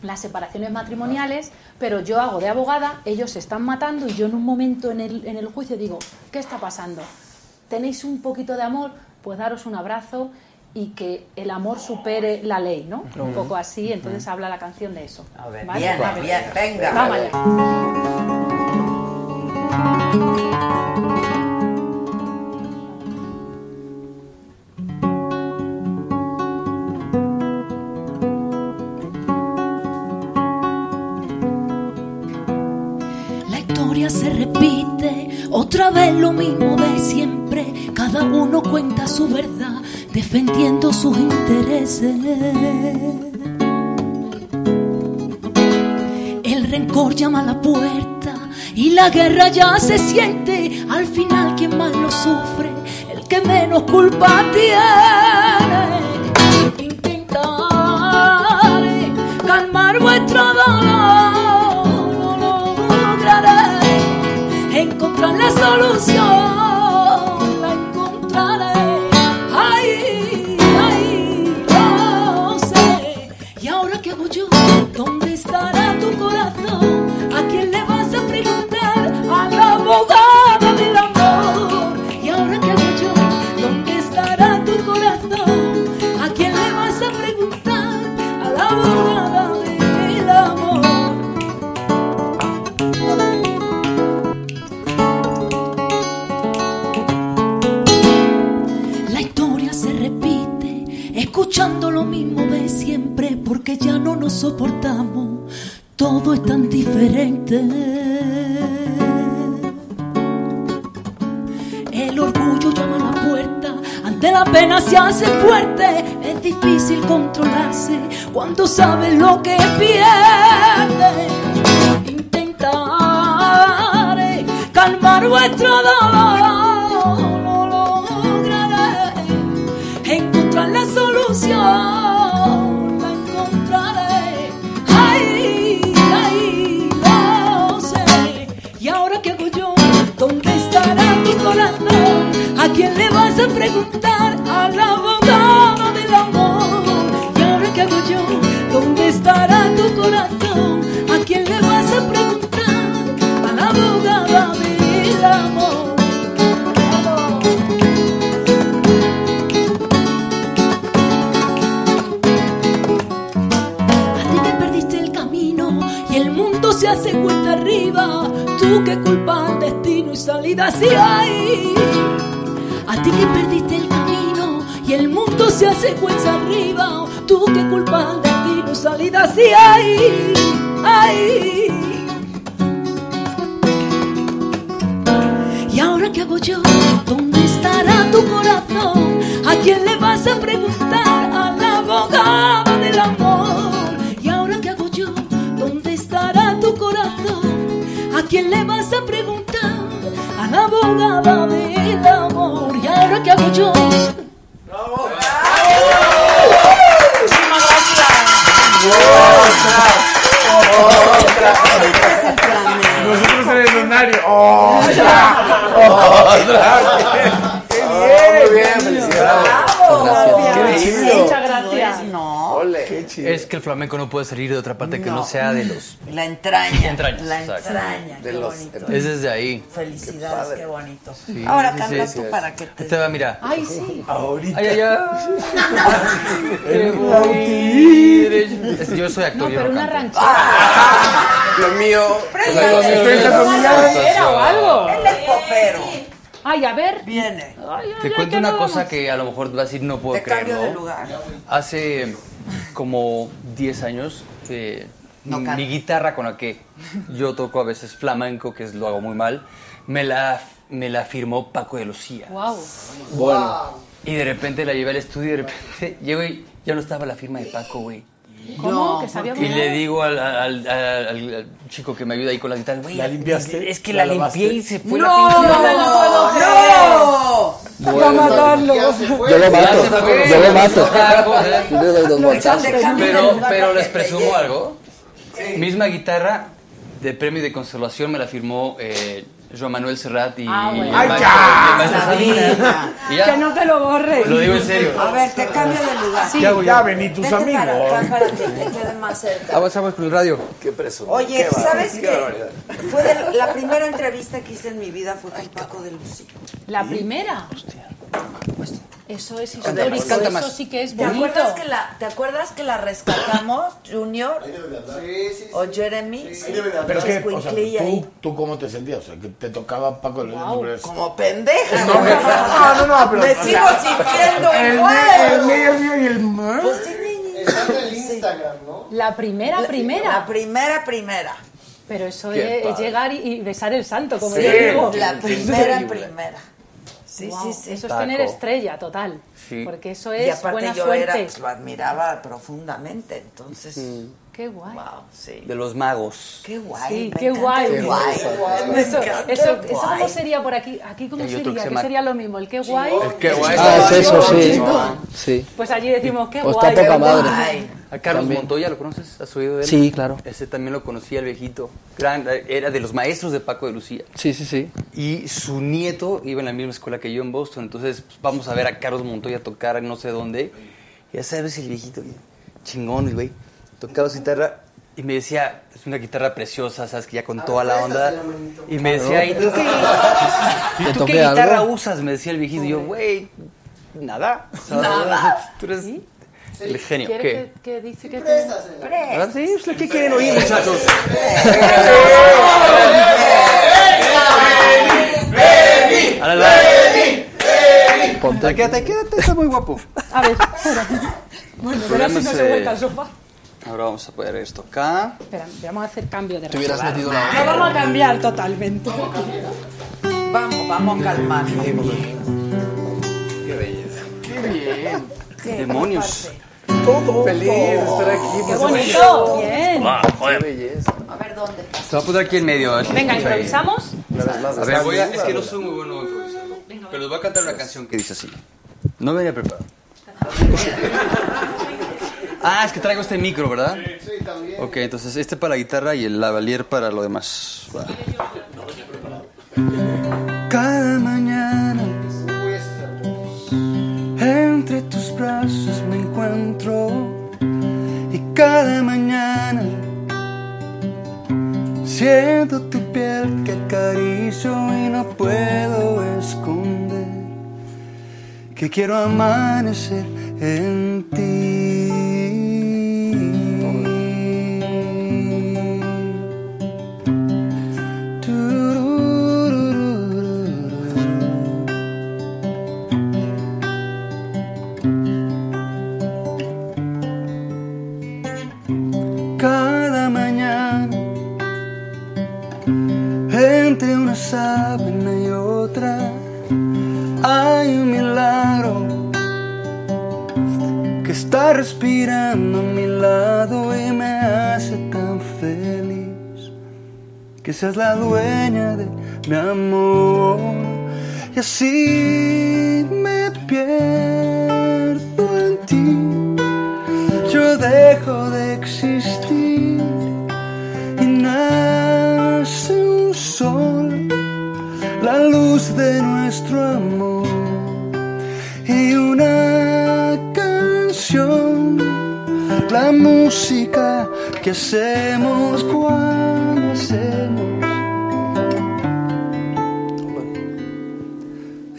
las separaciones matrimoniales, pero yo hago de abogada, ellos se están matando y yo en un momento en el, en el juicio digo, ¿qué está pasando? ¿Tenéis un poquito de amor? Pues daros un abrazo y que el amor supere la ley, ¿no? Un Ujú. poco así, entonces habla la canción de eso. A ver, ¿vale? bien, bien, venga. Vamos allá. La historia se repite, otra vez lo mismo de siempre. Cada uno cuenta su verdad, defendiendo sus intereses. El rencor llama a la puerta y la guerra ya se siente. Al final, quien más lo sufre, el que menos culpa tiene. Intentaré calmar vuestro dolor lograré encontrar la solución. La encontraré. Ay, ay, lo sé. ¿Y E ahora qué hago yo? ¿Dónde estará tu corazón? ¿A quién le vas a preguntar? A la abogada del amor. ¿Y ahora qué hago yo? ¿Dónde estará tu corazón? ¿A quién le vas a preguntar? A la abogada del amor. La historia se repite, escuchando lo mismo de siempre, porque ya no nos soportamos, todo es tan diferente. El orgullo llama a la puerta, ante la pena se hace fuerte, es difícil controlarse cuando sabes lo que pierdes. Intentaré calmar vuestro dolor, lo lograré encontrar la solución. La encontraré, ay, ay, lo sé. ¿Y ahora qué hago yo? ¿Dónde estará tu corazón? ¿A quién le vas a preguntar? A la abogada del amor. ¿Y ahora qué hago yo? ¿Dónde estará tu corazón? ¿A quién le vas a preguntar? A la abogada del amor. ti que perdiste el camino y el mundo se hace cuesta arriba. Tú que culpas al destino y salida si hay. A ti que perdiste el camino y el mundo se hace cuesta arriba. Tú que culpas al destino y salida si hay. Ay. ¿Y ahora qué hago yo? ¿Dónde estará tu corazón? ¿A quién le vas a preguntar? A la abogada del amor. ¿Y ahora qué hago yo? ¿Dónde estará tu corazón? ¿A quién le vas a preguntar? A la abogada del amor. ¿Y ahora qué hago yo? Nosotros en el lunario. Muchas gracias. No. Es que el flamenco no puede salir de otra parte que no No. sea de los La entraña. entrañas. La exacto. entraña. qué bonito. Es desde ahí. Felicidades, qué, bonito. Sí, Ahora sí, cantas sí, tú sí. para que te. Este va, mira. Ay, sí. Ahorita. Ay, ay, ay. Qué bonito. Yo soy actor. yo Pero no una canto. ranchera. Lo mío. Préstale. lo mío no es Una ranchera o algo. Él es popero. Ay, a ver. Viene. Te cuento una cosa que a lo mejor vas a decir no puedo Te cambio de creerlo. lugar. Hace como 10 años, eh, mi guitarra con la que yo toco a veces flamenco, que es, lo hago muy mal, me la, me la firmó Paco de Lucía. Wow. Y de repente la llevé al estudio y de repente llego y ya no estaba la firma de Paco, güey. ¿Cómo? que sabía Y cómo? le digo al, al- al- al- al chico que me ayuda ahí con la guitarra, güey, ¿La limpiaste? Es que ¿La la, lavaste? limpié y se fue la No, pinche- no. Va a matarlo. Yo lo mato, Ya se fue, yo ya lo mato. hizo algo, Yo le doy dos echaste, guantazos. cambia de Pero, lugar pero para les que presumo te algo. Misma guitarra de premio de consolación me la firmó eh, Joan Manuel Serrat y. Ah, bueno. y el Ay, maestro- ya, y el maestro Sabina. Sabina. Y ya. Que no te lo borres. Lo digo en serio. A ver, te cambio de lugar. Sí. ¿Qué hago yo? Ya, vení vení tus Para amigos. acá para que te quede más cerca. Avanzamos con el radio. Qué preso. Oye, ¿sabes qué? Fue de- la primera entrevista que hice en mi vida fue con Paco de Lucía. La primera. Eso es Canta más, histórico. canta Eso más. sí que es ¿Te bonito. acuerdas que la, ¿te acuerdas que la rescatamos, Junior? Sí, sí, O Jeremy. Pero es que, o sea, Escuinclilla ahí. ¿tú, ¿tú cómo te sentías? O sea, que te tocaba Paco de Guau, Como pendeja. No, no, no, no, pero. Me o sea, sigo sintiendo el igual. ne- El nervio y el mar. Está en el Instagram, ¿no? La primera, primera. La primera, primera. Pero eso Qué es, padre. es llegar y, y besar el santo, como Sí, yo digo. la primera, primera. Sí, Guau, sí, sí. Eso es tener estrella total. Porque eso es y aparte buena yo suerte. era, pues, lo admiraba profundamente, entonces. Qué guay. sí. De los magos. Qué guay. Sí, me qué encanta guay. el guay. Me Eso, encanta el eso, eso guay. cómo sería por aquí. Aquí cómo Hay otro sería. que se ¿Qué llama- sería lo mismo? El qué guay. El qué guay. Ah, es eso, sí. Chingón. Sí. Pues allí decimos qué O está guay. poca qué madre. guay. A Carlos También. Montoya, ¿lo conoces? ¿Has oído de él? Sí, claro. Ese también lo conocía, el viejito. Gran, era de los maestros de Paco de Lucía. Sí, sí, sí. Y su nieto iba en la misma escuela que yo en Boston. Entonces, pues, vamos a ver a Carlos Montoya tocar en no sé dónde. Ya sabes, el viejito, chingón, el güey. Tocaba su guitarra y me decía, es una guitarra preciosa, ¿sabes? Que ya con toda la onda. Y me decía, ¿y tú qué, ¿Te ¿y tú toqué qué guitarra algo? usas? Me decía el viejito. Y yo, güey, nada. ¿sabes? Nada. Tú eres el genio. ¿Quieres que, ¿Qué? que dice que Ah, sí, es lo que quieren oír, muchachos. Ahora la- Quédate, quédate, está muy guapo. A ver, espera. Bueno, pero si no Podemos, se vuelca eh, al sofá. Ahora vamos a poner esto acá. Espera, vamos a hacer cambio de Te hubieras raza. metido la- Lo vamos a cambiar totalmente. Vamos, vamos a calmar. Qué belleza. Qué bien. Demonios. Todo. Feliz de estar aquí. Qué por bonito. supuesto. Bien. Guau, joder. A ver dónde. Se va a poner aquí en medio. a ver si Venga, escucha ahí. improvisamos. A ver, voy a, es que no soy muy bueno improvisando. Pero les voy a cantar una canción que dice así. No venía preparado. Ah, es que traigo este micro, ¿verdad? Sí, también. Ok, entonces este para la guitarra y el lavalier para lo demás. Va. Cada mañana entre tus brazos me encuentro y cada mañana siento tu piel que acaricio y no puedo esconder que quiero amanecer en ti. cada mañana entre una sábana y otra hay un milagro que está respirando a mi lado y me hace tan feliz que seas la dueña de mi amor y así me pierdo en ti yo dejo de existir y nace un sol, la luz de nuestro amor y una canción, la música que hacemos cuando hacemos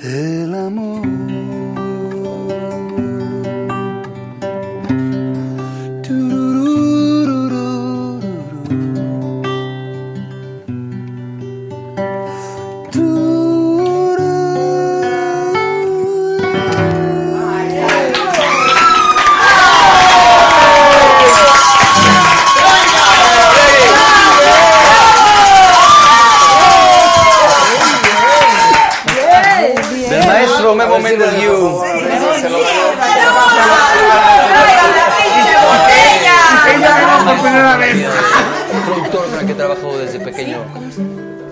el amor. Del maestro Memo Méndez Yu. por primera vez. Un productor con el que trabajo desde pequeño.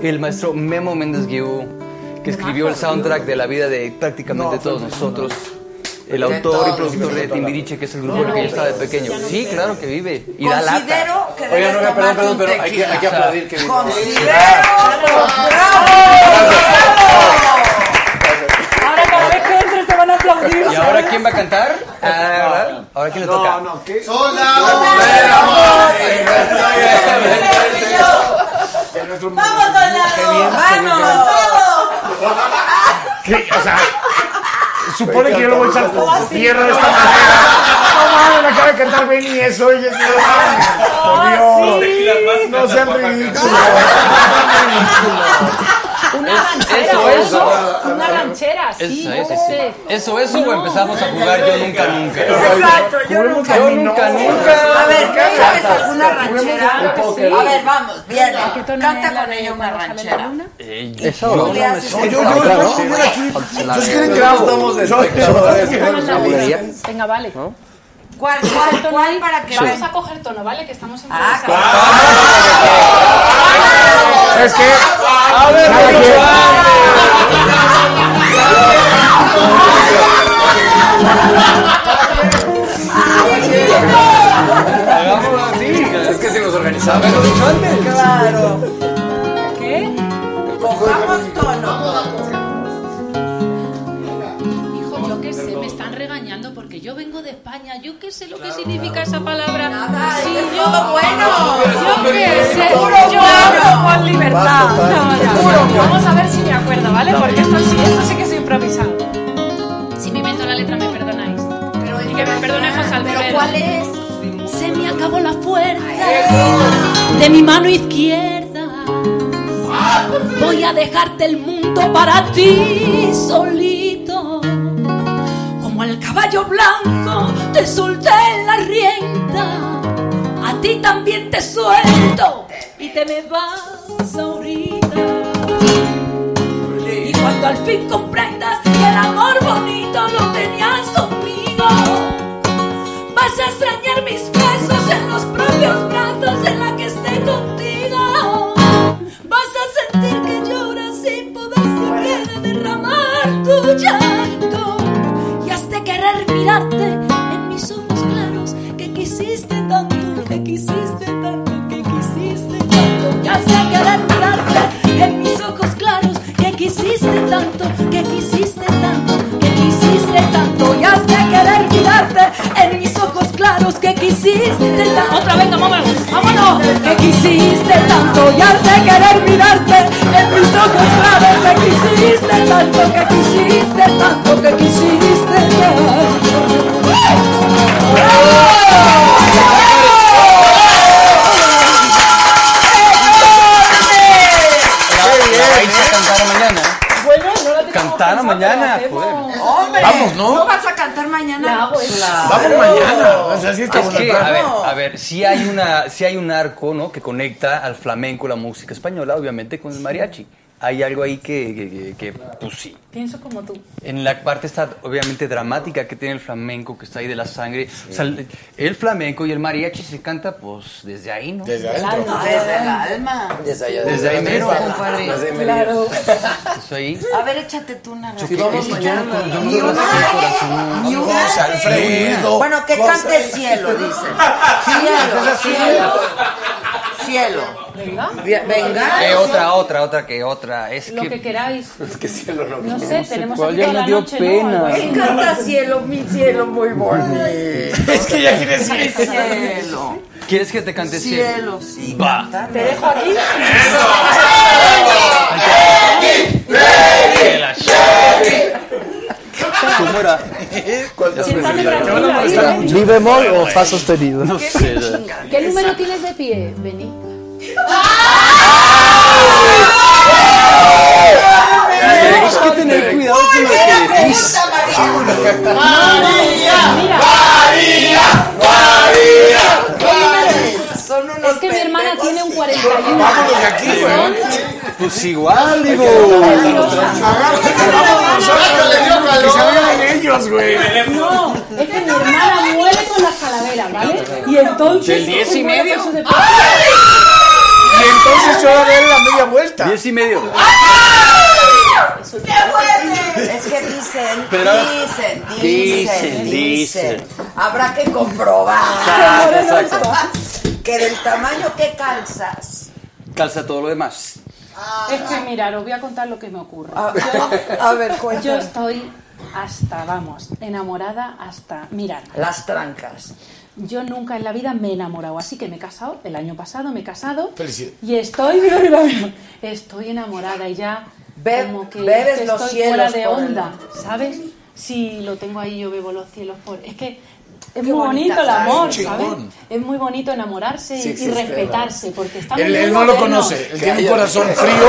El maestro Memo Méndez Guiú, que escribió el soundtrack de la vida de prácticamente todos nosotros. El De autor y todos. productor de Timbiriche, que es el grupo en el que yo estaba de pequeño. Sí, claro que vive. Y da lata. Considero Considero que Oigan, debes oigan, perdón, tomarte perdón, un pero hay que, tequila. hay que aplaudir que vino. Considero. Ahora cada vez que entres te van a aplaudir. ¿Y ahora quién va a cantar? Ah, ¿Ahora quién le toca? No, no, ¡Vamos, Donado! ¡Vamos! ¿Qué? O sea, supone que yo lo voy a echar por tierra de esta manera. No mames, acaba de cantar Benny y eso. Oye, no mames. Por Dios. No sean ridículos. Una ranchera eso, o eso. algo. Una ranchera, sí. yo Eso, eso. qué sé. Eso, eso, o empezamos a jugar yo nunca, nunca. Exacto, yo nunca, Yo nunca, nunca. A ver, ¿qué sabes alguna Claro ranchera? que sí. A ver, vamos, viene. Canta con ella una ranchera. Esa Yo o le la haces no, el yo, favor. yo, Sí, yo aquí. Yo es que Yo- grabo. estamos de Yo- espectadores. yo- Yo- Una yo- ranchera. Venga, vale. ¿Cuál, cuál, cuál para que Vamos vean? a coger tono, ¿vale? Que estamos en Es que. A ver, Hagámoslo así. Es que si nos organizamos. Claro. ¿Qué? Cojamos tono. Hijo, yo qué sé, me están regañando porque yo vengo de España. Yo qué sé lo que significa esa palabra. Sí, es yo, todo bueno. Yo qué sé, Puro yo bueno. hablo con libertad. Vas total. No, ya. Puro bueno. Vamos a ver si me acuerdo, ¿vale? Porque esto sí, esto sí que es improvisado. Si me invento la letra, me perdonáis. y que me perdone José Alfredo. ¿Pero cuál es? Se me acabó la fuerza de mi mano izquierda. Voy a dejarte el mundo para ti solito. Como al caballo blanco te solté la rienda. A ti también te suelto y te me vas ahorita. Y cuando al fin comprendas que el amor bonito lo tenías conmigo. Vas a extrañar mis besos en los propios brazos en la que esté contigo. Vas a sentir que lloras sin poder siquiera derramar tu llanto. Y has de querer mirarte en mis ojos claros que quisiste tanto, que quisiste tanto, que quisiste tanto. Y has de querer mirarte en mis ojos claros que quisiste tanto, que quisiste tanto, que quisiste tanto. Y has de querer mirarte en mis ojos claros que quisiste tanto. Otra venga, vámonos, vámonos. Que quisiste tanto. Y has de querer mirarte en mis ojos claros que quisiste tanto, que quisiste tanto, que quisiste tanto. Bueno, no la tengo Cantar pensada, mañana, pero joder. hacemos. Hombre, Vamos, ¿no? vas a cantar mañana? Pues La hago esa. Claro. O sea, sí está Es bueno el que, a plan. ver, a ver, sí hay, una, sí hay un arco ¿no? que conecta al flamenco, la música española, obviamente, con el mariachi. Hay algo ahí que, que, que- que, pues sí. Pienso como tú. En la parte está obviamente dramática que tiene el flamenco, que está ahí de la sangre. O sea, el, el flamenco y el mariachi se canta, pues, desde ahí, ¿no? Desde No, desde el alma. Desde allá. Desde ahí mero, Desde compadre. Desde ahí mero. Claro. Eso Pues ahí. A ver, échate tú una Yo qué- es que yo no- yo no Ni lo una. hago de corazón. Ni una. José Alfredo. Bueno, que José cante cielo, dice. Cielo, cielo. Cielo. Venga. Ve- Venga. Eh, otra, otra, otra que otra. Es Lo que queráis. Es que cielo no. No sé, tenemos cuál, aquí ya toda me la dio noche, pena. ¿no? Algo así. Me encanta cielo, mi cielo muy bonito. Es que ya quiere decir cielo. ¿Quieres que te cante cielo? Cielo, sí. Va. Te dejo aquí. ¿Cómo era? pues, tranquila, ¿eh? ¿Mi bemol o fa sostenido? No sé. ¿Qué número tienes de pie, Beni? Tienes que tener cuidado con lo que decís. Son unos Es que mi hermana tiene un 41. Vámonos de aquí, güey. Son- Pues igual, digo. Que se vayan ellos, güey. No, es que mi hermana muere con las calaveras, ¿vale? Y entonces. Del diez y un huevo medio. con su de- Y entonces yo voy a dar la media vuelta. Diez y medio. Es que dicen, Pero- dicen, dicen, Dicen, dicen. Habrá que comprobar. Exacto, exacto. que del tamaño que calzas. Calza todo lo demás. Es que mirar, os voy a contar lo que me ocurre. Ah, a ver, cuéntame. Yo estoy hasta, vamos, enamorada hasta, mirar. Las trancas. Yo nunca en la vida me he enamorado, así que me he casado, el año pasado me he casado Felicidades. y estoy, mira, mira, mira, estoy enamorada y ya como que bebes que los estoy fuera cielos de por el- onda, ¿sabes? Si lo tengo ahí yo bebo los cielos por... Es que es Qué muy bonito bonita el amor, frase. ¿sabes? Chingón. Es muy bonito enamorarse Sí, y sí, sí, respetarse, porque estamos Él, él muy no lo modernos. conoce, él tiene un corazón frío,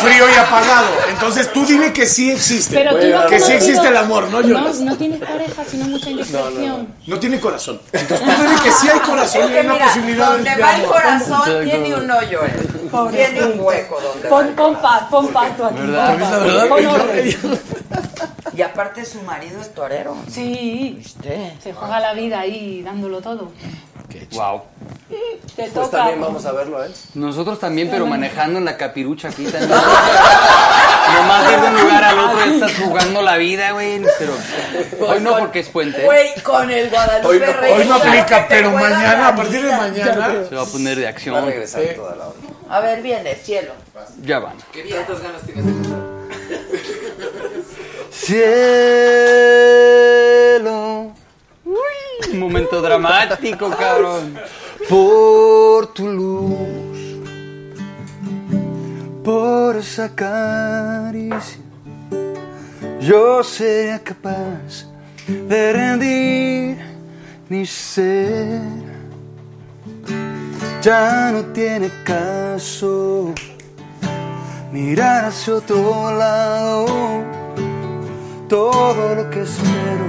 frío y apagado. Entonces tú dime que sí existe, Pero tú no que sí conocido- existe el amor, no no, llores. no tienes pareja, sino mucha No, indiscreción. no, no. No tiene corazón. Entonces tú dime que sí hay corazón y hay una posibilidad donde de va el amor. corazón tiene un hoyo, eh. tiene un hueco donde va. Pon, pon paz, pon paz tú aquí. ¿Verdad? pon paz. ¿Verdad? ¿Verdad? Pon orden. Y aparte su marido es torero. Sí, ¿Viste? se juega la vida ahí dándolo todo. Wow. Te toca. Pues también vamos a verlo, ¿eh? Nosotros también, pero manejando en la capirucha aquí también. Nomás de un lugar al otro estás jugando la vida, güey. Pero hoy no porque es puente. Pues Güey, con el Guadalupe Hoy no- Reyes, hoy no claro aplica, que te pero juegas mañana, la a partir de vida. mañana, Se va a poner de acción. Va a regresar Sí. toda la hora. A ver, viene, cielo. Ya van. ¿Qué tantas ganas tienes de Cielo. Un momento dramático, cabrón. Por tu luz, por esa caricia, yo sería capaz de rendir mi ser. Ya no tiene caso mirar hacia otro lado. Todo lo que espero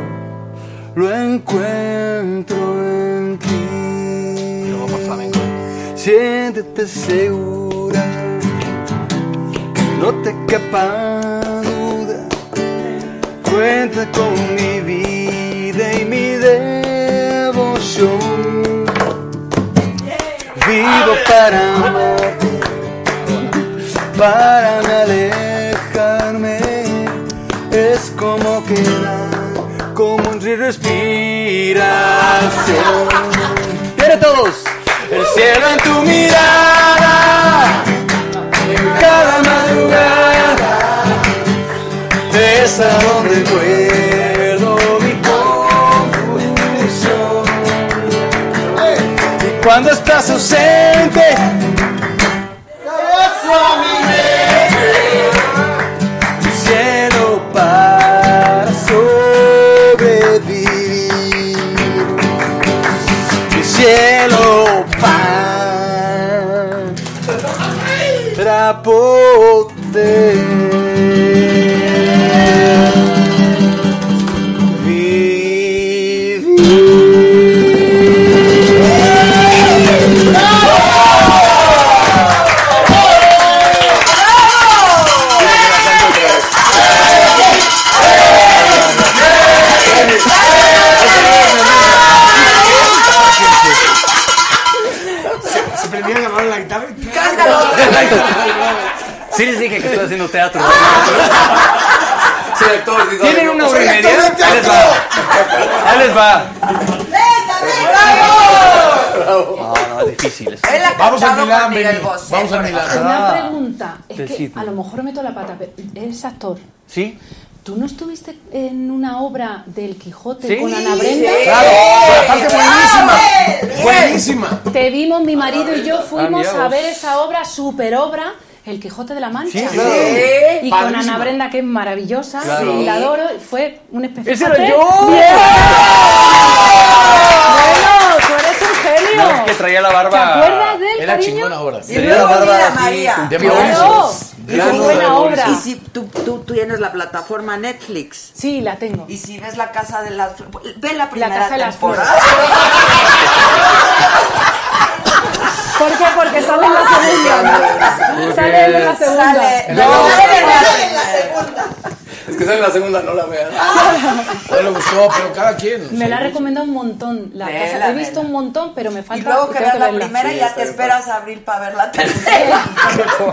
lo encuentro en ti. Siéntete segura que no te quepa duda. Cuenta con mi vida y mi devoción. Vivo para amarte, para no alejarme. Es como quedar, como un respiración. ¡Viene todos! El cielo en tu mirada, cada madrugada, es a donde recuerdo mi confusión. Y cuando estás ausente, cielo para sobrevivir. Mi cielo para poder vivir. Se, se prendía la mano en la guitarra y... Sí les dije que estoy haciendo teatro. Tienen una Soy hora y actor media. de teatro. Ahí les va. Ahí les va. No, no, es difícil. es- Él ha Vamos a cantado Milán, con Miguel Beni. Bosé. Vamos a por Milán. ejemplo. Ah. Una pregunta, es que Decidme. a lo mejor meto la pata, pero eres actor. ¿Sí? ¿Tú no estuviste en una obra del Quijote Sí. con Ana Brenda? Sí. Claro, pero aparte buenísima, ¡Bravo! buenísima. Te vimos, mi marido y yo Ah, fuimos mira a vos. ver esa obra, super obra, El Quijote de la Mancha. Sí, claro. Y con Padrísima. Ana Brenda, que es maravillosa, Claro. y la adoro, fue un espectáculo. ¡Ese era yo! ¡Bien! Bueno, tú eres un genio. No, es que traía la barba. ¿Te acuerdas de él, Era Ah, cariño? chingona ahora. Y luego Dila así, María. de Claro. bronzos. Y Granos si- de bronzos. Y si tú, tú tienes la plataforma Netflix. Sí, la tengo. Y si ves la casa de las Fl- ve la primera Casa de las temporada. ¿Por qué? Porque sale en la segunda. Sale en la segunda. Sale- No, no, sale sale- Es que sale la segunda, no la vean. pues, No le gustó, pero cada quien. Me la ha recomendado un montón. La Vela, casa. he visto un montón, pero me falta. Y luego que tengo veas la verla. primera y ya te esperas a abril para ver la tercera.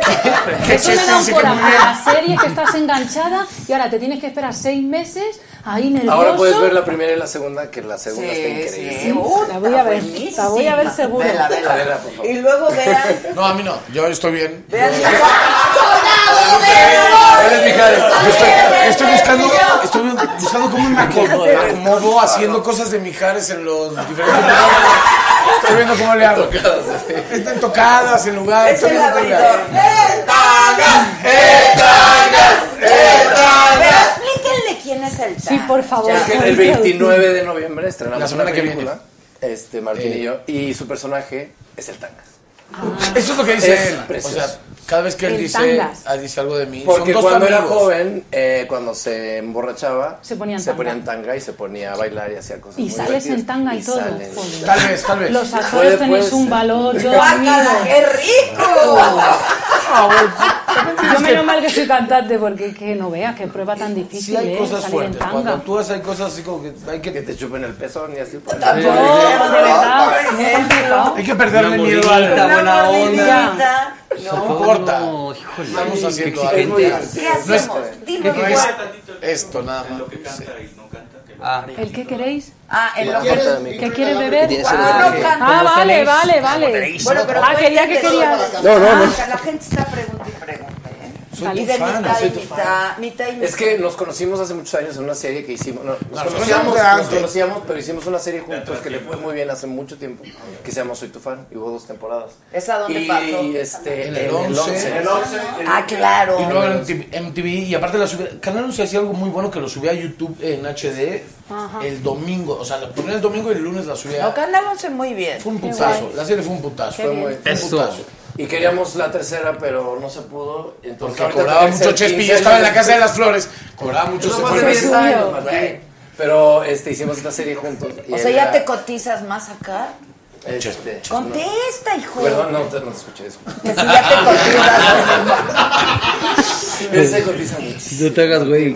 Eso me da un coraje. Las series que estás enganchada y ahora te tienes que esperar seis meses ahí nervioso. Ahora puedes ver la primera y la segunda, que la segunda Sí, está increíble. sí. Uh, La voy a ver, buenísima. la voy a ver seguro. Vela, vela. Vela, por favor. Y luego vean. No, a mí no. Yo estoy bien. ¡Soldado de Eres Mijares. Yo estoy, estoy buscando, estoy buscando cómo me acomodo, me acomodo haciendo cosas de Mijares en los diferentes lugares. Estoy viendo cómo le hago. Está en tocadas, en lugares. Este Es el estoy viendo cómo le hago. Pero explíquenle quién es el Sí, por favor. Es que el 29 de noviembre estrenamos La semana una que Eh. película, este, Martín y yo, y su personaje es el Tangas. Ah. Eso es lo que dice Es él. precioso. O sea, cada vez que él El dice, tangas. ah, dice algo de mí. Porque son dos cuando era amigos. joven, eh, cuando se emborrachaba, Se ponía en tanga. ponía en tanga y se ponía a bailar y hacía cosas Y muy sales en divertidas. tanga y todo, sales. joder. Tal vez, tal vez. Los actores Puede- tenéis puede un ser. valor, yo admiro. Guácala, qué Yo menos mal que soy cantante porque que no veas qué prueba tan difícil Sí hay ¿eh? cosas salir fuertes. en Cuando tanga. actúas hay cosas así como que hay que... Que te chupen el pezón y así. pues. Por No, de verdad, muy complicado. Hay que perderle Una miedo mordidita, al... buena Una onda. No importa. Estamos haciendo qué algo. exigente. ¿Qué No es- hacemos? que Dilo no igual. es esto, nada más. Ah. ¿El qué queréis? Ah, el lo lo que, que- ¿Qué quiere Que beber? tiene ah, celular. ah, Como vale, tenéis. vale, Como vale. tenéis. Bueno, pero ah, puede quería ser que que Ah, quería. sea para acá. No, no, no. La gente está preguntando y pregunta, Soy Y tu de fan, mitad soy y tu fan. mitad, mitad y mitad. Es que nos conocimos hace muchos años en una serie que hicimos. no, nos, Nos conocíamos conocíamos, de nos antes. conocíamos, pero hicimos una serie juntos que le fue muy bien hace mucho tiempo. Que se llama Soy tu fan. Y hubo dos temporadas. ¿Esa dónde y, pasó? Este, en En el el 11. 11. En el 11, Ah, claro. Y luego en MTV, y aparte la subí, Canal 11 hacía algo muy bueno que lo subía a YouTube en HD Ajá. el domingo. O sea, lo ponía el domingo y el lunes la subía. No, que andábamos muy bien. Fue un putazo. La serie fue un putazo. Qué Fue bien. muy, fue un Eso. putazo. Y queríamos la tercera, pero no se pudo. Entonces, Porque ahorita cobraba tenemos mucho el Chespi. 15, Yo estaba en la entonces- Casa de las Flores. Cobraba mucho. No, se más fue de el 10 precio. años, Martín. Pero este, hicimos esta serie juntos. y O sea, él ya era, te cotizas más acá. este, Contesta, hijo. no, Perdón, no, te- no te escuché eso. Él se cotiza mucho. No te hagas, güey.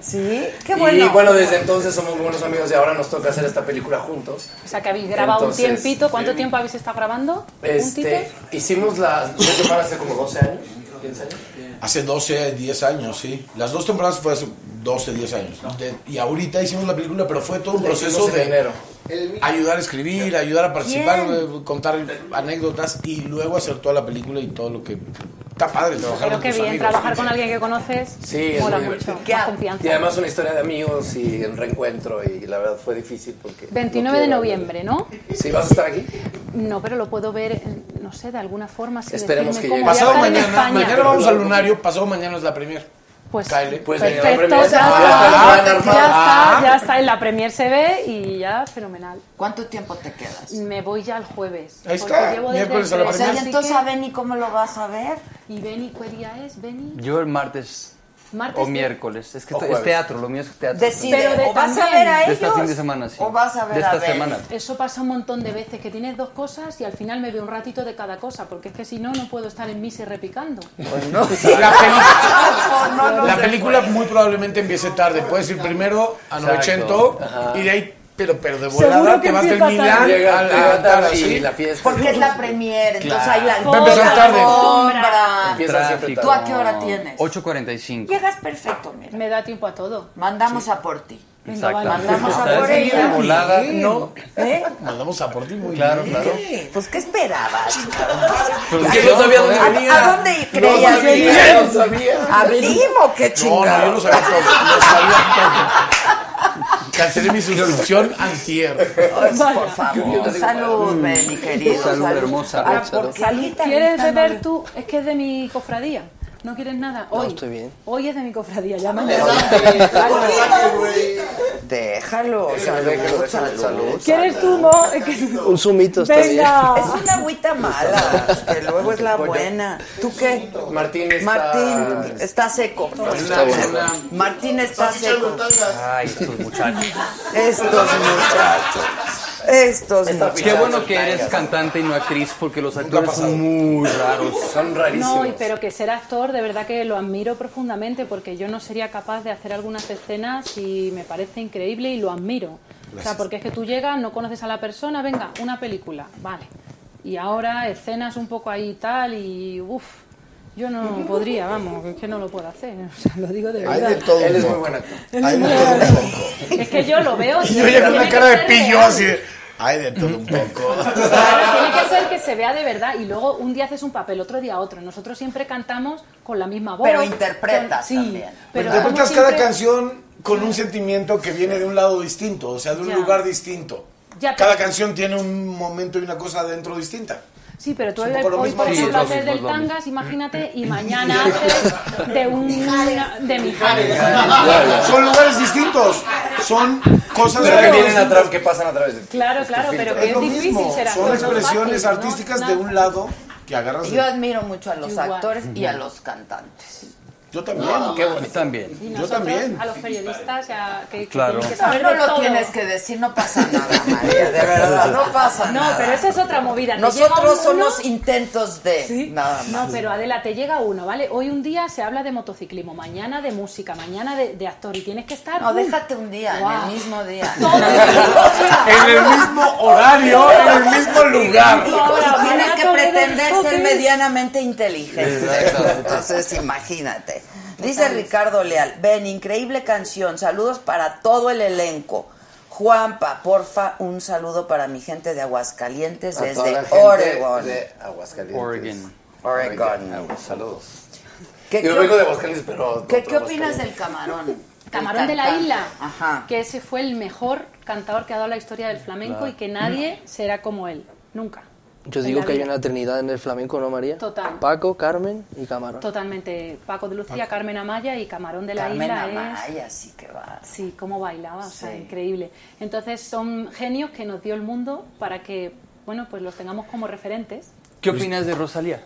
Sí, qué bueno. Y bueno, desde entonces somos buenos amigos y ahora nos toca hacer esta película juntos. O sea, que habéis grabado Entonces, un tiempito. ¿Cuánto eh, tiempo habéis estado grabando? ¿Un tipo? Este, hicimos las dos temporadas hace como 12 años, 15 años. Hace 12, 10 años, sí. Las dos temporadas fue hace 12, 10 años. De- y ahorita hicimos la película, pero fue todo un La hicimos proceso en de enero. ayudar a escribir, ayudar a participar, Bien. eh, contar anécdotas y luego hacer toda la película y todo lo que... Está padre trabajar Pero con qué pues, tus bien, amigos. trabajar con alguien que conoces. Sí, es mola muy mucho. divertido. Más confianza. Y además una historia de amigos y un reencuentro y la verdad fue difícil porque... no 29 de quiero- noviembre, ¿no? Sí, vas a estar aquí. No, pero lo puedo ver, en- no sé, de alguna forma. Si Esperemos decirme que cómo llegue. voy a Pasado estar en mañana, España. mañana vamos al lunario, pasado mañana es la premier. Pues, pues Perfecto, ya Ah, está, armado. ya Ah. está, ya está, en la premier se ve y ya fenomenal. ¿Cuánto tiempo te quedas? Me voy ya el jueves. Ahí porque está, llevo desde miércoles a el la tres, Premier. así O sea, y entonces que- a Beni, ¿cómo lo vas a ver? ¿Y Beni qué día es? ¿Beni? Yo el martes. ¿Martes? O miércoles. Es que O esto- es jueves. teatro, lo mío es teatro. Decide, Pero de o vas a también. ver a De esta ellos, fin de semana, sí. o vas a ver De a esta Beni. semana. Eso pasa un montón de veces, que tienes dos cosas y al final me veo un ratito de cada cosa, porque es que si no, no puedo estar en misa y repicando. Pues La, peli- No, no pues. la se película muy probablemente empiece tarde. Puedes ir primero a Exacto. 900 Ajá. y de ahí, pero, pero de Seguro volada que te vas del empieza tarde. Milán Llega- llega a la tarde tarde, y sí. la fiesta. Porque es la premier, entonces hay la Va a empezar tarde. alfombra. ¿Tú a qué hora tienes? 8.45. Llegas perfecto, mira. Me da tiempo a todo. Mandamos a por ti. Exacto. Venga, vale. Mandamos a ¿Sabes? por ella. Volada. Bien. No. ¿Eh? Mandamos a por ti muy Claro, bien. claro. ¿Qué? Pues, ¿qué esperabas? Pues, Es que no sabía dónde ¿A- venía. ¿A dónde No creías? sabía, que no ibas? sabía. ¿A Blim o qué No, no, yo chingado? no sabía todo. Lo sabía todo. Cancelé mi suscripción antier. Por favor. Salud, Beni, querido. Salud, hermosa, Ah, Rocha, porque ¿no? ahorita ¿Quieres ahorita beber no- tú? Es que es de mi cofradía. ¿No quieres nada? No, Hoy. estoy bien. Hoy es de mi cofradía, ya Pero- mañana. Déjalo, déjalo, salud, déjalo, salud. ¿Quieres tú, no? Es que- Un zumito está bien. Venga. Es una agüita mala, que luego es la buena. ¿Tú qué? Martín está... Martín está seco. Está bueno. Martín está seco. Ay, estos muchachos. Estos muchachos. Estos muchachos. Qué bueno que eres cantante y no actriz, porque los actores son muy raros. Son No, y pero que ser actor, de verdad que lo admiro profundamente porque yo no sería capaz de hacer algunas escenas y me parece increíble y lo admiro. O Gracias. sea, porque es que tú llegas, no conoces a la persona, venga, una película, vale. Y ahora escenas un poco ahí y tal y uff. Yo no podría, vamos, es que no lo puedo hacer. O sea, lo digo de Hay verdad. de todo Él es un muy poco. buena. Él Hay es de muy todo bueno. un poco. Es que yo lo veo. Y sí, yo ya con tiene una que cara de ser pillo real. así de, Ay, de todo un poco. Claro, tiene que ser que se vea de verdad y luego un día haces un papel, otro día otro. Nosotros siempre cantamos con la misma voz. Pero interpretas con- sí, también. Pero Interpretas como cada siempre- canción con un sentimiento que viene de un lado distinto, o sea, de un Ya. lugar distinto. Ya, Cada pero- canción tiene un momento y una cosa dentro distinta. Sí, pero tú Es un hoy, poco lo hoy, mismo. por Sí, ejemplo, es lo haces mismo, del es lo mismo. tangas, imagínate, y mañana haces de un... de Mijares. Son lugares distintos, son cosas Pero que lugares vienen distintos. atrás, que pasan a través de ti. Claro, claro, pero que es, lo difícil mismo, ser actor, Son no es expresiones fácil, ¿no? artísticas Nada. de un lado que agarras Yo de... admiro mucho a los Igual. actores y a Ujú. los cantantes. Yo también. Ah, qué bonito. También. Y Yo nosotros, también. A los periodistas, a, que, que Claro. tienen que No, saber no de lo todo. tienes que decir, no pasa nada, María, de verdad, no pasa No, nada. pero esa es otra movida. Te llega Nosotros uno- somos intentos de, nada más. No, pero Adela, te llega uno, ¿vale? Hoy un día se habla de motociclismo, mañana de música, mañana de, de actor y tienes que estar... No, ¡uh! déjate un día, en el Guau. mismo día. En el mismo horario, en el mismo lugar. Ahora, tienes que Toledo, pretender ¿no? ser Sí. medianamente inteligente. Entonces, imagínate. Dice Ricardo Leal, ven, increíble canción, saludos para todo el elenco. Juanpa, porfa, un saludo para mi gente de Aguascalientes A toda desde la gente Oregon. De Aguascalientes. Oregon. Oregon. Agu- Saludos. ¿Qué- Yo qué- vengo de Aguascalientes, pero. ¿Qué, no qué opinas Aguascalientes. del camarón? Camarón El de la cantante. Isla, Ajá. que ese fue el mejor cantador que ha dado la historia del flamenco Claro. y que Mm. nadie será como él, nunca. Yo En digo la que hay vida. una eternidad en el flamenco, ¿no, María? Total. Paco, Carmen y Camarón. Totalmente. Paco de Lucía, Carmen Amaya y Camarón de la Carmen Isla Amaya, es... sí que va. Sí, cómo bailaba, o sea, Sí. increíble. Entonces son genios que nos dio el mundo para que, bueno, pues los tengamos como referentes. ¿Qué opinas de Rosalía?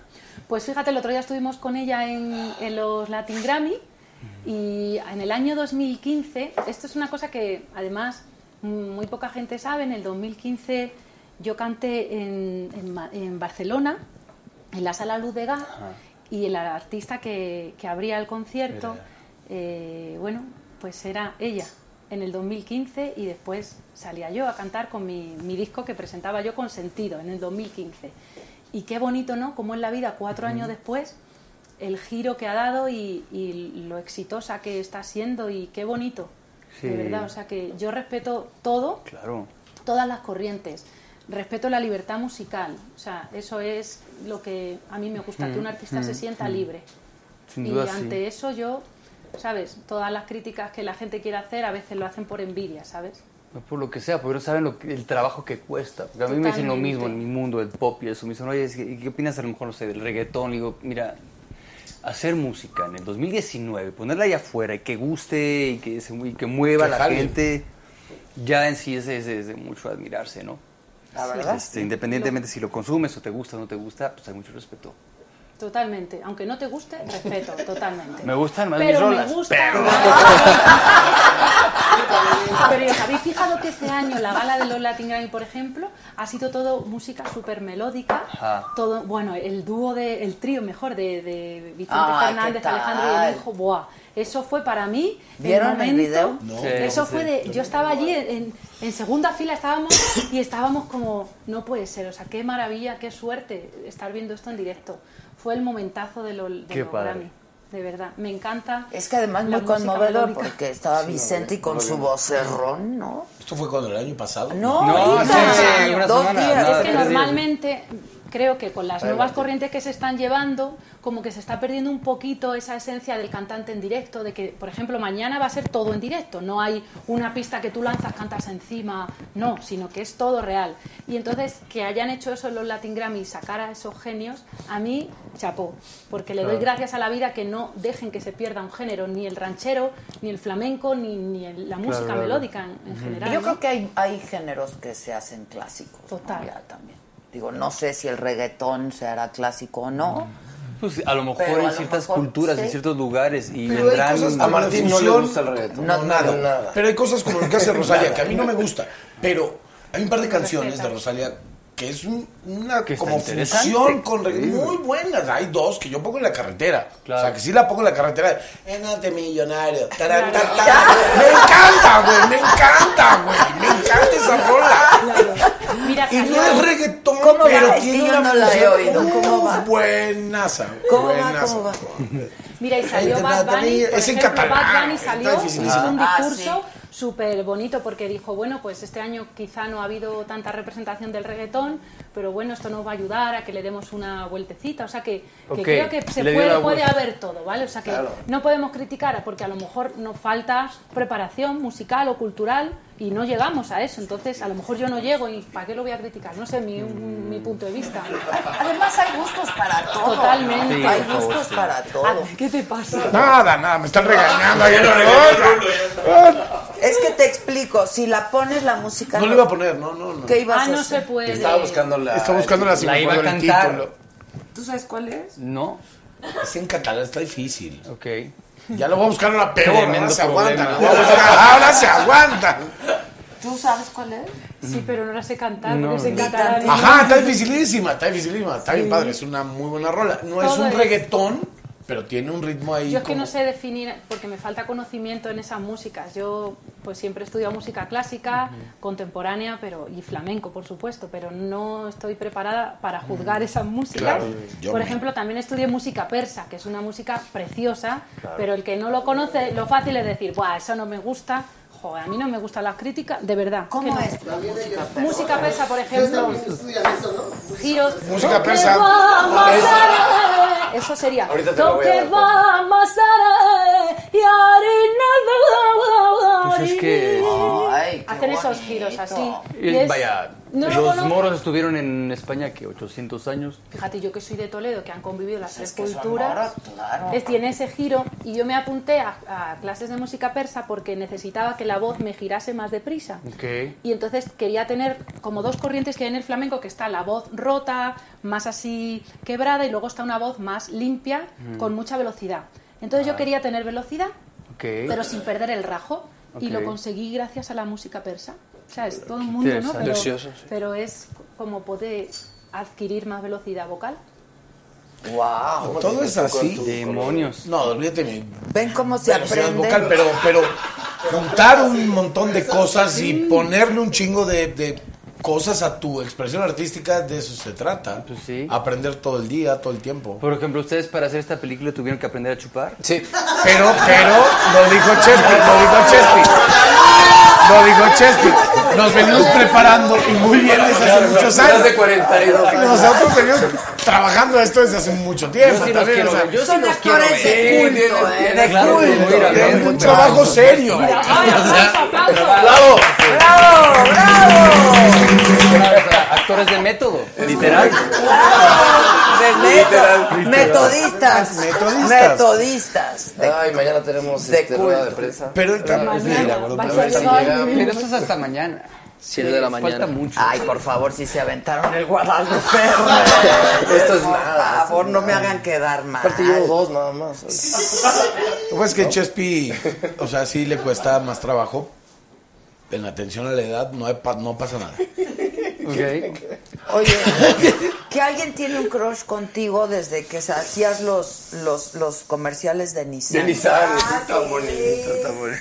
Pues fíjate, el otro día estuvimos con ella en, en los Latin Grammy y en el año 2015, esto es una cosa que además mm, muy poca gente sabe, en el 2015 yo canté en, en Ma- en Barcelona, en la Sala Luz de Gas, y el artista que, que abría el concierto, eh, bueno, pues era ella en el 2015 y después salía yo a cantar con mi, mi disco que presentaba yo con sentido en el 2015. Y qué bonito, ¿no? Como en la vida, cuatro años después, el giro que ha dado y, y lo exitosa que está siendo y qué bonito. Sí. De verdad, o sea que yo respeto todo, Claro. todas las corrientes. Respeto la libertad musical, o sea, eso es lo que a mí me gusta, que un Mm, artista mm, se sienta mm. libre. Sin y duda, sí. ante eso yo, ¿sabes? Todas las críticas que la gente quiere hacer a veces lo hacen por envidia, ¿sabes? No Pues por lo que sea, porque no saben lo que- el trabajo que cuesta. Porque a mí me dicen lo mismo en mi mundo del pop y eso. Me dicen, oye, es que- ¿y ¿qué opinas a lo mejor, no sé, del reggaetón? Y digo, mira, hacer música en el 2019, ponerla allá afuera y que guste y que, se mu- y que mueva a Que la jale. gente, ya en sí es, es- es de mucho admirarse, ¿no? La verdad, Este, sí. independientemente si lo consumes o te gusta o no te gusta, pues hay mucho respeto. Totalmente, aunque no te guste, respeto, totalmente. Me gustan más pero mis me rolas, gusta pero- más. Pero, ¿os habéis fijado que este año la gala de los Latin Grammy, por ejemplo, ha sido todo música súper melódica? Ajá. Todo, bueno, el dúo de, el trío mejor de, de Vicente Ah, ¿qué Fernández, tal? Alejandro y el hijo, buah, eso fue para mí el ¿Vieron el momento. video? No. Sí, eso sí. fue de, yo estaba allí en, en- en segunda fila estábamos y estábamos como, no puede ser, o sea, qué maravilla, qué suerte estar viendo esto en directo. Fue el momentazo de lo, de Qué lo padre. Grammy, de verdad, me encanta. Es que además la muy música conmovedor melódica. porque estaba Vicente y con su vocerrón, ¿no? ¿Esto fue cuando el año pasado? No, No, hija. hace una Dos semana, días. nada, es que tres días. normalmente creo que con las Adelante. nuevas corrientes que se están llevando, como que se está perdiendo un poquito esa esencia del cantante en directo, de que, por ejemplo, mañana va a ser todo en directo, no hay una pista que tú lanzas, cantas encima, no, sino que es todo real. Y entonces que hayan hecho eso en los Latin Grammy y sacar a esos genios, a mí chapó, porque le doy Claro. gracias a la vida que no dejen que se pierda un género, ni el ranchero, ni el flamenco, ni, ni el- la música claro. melódica en, en general. Yo ¿no? creo que hay, hay géneros que se hacen clásicos. ¿no? Total. Ya también. Digo, no sé si el reggaetón se hará clásico o no. Mm. Pues a lo mejor Pero a en lo ciertas mejor, culturas, sí. en ciertos lugares y Pero hay vendrán- cosas como la fusión- No, nada, Pero hay cosas como lo que hace Rosalía, que a mí no me gusta. Pero hay un par de canciones de Rosalía que es un- una Que está como interesante. función con re- Sí, güey. muy buenas. Hay dos que yo pongo en la carretera. O sea, que sí la pongo en la carretera. Enate millonario. Tarán, tarán, tarán. Me encanta, güey. Me encanta, güey. Me encanta esa rola. Mira, y no salió- es reggaetón, ¿Cómo va? pero Es que tiene yo una no la he función oído. ¿Cómo muy va? Buenaza. ¿Cómo va? buenaza. ¿Cómo va? Mira, y salió Bad Bunny, por Eh, Es en ejemplo, catalán, Bad Bunny está salió hizo dificilísimo. un Ah, discurso súper bonito porque dijo, bueno, pues este año quizá no ha habido tanta representación del reggaetón, pero bueno, esto nos va a ayudar a que le demos una vueltecita, o sea que, que Ok, creo que se le dio puede, la puede vuelta. haber todo, ¿vale? O sea que Claro. no podemos criticar porque a lo mejor nos falta preparación musical o cultural y no llegamos a eso, entonces a lo mejor yo no llego y ¿para qué lo voy a criticar? No sé, mi, mi punto de vista. Además hay gustos para todo. Totalmente. Ah, Hay gustos para todo. ¿Qué te pasa? Ah, Nada, nada, me están regañando. ahí en la ah. Es que te explico, si la pones la música. No le iba a poner, no, no, no. ¿Qué ibas a Ah, no hacer? se puede. Estaba buscando la. Está buscando la La iba a cantar. ¿Tú sabes cuál es? No. Es en catalán, está difícil. Ok. Ya lo voy a buscar a la peor. Ahora Tremendo se aguanta. problema. ¿no? Ahora se- Ahora se aguanta. ¿Tú sabes cuál es? Sí, pero no la sé cantar Mm. No, porque es en no. catalán. Ajá, está dificilísima, está dificilísima. Está bien padre, es una muy buena rola. No es Todo un es- reggaetón, pero tiene un ritmo ahí Yo es que como- no sé definir, porque me falta conocimiento en esas músicas. Yo pues siempre he estudiado música clásica, contemporánea pero y flamenco, por supuesto, pero no estoy preparada para juzgar esas músicas. Claro, yo por me- ejemplo, también estudié música persa, que es una música preciosa, Claro. pero el que no lo conoce, lo fácil es decir, ¡buah, eso no me gusta! Joder, a mí no me gustan las críticas, de verdad. ¿Cómo es? Música persa, por ejemplo, giros. Música Lo que persa. vamos Es- a ver, Eso sería. Ahorita te lo voy a Lo que dar, Pepe. vamos a ver, y harina de Pues es que- Ay, Hacen esos giros así. Y Y es- vaya, no lo los conozco. moros estuvieron en España que 800 años. Fíjate, yo que soy de Toledo, que han convivido las tres que son culturas, moros, claro. es- tiene ese giro y yo me apunté a, a clases de música persa porque necesitaba que la voz me girase más deprisa. Ok. Y entonces quería tener como dos corrientes que hay en el flamenco, que está la voz rota, más así quebrada, y luego está una voz más limpia, Mm. con mucha velocidad. Entonces Ah. yo quería tener velocidad, Ok. pero sin perder el rajo, y Ok. lo conseguí gracias a la música persa. O sea, es todo el mundo, ¿no? interesante. Pero, Precioso, sí. pero es como poder adquirir más velocidad vocal. Wow. Todo es así. Demonios. No, olvídate mi Ven cómo se velocidad aprende. vocal, pero, pero juntar un montón de cosas y ponerle un chingo de, de cosas a tu expresión artística, de eso se trata. Aprender todo el día, todo el tiempo. Por ejemplo, ustedes para hacer esta película tuvieron que aprender a chupar. Sí. Pero, pero, lo dijo Chespi, lo dijo Chespi. Lo dijo Chespi. Nos venimos preparando y muy bien desde hace Claro, muchos más años. de 42 años. Nosotros venimos trabajando esto desde hace mucho tiempo. Yo sí los también, quiero o sea, ver, yo sí Son los quiero actores ver. de culto, tienes- eh, de tienes claro, culto, muy bien, tienes bien. un trabajo serio. Bravo. ¡Bravo! O sea, actores de método, literal. De meto- Literal. Metodistas. Metodistas. Metodistas. Ay, mañana tenemos De este, rueda de culto. prensa. Pero Ah, Eh, pues, Mañana va a ser hoy. Pero esto es hasta mañana. Sí, de la mañana. Falta mucho. Ay, por favor, si se aventaron el Guadalupe. Rey. Esto es por nada, esto favor, es no me nada. hagan quedar mal. Aparte llevo dos nada más. Pues es que Chespi, o sea, sí le cuesta más trabajo. En atención a la edad no, hay pa- no pasa nada. Oye, que alguien tiene un crush contigo desde que se hacías los, los, los comerciales de Nissan. De Nissan, Ah, está bonito, está bonito.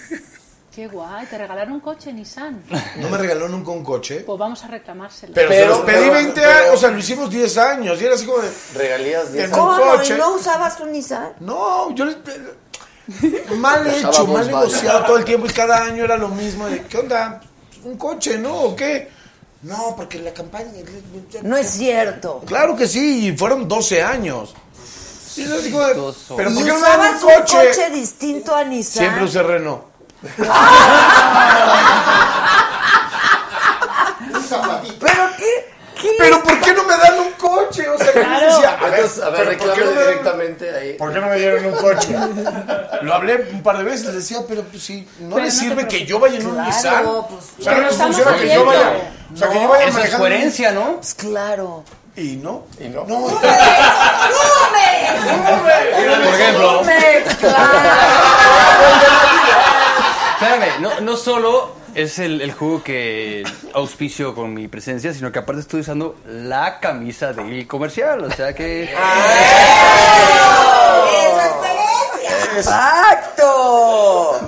Qué guay, te regalaron un coche Nissan. No me regaló nunca un coche. Pues vamos a reclamárselo. Pero, se los pedí 20 años, o sea, lo hicimos 10 años. Y era así como de. Regalías de ¿Cómo mi coche. no? ¿No usabas un Nissan? No, yo les... Mal hecho, mal negociado todo el tiempo y cada año era lo mismo. De, ¿Qué onda? ¿Un coche, no? ¿O qué? No, porque la campaña. No es cierto. Claro que sí, y fueron 12 años. Y yo digo, ¿Pero ¿Y por qué no me dan un usabas coche? un coche distinto a Nissan? Siempre usé Renault. ¿Pero qué? ¿Pero por qué no me dan un coche? O sea, Claro. yo decía, a ver, Entonces, a ver, ¿pero reclama ¿por qué no me dan- directamente ahí. ¿Por qué no me dieron un coche? Lo hablé un par de veces, le decía, pero pues sí, no Pero le no sirve te que yo vaya en un Claro, Nissan. pues, o sea, no pero les estamos funciona que yo oyendo. vaya. O sea, que No, yo vaya eso es manejando. coherencia, ¿no? Pues claro. Y no. Y no. ¡Nume! Por ejemplo. ¡Nume! ¡Claro! Espérame, No, no solo es el, el jugo que auspicio con mi presencia, sino que aparte estoy usando la camisa del comercial. O sea que. ¡Exacto!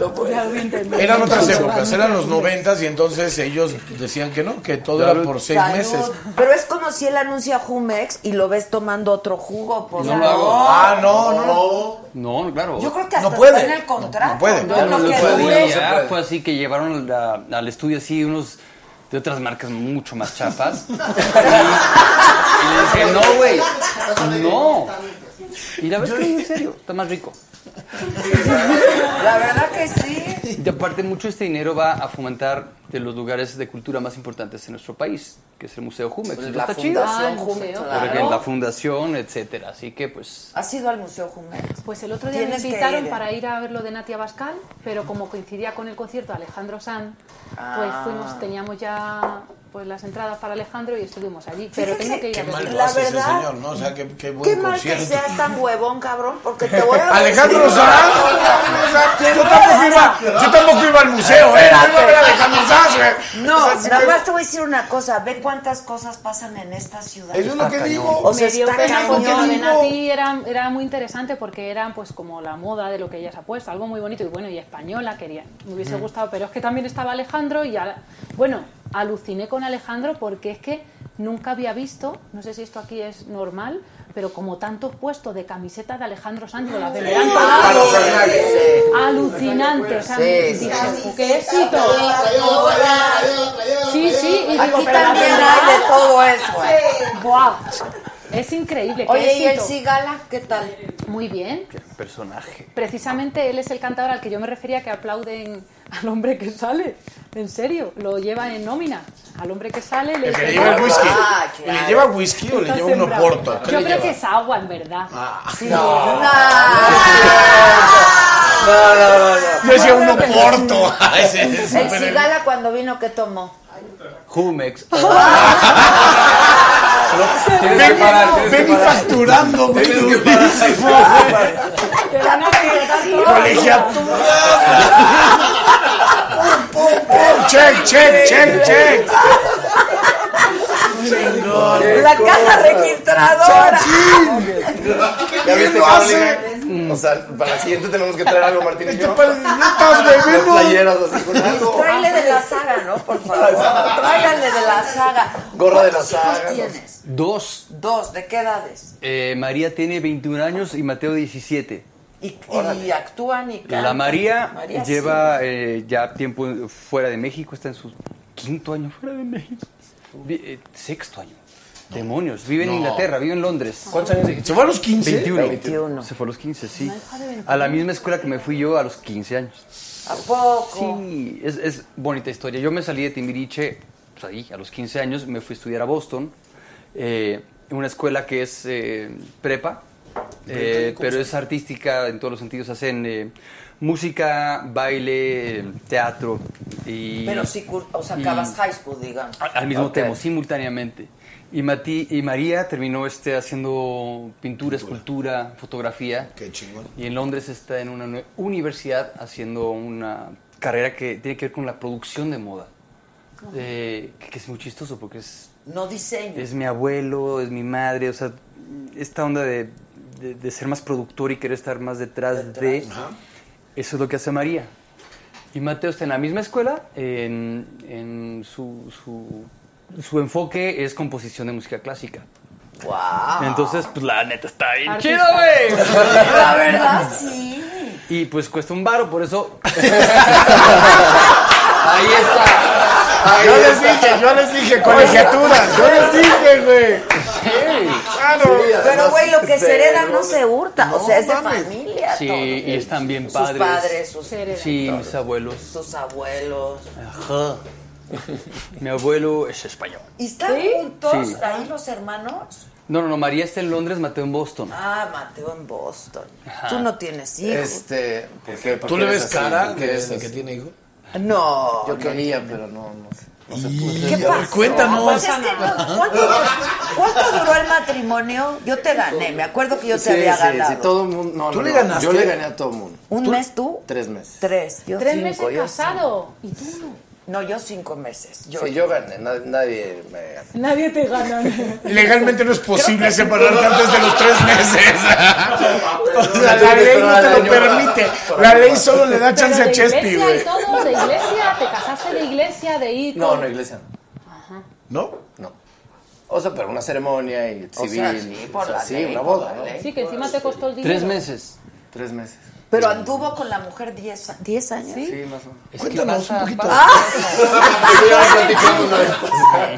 Eran otras épocas, eran los noventas y entonces ellos decían que no, que todo era por seis Salud. meses. Pero es como si él anuncia Jumex y lo ves tomando otro jugo. Por No lo hago. favor. Ah, no, no, no. No, claro. Yo creo que hasta no puede. está en el contrato. No puede. ¿no? Lo que dure. Y ya fue así que llevaron la- al estudio así unos de otras marcas mucho más chafas. y, y le dije, no, güey, no. Y la verdad es que en serio, está más rico. La verdad que sí. Y aparte mucho este dinero va a fomentar de los lugares de cultura más importantes en nuestro país, que es el Museo Jumex. Pues Entonces, la está chido. Fundación Ah, el Jumex, museo, claro. Porque La fundación, etcétera. Así que pues... ¿Has ido al Museo Jumex? Pues el otro día me Tienes que invitaron ir. ¿eh? para ir a ver lo de Natia Bascal, pero como coincidía con el concierto de Alejandro San, pues Ah. fuimos, teníamos ya pues las entradas para Alejandro y estuvimos allí. Pero Fíjate tengo que ir Qué a mal ver. lo hace ese señor, ¿no? O sea, qué, qué buen Qué mal que concierto. seas tan huevón, cabrón, porque te voy a... Alejandro decir- Sanz. Yo tampoco iba, yo tampoco iba al museo, ¿eh? Yo iba a ver a Alejandro Sanz, ¿eh? No, O sea, sí nada que- más te voy a decir una cosa. Ve cuántas cosas pasan en esta ciudad. Eso es lo que Está digo. cañón. O sea, me dio está pena porque lo de cañón. Nati era, era muy interesante porque eran pues como la moda de lo que ella se ha puesto, algo muy bonito y bueno, y española quería, me hubiese Mm. gustado, pero es que también estaba Alejandro y al- bueno, aluciné con Alejandro porque es que nunca había visto, no sé si esto aquí es normal, pero como tantos puestos de camiseta de Alejandro Sánchez, las de Sí. verano, Ah, Para los alucinante, Fernández. alucinante, o sea, Sí, dije, sí. qué éxito. Sí, sí, y Aquí digo, pero la también verdad- hay de todo eso, ¿eh? Guau. Es increíble. qué Oye, ¿y el éxito. Cigala qué tal? Muy bien. Personaje. Precisamente él es el cantador al que yo me refería que aplauden al hombre que sale. En serio, lo lleva en nómina. Al hombre que sale le El que le dicen, lleva el "Ah, whisky. claro". ¿Y ¿Le lleva whisky o le Está lleva un sembrado. oporto? ¿Qué Yo le creo que lleva? es agua, en verdad. Sí. No, no, no, no. Yo decía un oporto. Ay, sí, El es súper- Cigala cuando vino, ¿qué tomó? Jumex. Ven- Ven y facturando, güey. durísimo, güey. Te van a regalar todo. Pum, pum, pum. Check, check, check, check. La caja registradora. ¿Ya viste, lo hace? Este Carolina? O sea, para la siguiente tenemos que traer algo, Martín y yo. Estás Las playeras así con algo. Tráele de la saga, ¿no? Por favor. Tráigale de la saga. Gorra de la ¿Cuántos saga, hijos dos. tienes? Dos. Dos. ¿De qué edades? Eh, María tiene 21 años y Mateo 17. Y, y actúan y cantan. La María, María lleva sí. eh, ya tiempo fuera de México, está en su quinto año fuera de México. Vi- eh, sexto año. Demonios, vive en No. Inglaterra, vive en Londres. ¿Cuántos años dijiste? ¿Se fue a los 15? 21. 21. Se fue a los 15, sí. Una hija de 21. A la misma escuela que me fui yo a los 15 años. ¿A poco? Sí, es, es bonita historia. Yo me salí de Timbiriche, pues ahí, a los 15 años, me fui a estudiar a Boston, eh, en una escuela que es eh, prepa, eh, ¿Cómo pero se es artística en todos los sentidos. Hacen eh, música, baile, eh, teatro y... Pero sí, cur- o sea, y- acabas high school, digamos. a- Al mismo Ok. tiempo, simultáneamente. Y, Mati, y María terminó este, haciendo pintura, escultura, fotografía. Qué chingón. Y en Londres está en una nue- universidad haciendo una carrera que tiene que ver con la producción de moda. Ajá. Eh, que, que es muy chistoso porque es, No diseño. es mi abuelo, es mi madre, o sea, esta onda de, de- de ser más productor y querer estar más detrás, de... Eso es lo que hace María. Y Mateo está en la misma escuela, en, en su, su, su enfoque es composición de música clásica. ¡Wow! Entonces, pues la neta está bien Artista. chido, güey. La verdad, sí. Y pues cuesta un varo, por eso. Ahí está. Yo les dije, yo les dije, colegiaturas. Yo les dije, güey. Claro. Pero, güey, lo Este, que se hereda no se hurta. No o sea, es de mames. familia. Sí, todo. y están bien Sus padres. padres, sus- Sí, mis abuelos. Sus abuelos. Ajá. Mi abuelo es español. ¿Y están juntos Sí. ahí los hermanos? No, no, no, María está en Londres, Mateo en Boston. Ah, Mateo en Boston. Ajá. Tú no tienes hijos. Este, ¿por qué? ¿Por ¿Tú qué le eres ves así? cara ¿Por qué de- este eres de así? que tiene hijo? No. Yo no quería, tiene. pero no, no sé. ¿Qué pasó? Pues es que no- ¿cuánto, cuánto duró el matrimonio? Yo te gané, me acuerdo que yo te Sí, había sí, ganado. sí, todo el mundo. No, ¿Tú no, le no, ganaste? Yo le gané a todo el mundo. ¿Un mes tú? Tres meses. Tres. Yo Tres cinco, meses yo casado. ¿Y tú no? cinco. No, yo cinco meses. Yo, Sí, yo gané, na- nadie me ganó. Nadie te gana. Legalmente no es posible separarte antes de los tres meses. O sea, la ley no te lo permite. La ley solo le da chance Pero a de Chespi, iglesia y güey. todo, de iglesia, te casaste de iglesia, de ir No, con- no, iglesia no. Ajá. ¿No? No. O sea, pero una ceremonia y sea, civil. sí, por o sea, la sí, ley, una por boda, la ¿no? ley. Sí, que encima te costó el dinero. meses. Tres meses. Pero anduvo con la mujer 10 a- 10 años. Sí, más o menos. Cuéntanos un poquito. Ah.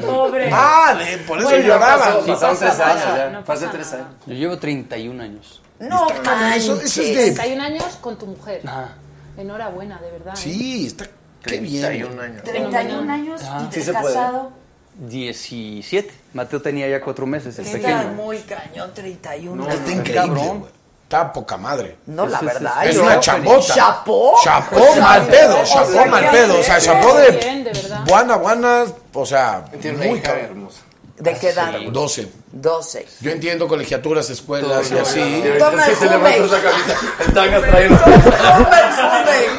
Pobre. Ah, de- por eso Bueno, lloraba. pasó, Sí, pasaron pasa, tres pasa. años ya. No Pasé tres años. Yo llevo 31 años. No, eso- eso es de- 31 años con tu mujer. Ah. Enhorabuena, de verdad. ¿eh? Sí, está. Qué bien. 31 años. 31 años Ah. y Sí te se puede. casado. 17. Mateo tenía ya cuatro meses, el Está pequeño. muy cañón, 31 No, años. está increíble, güey. Está poca madre. No, la Sí, sí, sí. verdad. Es yo- una chambota. Chapó. Chapó O sea, mal pedo, o sea, chapó ¿qué mal pedo. O sea, haces? chapó de. Bien, de verdad. Buena, buena. O sea, Tiene una muy hija cabrón. hermosa. ¿De qué edad? 12. 12. Yo entiendo colegiaturas, escuelas y Todo, así. todo. Y ahorita sí te levantas la camisa. El tanga trae una-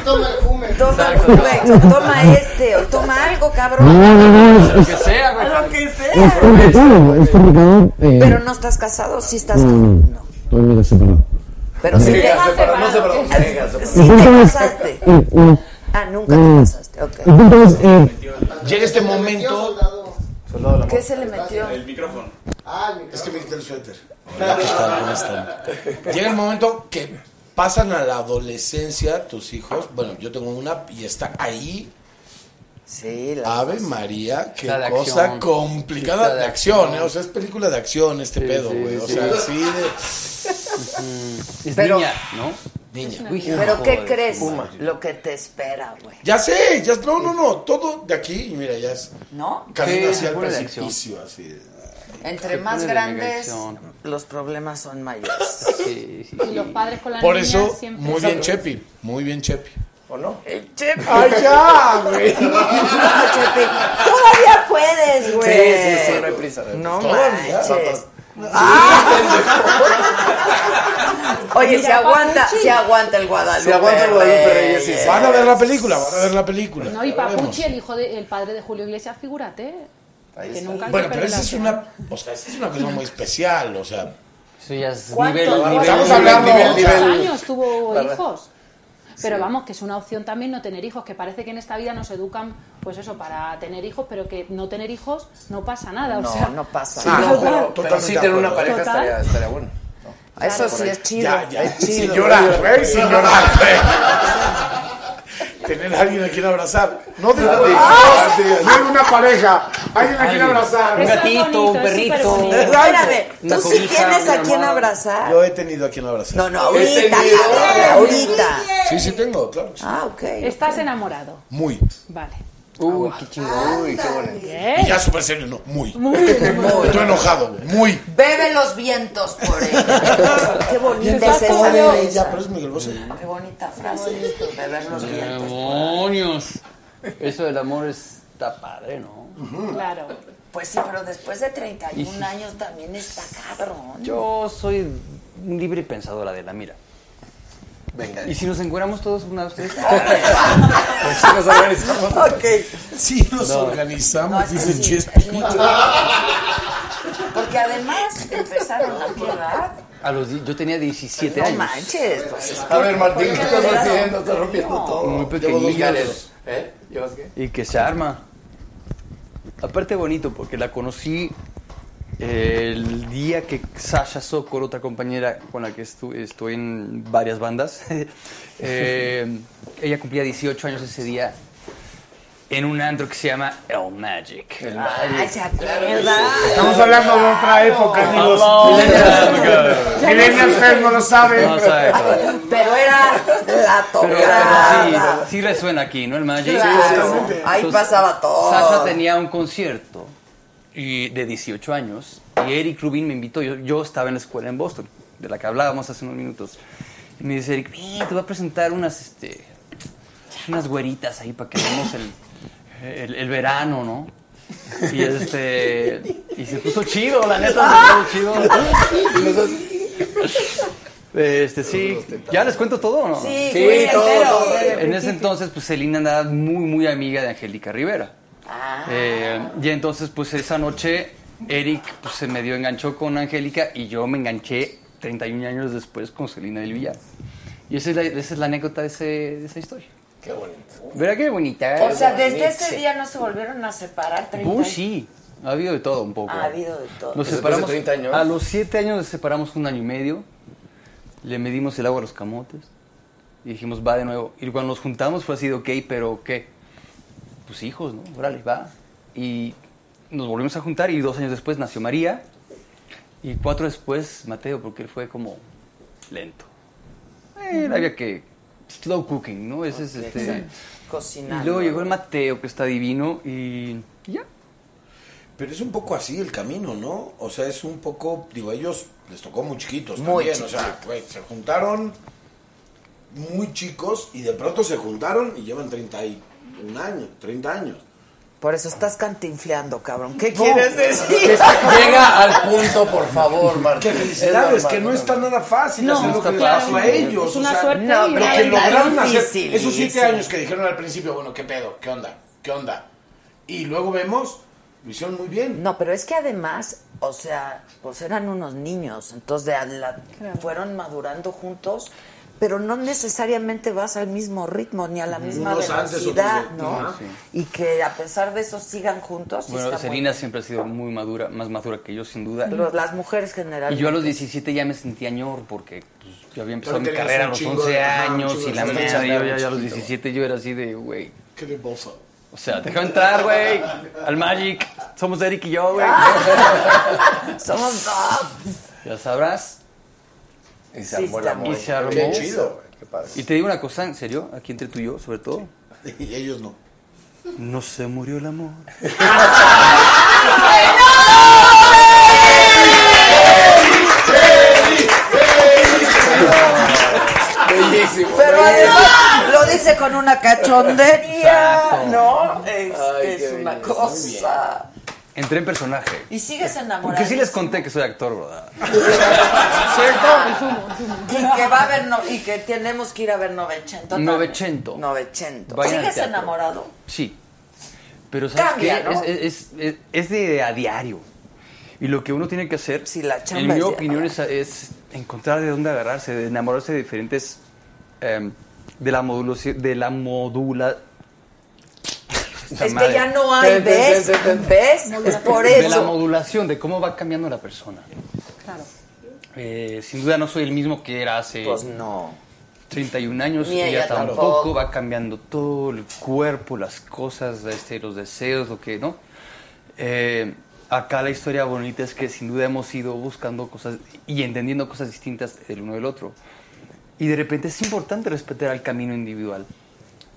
Toma el fume. Toma el fume. Toma este o toma algo, cabrón. Lo que sea, güey. Lo que sea. es eh. complicado. Pero no estás casado, sí estás. No. Todavía separado. Pero si te, El si te punto es- casaste. eh, no. Ah, nunca Eh, te casaste. Ok. El punto es, eh, Llega este momento. ¿Qué se le metió? El micrófono. Ah, mi Es que me quité el suéter. Hola, ¿qué tal? ¿Cómo están? Llega el momento que pasan a la adolescencia tus hijos. Bueno, yo tengo una y está ahí. Sí, Ave María, qué Está de cosa acción. complicada Está de, de acción, acción. ¿eh? O sea, es película de acción este pedo, sí, güey. o sí. Mm. sea, sí Es Pero- niña, ¿no? Niña. Uy, Pero ¿qué joder, crees? Puma. Lo que te espera, güey. Ya sé, ya no, no, no, todo de aquí, y mira, ya es. ¿No? Camino Sí, hacia el pura de precipicio, así. Entre más grandes, los problemas son mayores. Y los padres con la Por niña eso, siempre muy bien, son- Chepi, muy bien, Chepi. ¿O no? Chepi. Ay, ya, güey. No, Chepi, Todavía puedes, güey. Sí, sí, sí, no hay prisa. No, hay Pues, prisa. No manches. Oye, se aguanta, se aguanta el Guadalupe. Se aguanta el Guadalupe Reyes, sí, sí. Van a ver la película, Reyes. van a ver la película. No, y Ya veremos. Papuchi, el hijo de, el padre de Julio Iglesias, figúrate. Que nunca hay Bueno, que pero esa es perder una, o sea, esa es una cosa muy especial, o sea. Eso ya es ¿Cuánto? nivel, ¿Cuántos nivel. Estamos hablando- la- nivel, Muchos nivel. años tuvo Para- hijos. Pero vamos, que es una opción también no tener hijos, que parece que en esta vida nos educan, pues eso, para tener hijos, pero que no tener hijos no pasa nada. No, o sea, no pasa Ah, Sí, nada. no, pero- Pero sí tener una pareja Total. estaría, estaría bueno. Eso sí es chido. Ya, ya, es sin chido. llorar, güey, sin llorar, güey. Ah, Tener a alguien a quien abrazar. No te A ti, a ti. No hay una pareja, alguien a quien abrazar. Un Eso es gatito, un bonito, es perrito. superbonito. Espérame, Una ¿tú sí cobija, tienes a una quién almohada. abrazar? Yo he tenido a quien abrazar. No, no, ahorita, cabrón, ahorita. Sí, sí tengo, claro. que sí. Ah, ok. Estás enamorado. Muy. Vale. Uy, qué chingón. Uy, qué bonito. Bien. Y ya súper serio, no, muy. Muy. Estoy enojado, güey, muy. Bebe los vientos por ella. Qué bonita es Exacto, esa güey, frase. ya, pero es Miguel Bosé. Qué bonita frase. Beber los vientos. ¡Demonios! Eso del amor está padre, ¿no? Claro. Pues sí, pero después de 31 Hijos. años también está cabrón. Yo soy un libre pensadora de la mira. Venga. ¿Y si nos encueramos todos una de ustedes? Pues sí nos organizamos. Ok. Sí, nos No. organizamos, dice sí, Chespi. es niño. Porque además empezaron a qué edad. A los, di- yo tenía 17 No años. manches, pues es que- A ver, Martín, ¿qué estás Claro. haciendo? Estás rompiendo todo. Muy Llevo dos pequeñitos. metros. ¿Eh? ¿Llevas qué? Y que se arma. Aparte bonito, porque la conocí eh, el día que Sasha Sokor, otra compañera con la que estu- estoy en varias bandas, eh, ella cumplía 18 años ese día en un antro que se llama El Magic. Ah, Ay, ¿se acuerda? Estamos hablando de otra época, amigos. Hello. Millennials. Millennials, ustedes no lo saben. No saben, pero- Pero era la Pero tocada. bueno, sí, sí resuena aquí, ¿no? El Magic. Claro, ahí pasaba todo. Sasha tenía un concierto y- de 18 años y Eric Rubin me invitó. Yo, yo estaba en la escuela en Boston, de la que hablábamos hace unos minutos. Y me dice Eric, "Eh, te voy a presentar unas, este, unas güeritas ahí para que veamos el, el, el verano, ¿no? Y este. Y se puso chido, la neta, se puso chido. Este, sí. ¿Ya les cuento todo o no? Sí, Sí, güey, todo, entero. todo. En ese entonces, pues Celina andaba muy, muy amiga de Angélica Rivera. Ah. Eh, y entonces, pues esa noche, Eric pues, se medio enganchó con Angélica y yo me enganché 31 años después con Celina del Villar. Y esa es la, esa es la anécdota de, ese- de esa historia. Qué bonito. ¿Verdad qué bonita? Oh. O sea, desde ese día no se volvieron a separar. 30 Uh, sí. Ha habido de todo un poco. Ha habido de todo. Nos Después de separamos, 30 años. A los 7 años nos separamos un año y medio. Le medimos el agua a los camotes. Y dijimos, va de nuevo. Y cuando nos juntamos fue así de, ok, pero ¿qué? Pues hijos, ¿no? Órale, va. Y nos volvimos a juntar y dos años después nació María. Y cuatro después Mateo, porque él fue como lento. Eh, había que... Slow cooking, ¿no? Ese es este... exacto. Cocinando. Y luego llegó el Mateo, que está divino, y ya. Pero es un poco así el camino, ¿no? O sea, es un poco, digo, a ellos les tocó muy chiquitos Muy también, o sea, pues, se juntaron muy chicos y de pronto se juntaron y llevan 31 años, 30 años. Por eso estás cantinfleando, cabrón. ¿Qué No. quieres decir? Que se- llega al punto, por favor, Que felicidades, que no está nada fácil No, hacer lo está que claro. les pasó a ellos. Es una o sea, suerte y pero una que ventaja lograron hacer difícil, esos siete sí. años que dijeron al principio, bueno, qué pedo, qué onda, qué onda. Y luego vemos, lo hicieron muy bien. No, pero es que además, o sea, pues eran unos niños, entonces de a la- fueron madurando juntos, pero no necesariamente vas al mismo ritmo ni a la misma Unos antes, velocidad, otros de- ¿no? Ajá. Sí. Y que a pesar de eso sigan juntos. sí Bueno, está Serena siempre ha sido muy madura, más madura que yo, sin duda. bueno. Los- las mujeres y generalmente. yo a los 17 ya me sentía ñor porque pues, yo había empezado mi Pero tenías carrera a un los chingo 11 de- ajá, un años chingo y de la madre. experiencia, Yo claro, ya a los chiquito. 17 yo era así de, güey. Qué de bolsa. O sea, te dejo entrar, güey, al Magic. Somos Eric y yo, güey. Somos Ya sabrás. Y se armó el amor. Y se armó. Qué chido, güey, qué padre. Y te digo una cosa, en serio, aquí entre tú y yo, sobre todo. Y ellos no. No se murió el amor. Bellísimo. Pero además lo dice con una cachondería, ¿no? Es, Este, es una cosa. Entré en personaje. Y sigues enamorado. Porque sí les conté que soy actor, ¿verdad? ¿Cierto? Y que va a haber no- y que tenemos que ir a ver Novecento. también. 900. 900. Vayan al ¿Sigues teatro. enamorado? Sí. Pero ¿sabes Cambia, qué? ¿no? Es, es- es- es de a diario. Y lo que uno tiene que hacer, chamba en mi es de opinión, es, es encontrar de dónde agarrarse, de enamorarse de diferentes... em, de la modulación... De la modula... Esta Es que madre. ya no hay, ¿ves? ¿Ves? Pues, Es por De la eso. modulación, de cómo va cambiando la persona. Claro. Eh, sin duda no soy el mismo que era hace... Pues no. 31 años Ni y ella ya tampoco. tampoco. va cambiando todo el cuerpo, las cosas, este, los deseos, lo que, ¿no? Eh, acá la historia bonita es que sin duda hemos ido buscando cosas y entendiendo cosas distintas el uno del otro. Y de repente es importante respetar el camino individual.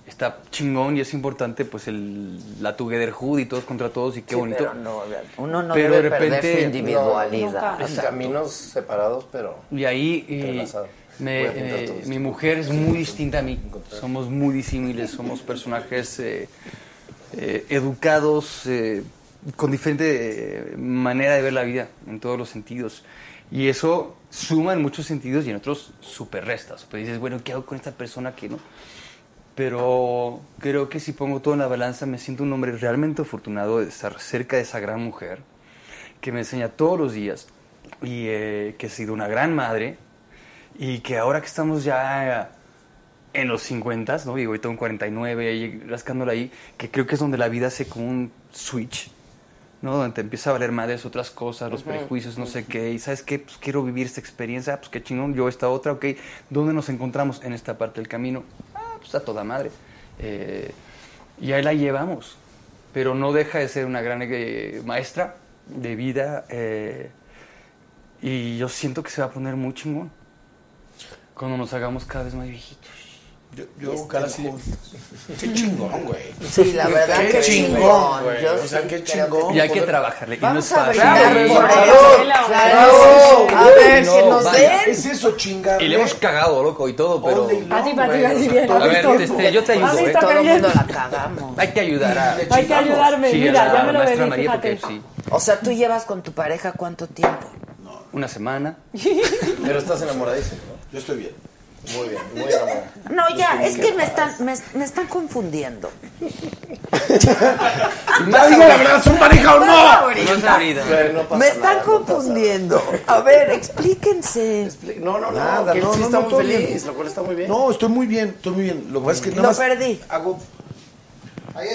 Está chingón y es importante pues el, la togetherhood y todos contra todos y Sí, qué bonito. pero no, uno no Pero debe perder su Nunca. individualidad. En Exacto. caminos separados, pero. Y ahí eh, Entrelazado. me- Voy a apuntar eh, todo esto. mi mujer es muy distinta a mí. Somos muy disímiles, somos personajes eh, eh, educados, eh, con diferente eh, manera de ver la vida en todos los sentidos. Y eso suma en muchos sentidos y en otros superresta. Super dices, bueno, ¿qué hago con esta persona que no? Pero creo que si pongo todo en la balanza, me siento un hombre realmente afortunado de estar cerca de esa gran mujer que me enseña todos los días y eh, que ha sido una gran madre y que ahora que estamos ya en los 50, ¿no? Digo, ahorita un 49, y rascándola ahí, que creo que es donde la vida hace como un switch, ¿no? Donde te empieza a valer madres otras cosas, los Ujú. prejuicios, no sé qué, y ¿sabes qué? Pues quiero vivir esta experiencia, ah, pues qué chingón, yo esta otra, ok. ¿Dónde nos encontramos en esta parte del camino? Ah, pues a toda madre. Eh, y ahí la llevamos, pero no deja de ser una gran eh, maestra de vida. eh, y yo siento que se va a poner muy chingón cuando nos hagamos cada vez más viejitos. Yo, yo hago cara así. de, Qué chingón, güey. Sí, la verdad Qué que chingón, chingón. güey. Yo O sea, sí qué creo chingón. que- Y hay que poder- trabajarle, y no Vamos es a fácil. brindar Claro, por claro, eso. claro, Claro. claro. A ver, No, que nos vaya. den. Es eso, chingar. Y le hemos cagado, loco, y todo, pero... A ti, para ti, Bueno, para ti, pues, bien. A ver, Has visto- este, yo te ayudo, has ¿eh? visto que Todo el bien. mundo la cagamos. Hay que ayudar a... Hay que ayudarme, Sí, mira, a la ya me lo maestra bebí, María, fíjate. porque sí, O sea, tú llevas con tu pareja cuánto tiempo. una semana. Pero estás enamoradísimo, ¿no? Yo estoy bien. Muy bien, muy enamorada. No, ya, es que me están, me, me están confundiendo. Ya diga la verdad, ¿son pareja o no? Más No es ahorita. Claro, no pasa me están nada, no pasa confundiendo. A ver, explíquense. No, no, Nada, que no, sí no, está no, muy todo feliz, bien. lo cual está muy bien. No, estoy muy bien, estoy muy bien. Lo que pasa es que nada Lo más perdí. hago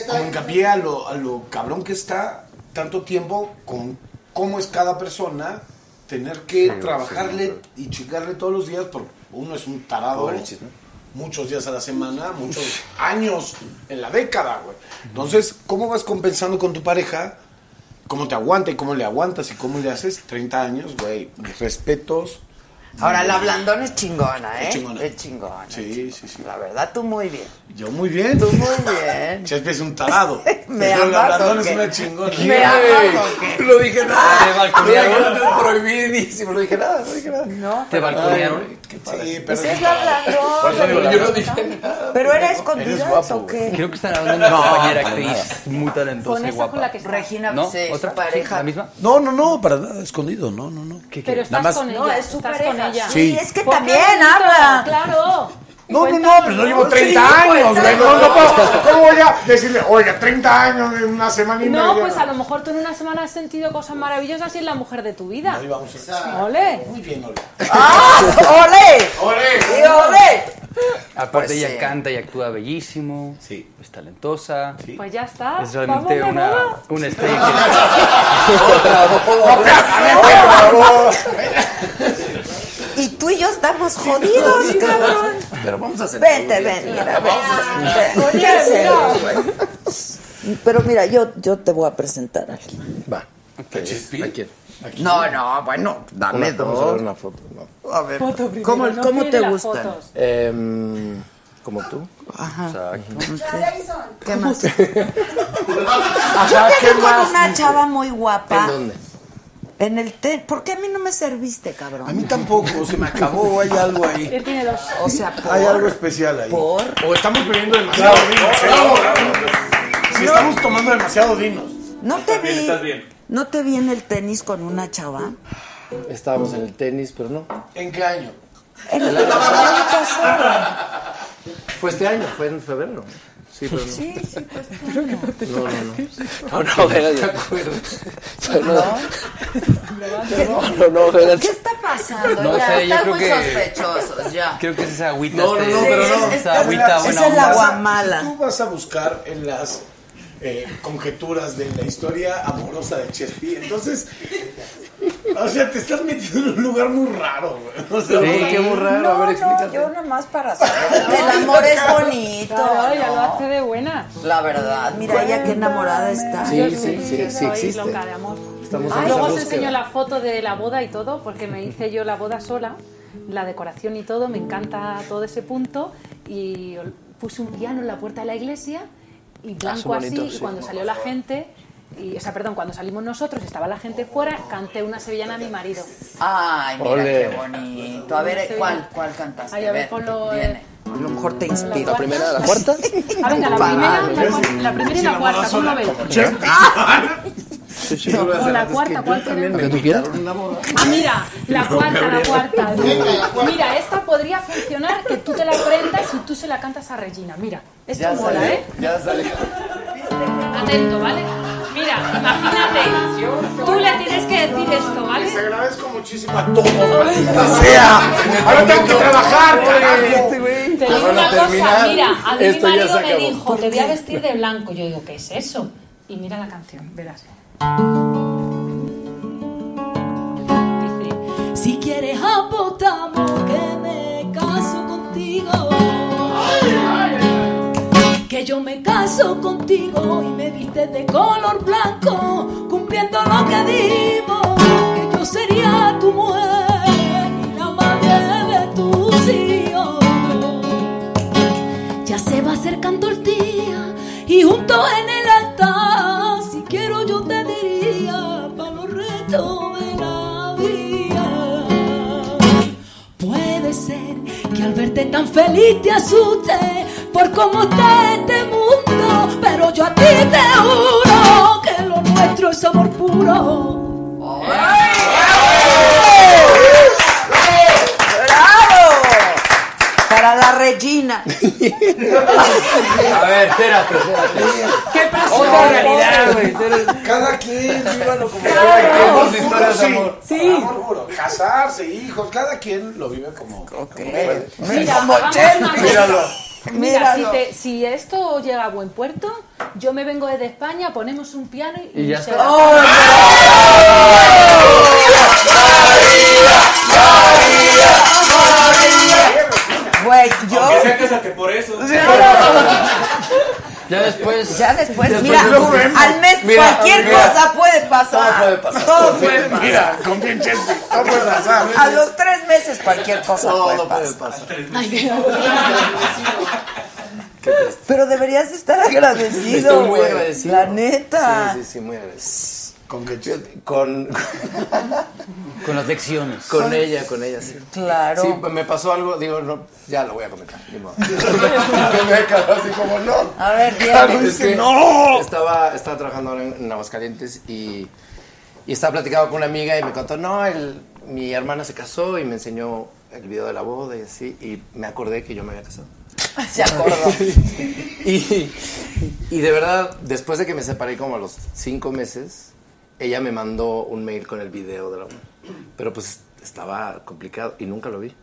como hincapié a lo, a lo cabrón que está tanto tiempo con cómo es cada persona, tener que Sí, trabajarle sí, y chingarle todos los días, porque uno es un tarado. Muchos días a la semana, muchos años en la década, güey. Entonces, ¿cómo vas compensando con tu pareja? ¿Cómo te aguanta y cómo le aguantas y cómo le haces? 30 años, güey. Mis Respetos. Ahora, la blandona es chingona, ¿eh? Es chingona. Es chingona. Sí, sí, sí. La verdad, tú muy bien. Yo muy bien. Tú muy bien. Chespi es un tarado. ¿Me Pero la amas Blandón o es qué? una chingona. ¿Me amas o qué? Lo dije Ah, nada. Te balconearon. Lo dije nada, prohibidísimo. No dije nada, no dije nada. No. Te balconearon. Qué padre. Sí, Esa es la blandona. Por eso digo, yo no dije ¿Pero era escondida o qué? Creo que están hablando de una No, compañera para actriz muy talentosa y guapa. Regina, ¿No? sí, ¿Otra? su pareja. ¿La misma? No, no, no, para nada, escondido, no, no, no. Pero estás con ella. No, es su estás pareja. con ella. Sí, Sí. es que ¿Por qué, también Benito? habla. Claro. No, no, no, pero no llevo pues, 30 años, güey. No, no puedo. ¿Cómo voy a decirle, oiga, 30 años en una semana y media? No, pues a lo mejor tú en una semana has sentido cosas maravillosas y es la mujer de tu vida. Ahí vamos a empezar. Ole. Muy bien, Olga. ¡Ah! ¡Ole! ¡Y ole! Aparte Pues ella sí. canta y actúa bellísimo. Sí. Es talentosa. Pues ya está. Es realmente Vamos de una, boda. una estrella. Y tú y yo estamos jodidos, cabrón. Pero vamos a hacer. Vente, ven, mira, ven. Ven, ¿qué hacemos? Pero mira, yo, yo te voy a presentar a alguien. Va. ¿A quién? No, no, bueno, dame Una- vamos a ver dos. una foto. no. A ver, Foto primero, ¿cómo, no cómo pide te la gustan? foto. Em, Como tú. Ajá. Exacto. ¿Qué más? Ajá, yo ¿qué quedé más? con una chava muy guapa. ¿En dónde? En el té. ¿Por qué a mí no me serviste, cabrón? A mí tampoco, se me acabó, hay algo ahí. Él tiene dos. O sea, por... Hay algo especial ahí. ¿Por? O estamos bebiendo demasiado dinos. Bravo, ¿eh? Si estamos tomando demasiado dinos. No te vi. estás bien. ¿No te vi en el tenis con una chava? Estábamos en el tenis, pero no. ¿En qué año? El el año pasado. Fue este año, fue en febrero. Sí, pero no. Sí, sí, pues. No, no, no. No, no, ¿Te venga. acuerdas? No, no, no, venga. ¿Qué está pasando? No ya, sé, yo están creo muy que- sospechosos, ya. Creo que es esa agüita. No, no, este- no, pero no. Esa agüita buena es el onda. aguamala. Tú vas a buscar en las eh, conjeturas de la historia amorosa de Chespi. Entonces, o sea, te estás metiendo en un lugar muy raro, güey. O sea, Sí, qué muy raro. A ver, explícate. yo nomás para saber. El amor es bonito. Claro, ya lo ¿no? hace de buena. La verdad, mira ella qué enamorada está. Sí, sí, sí, sí Soy existe. loca de amor. Estamos Ah, en esa luego os búsqueda. enseño la foto de la boda y todo, porque me hice yo la boda sola, la decoración y todo, me encanta todo ese punto. Y ol- puse un piano en la puerta de la iglesia y Ah, blanco así, bonito, y sí. cuando salió la gente, y, o sea, perdón, cuando salimos nosotros, estaba la gente fuera, canté una sevillana a mi marido. Ay, mira Ole. qué bonito. A ver, ¿cuál, cuál cantaste? Ay, a ver, Ven, ponlo, eh, Viene. A lo mejor te inspira. ¿La primera, la cuarta? Ah, venga, la primera, la, cuar- la primera y la cuarta, ¿cómo lo veis? Sí, sí. No, la cuarta, ¿cuál quieres? ¿Lo que tú quieras? Ah, mira, la cuarta, la cuarta. Mira, esta podría funcionar que tú te la aprendas y tú se la cantas a Regina. Mira, esto Ya mola, salió, ¿eh? ya salió. Atento, ¿vale? Mira, imagínate, tú le tienes que decir esto, ¿vale? Les agradezco muchísimo a todos, maldita sea. Ah, Ahora tengo que trabajar, carajo. Te digo Van a una cosa, terminar. mira, a mí mi Esto ya marido se me acabó. dijo, te voy a vestir de blanco. Yo digo, ¿qué es eso? Y mira la canción, verás. Si quieres apostamos que me caso contigo. Que yo me caso contigo y me viste de color blanco, cumpliendo lo que digo, que yo sería tu mujer y la madre de tus hijos. se cantó el día y juntos en el altar, si quiero yo te diría, para los retos de la vida. Puede ser que al verte tan feliz te asuste por cómo está este mundo, pero yo a ti te juro que lo nuestro es amor puro. ¡Bravo! Para la Regina. A ver, espérate, espérate. ¿Qué pasó? Otra realidad, güey. Cada quien, vívalo como Claro. cada Sus quien. historias de Sí, amor. sí. Amor puro. Casarse, hijos, cada quien lo vive como. como puede. Mira, Como vamos Chen, a- Míralo. Mira, si, Míralo. te- si esto llega a buen puerto, yo me vengo desde España, ponemos un piano y, Y ya se está. va. Güey, yo. Aunque sea cásate por eso. Ya después. Ya después, Después mira, lo vemos. al mes Mira, cualquier mira. cosa puede pasar. Todo puede pasar. Todo puede pasar. Mira, con pinche- todo puede pasar. A los tres meses cualquier cosa Todo puede, puede pasar. Ay, qué- Pero deberías estar agradecido. Estoy muy güey. agradecido. La neta. Sí, sí, sí, muy agradecido. ¿Con qué? Con, Con las lecciones. con ella, con ella, sí. Claro. Sí, me pasó algo, digo, no, ya lo voy a comentar. ni modo. Que me quedo así como, no. A ver, Claro, dime. es que no. Estaba, estaba trabajando ahora en, en Aguascalientes y, y estaba platicando con una amiga y me contó, no, el- mi hermana se casó y me enseñó el video de la boda y así, y me acordé que yo me había casado. Se acordó. Y, y de verdad, después de que me separé como a los cinco meses, ella me mandó un mail con el video de la boda. Pero pues estaba complicado y nunca lo vi.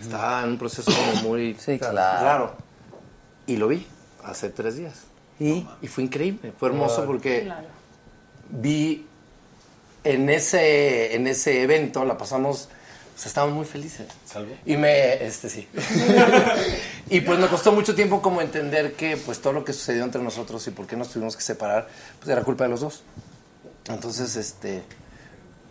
Estaba en un proceso como muy claro. raro. Y lo vi hace tres días. ¿Y? fue increíble, fue hermoso Claro. porque vi en ese, en ese evento, la pasamos, o sea, estábamos muy felices. Y me, este sí. y pues me costó mucho tiempo como entender que pues todo lo que sucedió entre nosotros y por qué nos tuvimos que separar, pues era culpa de los dos. Entonces, este,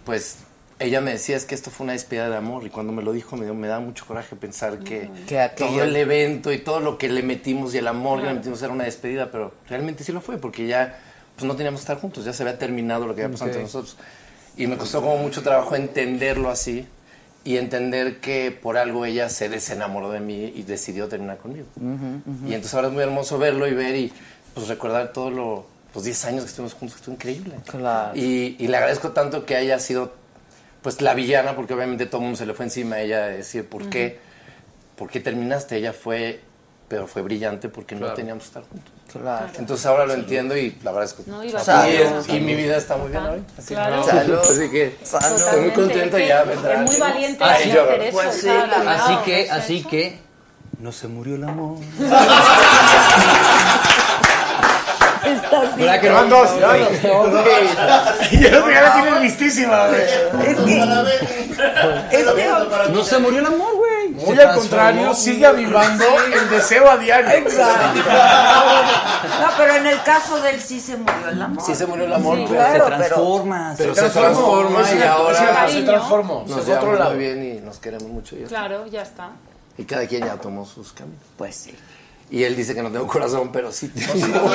pues ella me decía, es que esto fue una despedida de amor y cuando me lo dijo me, dio, me da mucho coraje pensar que, Que aquello- todo el evento y todo lo que le metimos y el amor que Claro. le metimos era una despedida, pero realmente sí lo fue porque ya pues no teníamos que estar juntos, ya se había terminado lo que había pasado Ok. entre nosotros. Y me costó como mucho trabajo entenderlo así y entender que por algo ella se desenamoró de mí y decidió terminar conmigo. Y entonces ahora es muy hermoso verlo y ver y pues recordar todos lo- los 10 años que estuvimos juntos, que estuvo increíble. Claro. Y, y le agradezco tanto que haya sido pues la villana, porque obviamente todo el mundo se le fue encima a ella de decir, ¿por qué? ¿Por qué terminaste? Ella fue, pero fue brillante porque no Claro. teníamos que estar juntos. Claro. Entonces ahora lo entiendo y la verdad es que... No, iba y a- es- Salud. y, mi vida está muy bien Total. hoy. Así, Claro. Salud. Salud. Así que Salud. ah, estoy muy contento y ya vendrá. Es muy valiente Ay, hacer yo- eso, Pues sí, claro. claro. Así que, así que. No se murió el amor. Estás ¿Verdad que Van no? dos. Y el otro ya la tiene listísima, güey. No se murió el amor, güey. Muy Se al transformó. contrario, sigue avivando el deseo a diario. No, pero en el caso de él sí se murió el amor. Sí se murió el amor, pero claro, se transforma. Pero Se se transformó. transforma Ese y es- ese ahora es- se Nos transformó, se fue a llevamos otro lado. muy bien y nos queremos mucho. y ya está. Claro, ya está. Y cada quien ya tomó sus caminos. Pues sí. Y él dice que no tengo corazón, pero sí tengo. Chiquito,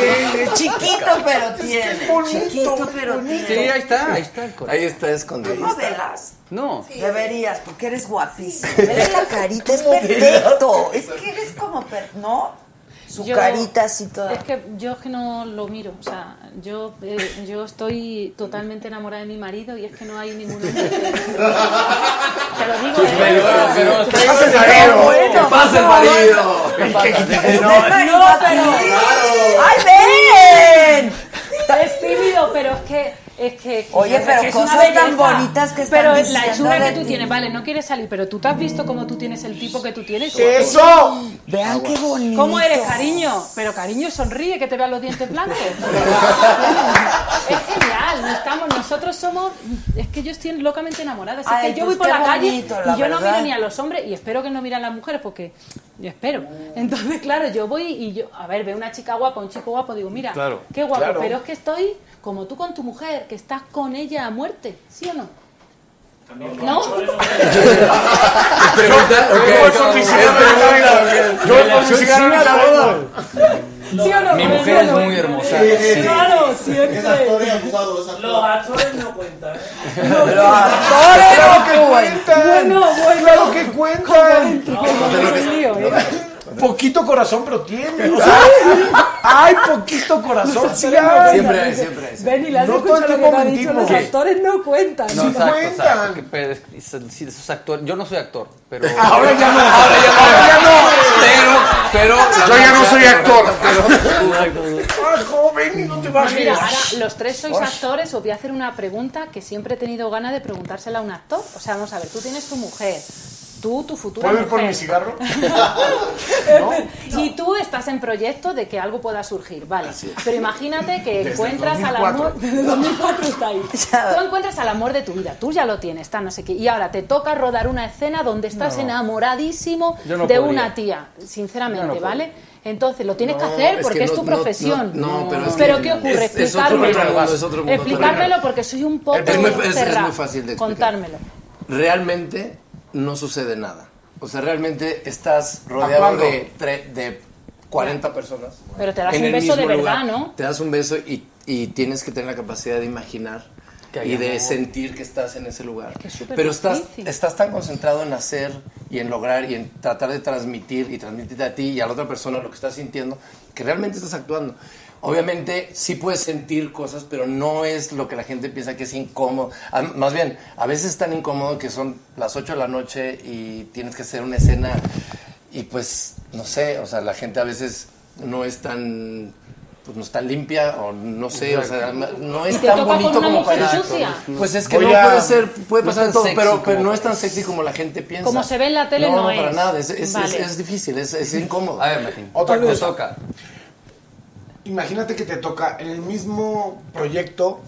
pero tiene. Chiquito, pero tiene. Sí, ahí está, ahí está el corazón. Ahí está escondido. No velas. No. Deberías, porque eres guapísimo. Vele la carita, es perfecto. Es que eres como, per- ¿no? Su Yo- carita así toda. Es que yo es que no lo miro, o sea, yo, eh, yo estoy totalmente enamorada de mi marido y es que no hay ningún hombre que- Te lo digo, ¿eh? Que pase el marido. Que pase el marido. No, pero... ¡Ay, ven! Es tímido, pero es que... Es que, es que- Oye, es pero que es una cosas tan belleza. bonitas que están Pero es diciendo la hechura de que tú ti. tienes, vale, no quieres salir, pero tú te has visto cómo tú tienes el tipo que tú tienes. ¡Eso! Vean qué bonito. ¿Cómo eres, cariño? Pero cariño, sonríe, que te vean los dientes blancos. es genial, no estamos, nosotros somos, es que yo estoy locamente enamorada. así Ay, que yo pues voy por qué la calle bonito, y la yo no verdad. miro ni a los hombres y espero que no miren a las mujeres porque yo espero. Entonces, claro, yo voy y yo, a ver, veo una chica guapa, un chico guapo, digo, mira, Claro, qué guapo, claro. pero es que estoy como tú con tu mujer, que estás con ella a muerte, ¿sí o no? ¿No? pregunta? Ok, Yo voy por mi es cigarro en la pregunta, boda. ok. Yo voy por mi Sí, cigarro en sí, la sí, boda. ¿Sí o no? Mi mujer es muy hermosa. sí. Claro, siempre. Los actores no cuentan. Los Bueno, bueno. Claro que cuentan. Poquito corazón, pero tiene. Ay, poquito corazón. Sí, hay. Ven y le has No todo escuchado lo el que tiempo te ha dicho. Los mentimos. actores no cuentan. No, exacto, exacto, que, pero es- es- sí, de esos actores- yo no soy actor, pero. Ahora ya no. Ahora ya no. Ahora ya no. Pero, pero. Yo ya no soy actor. Ay, Ah, joven, no te bajes. Pues Mira, ahora los tres sois Osh. actores, os voy a hacer una pregunta que siempre he tenido ganas de preguntársela a un actor. O sea, vamos a ver, tú tienes tu mujer, tú, tu futura ¿Puedo ir mujer. por mi cigarro? Y tú estás en proyecto de que algo pueda surgir, vale. Así es. Pero imagínate que Desde el encuentras al 2004. amor. Desde el 2004 está ahí. Tú encuentras al amor de tu vida, tú ya lo tienes, tal, no sé qué. Y ahora te toca rodar una escena donde estás No. enamoradísimo Yo no de podría. una tía, sinceramente, Yo no podría. ¿vale? Entonces lo tienes que No, hacer es porque que es no- tu no- profesión. Mm. no, no, pero es Pero que ¿qué ocurre? es- es otro Explicármelo. mundo, es otro mundo Explicármelo totalmente. porque soy un poco Es muy- es- es cerrada. muy fácil de explicar. Contármelo. realmente no sucede nada. O sea, realmente estás rodeado cuándo? de, tre- de 40 personas. Pero te das en un el beso de mismo verdad, lugar. ¿no? Te das un beso y, y tienes que tener la capacidad de imaginar Que hay y de amor. sentir que estás en ese lugar. Que es súper Pero estás, difícil. estás tan concentrado en hacer y en lograr y en tratar de transmitir y transmitirte a ti y a la otra persona lo que estás sintiendo que realmente estás actuando. Obviamente sí puedes sentir cosas, pero no es lo que la gente piensa que es incómodo. Ah, Más bien, a veces es tan incómodo que son las 8 de la noche y tienes que hacer una escena y pues, no sé, o sea, la gente a veces no es tan, pues no es tan limpia o no sé, o sea, no Y es te tan toca con bonito una como mujer para... sucia. Pues es que Voy no a- puede ser, puede no es pasar tan todo, sexy pero, como pero no es tan sexy como la gente piensa. Como se ve en la tele, no, no para es. nada, es, es- Vale. es- es difícil, es, es incómodo. A ver, Martín. Otra Te cosa. toca. Imagínate que te toca en el mismo proyecto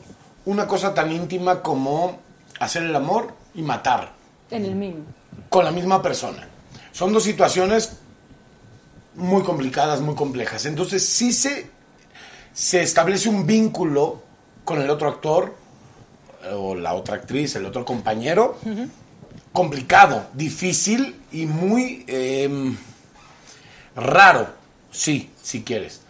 una cosa tan íntima como hacer el amor y matar En el mismo. con la misma persona. Son dos situaciones muy complicadas, muy complejas. Entonces sí se, se establece un vínculo con el otro actor eh, o la otra actriz, el otro compañero, complicado, difícil y muy em, raro, sí, si quieres.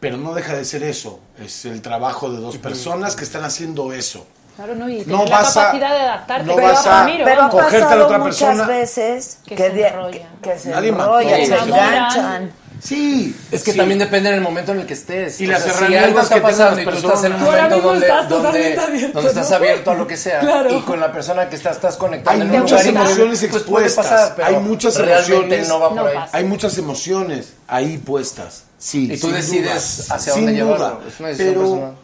Pero no deja de ser eso, es el trabajo de dos personas que están haciendo eso. Claro, no, y No tener la vas a- capacidad de adaptarte. no Pero vas a- Ramiro, Pero ha vamos. Cogerte a la pasado otra muchas persona. veces que, de- que- que se Nadie mató. enrollan, Sí, se sí. enganchan. Sí. Es que sí. también depende del momento en el que estés. Y las si herramientas algo está que tengan pasando y las tú estás en un personas. Tú ahora momento mismo donde, estás donde, totalmente abierto, donde estás ¿no? abierto a lo que sea Claro. y con la persona que estás, estás Hay conectando en un muchas lugar emociones increíble, pues puede expuestas. pasar, pero hay muchas realmente emociones. no va por ahí. Hay muchas emociones ahí puestas. Sí. Y tú sin decides duda, hacia sin dónde duda. llevarlo. Es una decisión personal.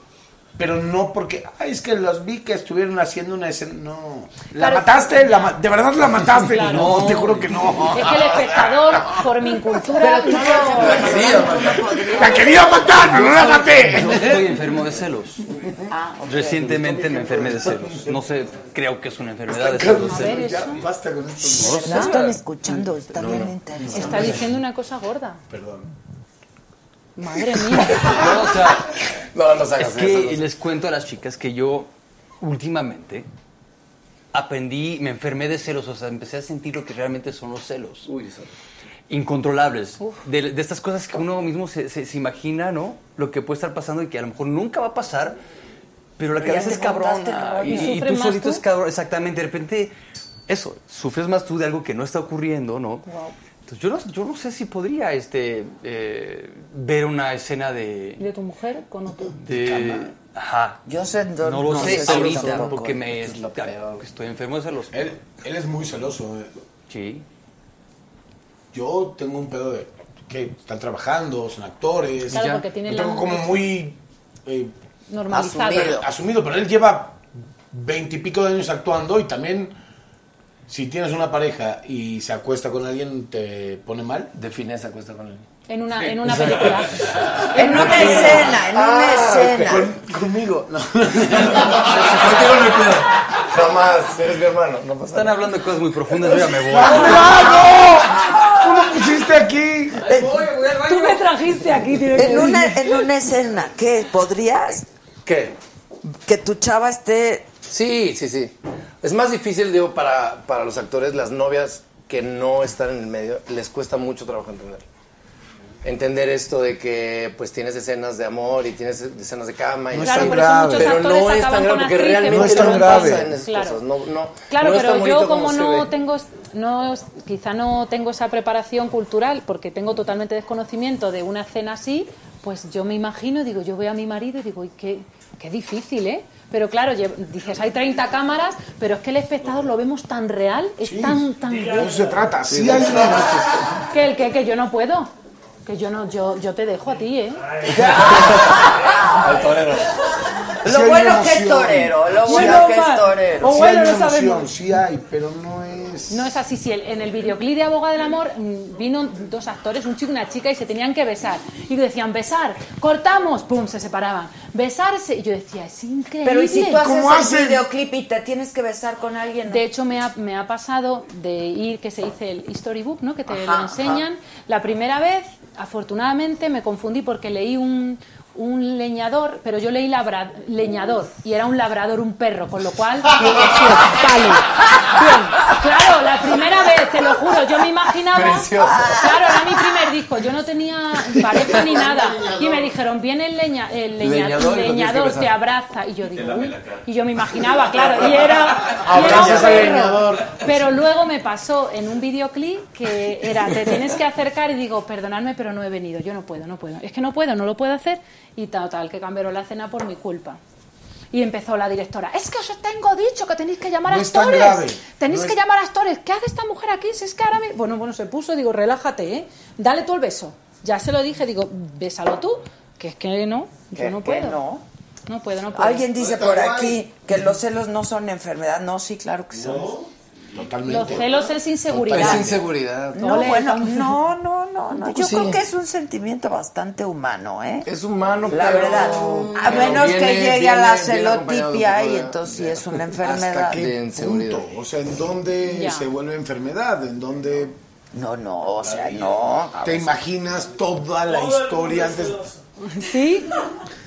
pero, pero no porque. Ay, es que los vi que estuvieron haciendo una escena. No. ¿La Claro. mataste? ¿La ma- ¿De verdad la mataste? Claro. No, te juro que no. Es que el espectador, por mi incultura, no lo- La quería matar, pero no la maté. Yo estoy enfermo de celos. Ah, ok. Recientemente me enfermé de celos. No sé, creo que es una enfermedad de Carlos, celos. ya basta con esto. No, Pues ¿Verdad? sí. Están escuchando, está bien interesante. está diciendo una cosa gorda. Perdón. Madre mía. No, o sea, no, no hagas es que eso, no. les cuento a las chicas que yo últimamente aprendí, me enfermé de celos, o sea, empecé a sentir lo que realmente son los celos. Incontrolables. De, de estas cosas que uno mismo se, se- se imagina, ¿no? Lo que puede estar pasando y que a lo mejor nunca va a pasar, pero la Pero ya cabeza es te montaste, cabrona. cabrón. Y, ¿Y y sufres tú más solito tú? es cabrón. Exactamente, de repente, eso, sufres más tú de algo que no está ocurriendo, ¿no? Entonces, Pues yo no, yo no sé si podría este, eh, ver una escena de, De tu mujer con otro. de... Ajá. Yo sé, no, lo no sé sé ahorita tampoco. porque me Pues, estoy enfermo de celos. Él, él es muy celoso. eh. Sí. Yo tengo un pedo de que están trabajando, son actores. Claro, porque tienen Lo la- tengo como muy eh, Normalizado. Asumido, pero él lleva veintipico de años actuando y también si tienes una pareja y se acuesta con alguien, ¿te pone mal? Define se acuesta con alguien. En una, en una película. Ah, En Ah. una escena, en una escena. Ah, conmigo. No. Contigo no hay pedo. Jamás, eres mi hermano. No pasa Están hablando de cosas muy profundas, yo ya me voy. ¡Ah, no! ¿Cómo pusiste aquí? Tú me trajiste aquí. tiene que En una, decir. en una escena, ¿qué? ¿Podrías? ¿Qué? Que tu chava esté. Sí, sí, sí. Es más difícil, digo, para, para los actores, las novias que no están en el medio, les cuesta mucho trabajo entender. Entender esto de que pues tienes escenas de amor y tienes escenas de cama y No es Claro, tan por grave. Pero eso grave. muchos actores no es tan acaban con grave porque actrices, realmente No es tan no grave. pasa en esas Claro. cosas. No, no, Claro, no es tan pero bonito yo como se no ve. tengo, no, quizá no tengo esa preparación cultural porque tengo totalmente desconocimiento de una cena así, pues yo me imagino, digo, yo veo a mi marido y digo, "Uy, qué, qué difícil, ¿eh? Pero claro, lle- dices, hay 30 cámaras, pero es que el espectador lo vemos tan real, es tan, tan De real, eso se trata. Sí, Sí, de hay eso una- se que, el, que, que yo no puedo. Que yo no, yo, yo te dejo a ti, ¿eh? Al torero. Lo bueno que es torero, lo bueno que es torero. sí bueno, hay no una emoción, sabemos. sí hay, pero no es... No es así. Si el- en el videoclip de Abogada del Amor mm, vino dos actores, un chico y una chica, y se tenían que besar. Y decían, besar, cortamos, pum, se separaban. Besarse. Y yo decía, es increíble. Pero ¿y si tú haces el videoclip y te tienes que besar con alguien? De hecho, me ha, me ha pasado de ir, que se dice el history book, ¿no? Que te Ajá, lo enseñan. La primera vez, afortunadamente, me confundí porque leí un, un leñador, pero yo leí labra- leñador y era un labrador, un perro, con lo cual... dije, vale, bien. Claro, la primera vez, te lo juro, yo me imaginaba... Precioso. Claro, era mi primer disco, yo no tenía pareja ni nada. Y me dijeron, viene el, leña- el leña- Leñador y lo tienes que leñador, besar. te abraza. Y yo digo, "Uy". y yo me imaginaba, claro, y era... Abrazas al Quiero perro. leñador. Pero luego me pasó en un videoclip que era, te tienes que acercar y digo, perdonadme, pero no he venido, yo no puedo, no puedo. Es que no puedo, no lo puedo hacer. Y tal, tal, que cambiaron la cena por mi culpa. Y empezó la directora, es que os tengo dicho que tenéis que llamar a No es tan actores. grave, Tenéis no que es- llamar a actores. ¿Qué hace esta mujer aquí? Si es que ahora me... Bueno, bueno, se puso, digo, relájate, ¿eh? Dale tú el beso. Ya se lo dije, digo, bésalo tú, que es que no, yo Que- no que puedo. no. No puedo, no puedo. Alguien dice por aquí que los celos no son enfermedad. No, sí, claro que son. Los celos es inseguridad. Es inseguridad. No, No le- bueno, no, no, no, no. pues Yo sí. creo que es un sentimiento bastante humano, ¿eh? Es humano, La pero- verdad. A pero menos viene- que llegue viene- a viene la acompañado de un celotipia poco y de- entonces sí es ¿Hasta una enfermedad. qué punto? O sea, ¿en dónde Ya. se vuelve enfermedad? ¿En dónde...? No, no, o sea, no. ¿Te imaginas toda la historia antes? ¿Sí?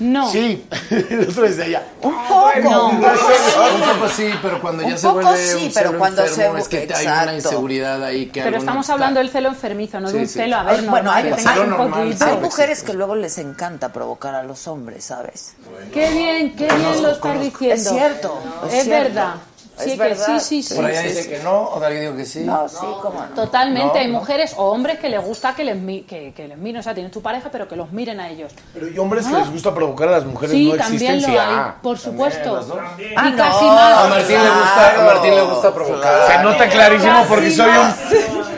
No. Sí, el otro desde allá. Ah, Un poco. No. Un poco Pues sí. Un pues poco sí, pero cuando Un ya se poco vuelve sí, un pero celo cuando se enfermo, vu- es que te- hay Exacto. una inseguridad ahí que Pero algo no estamos está. hablando del celo enfermizo, no Sí, de un sí. celo. A Ay, ver, no, bueno, hay, que tengas hay- un poquito. hay mujeres que luego les encanta provocar a los hombres, ¿sabes? Qué bien, qué bien lo estás diciendo. Es cierto, Es, es cierto. verdad. Es Sí, que verdad. sí, sí, sí. Por allá sí, dice sí. que no, o de alguien dijo que sí. No, sí, cómo no. Totalmente, No, hay no. mujeres o hombres que les gusta que les, mi- que, que les miren, o sea, tienes tu pareja, pero que los miren a ellos. Pero y hombres que Ah. les gusta provocar a las mujeres Sí, no también existen. lo sí, ah. hay, por supuesto. Y Ah, no. casi más. A Martín le gusta, a Martín le gusta provocar. Se nota clarísimo porque soy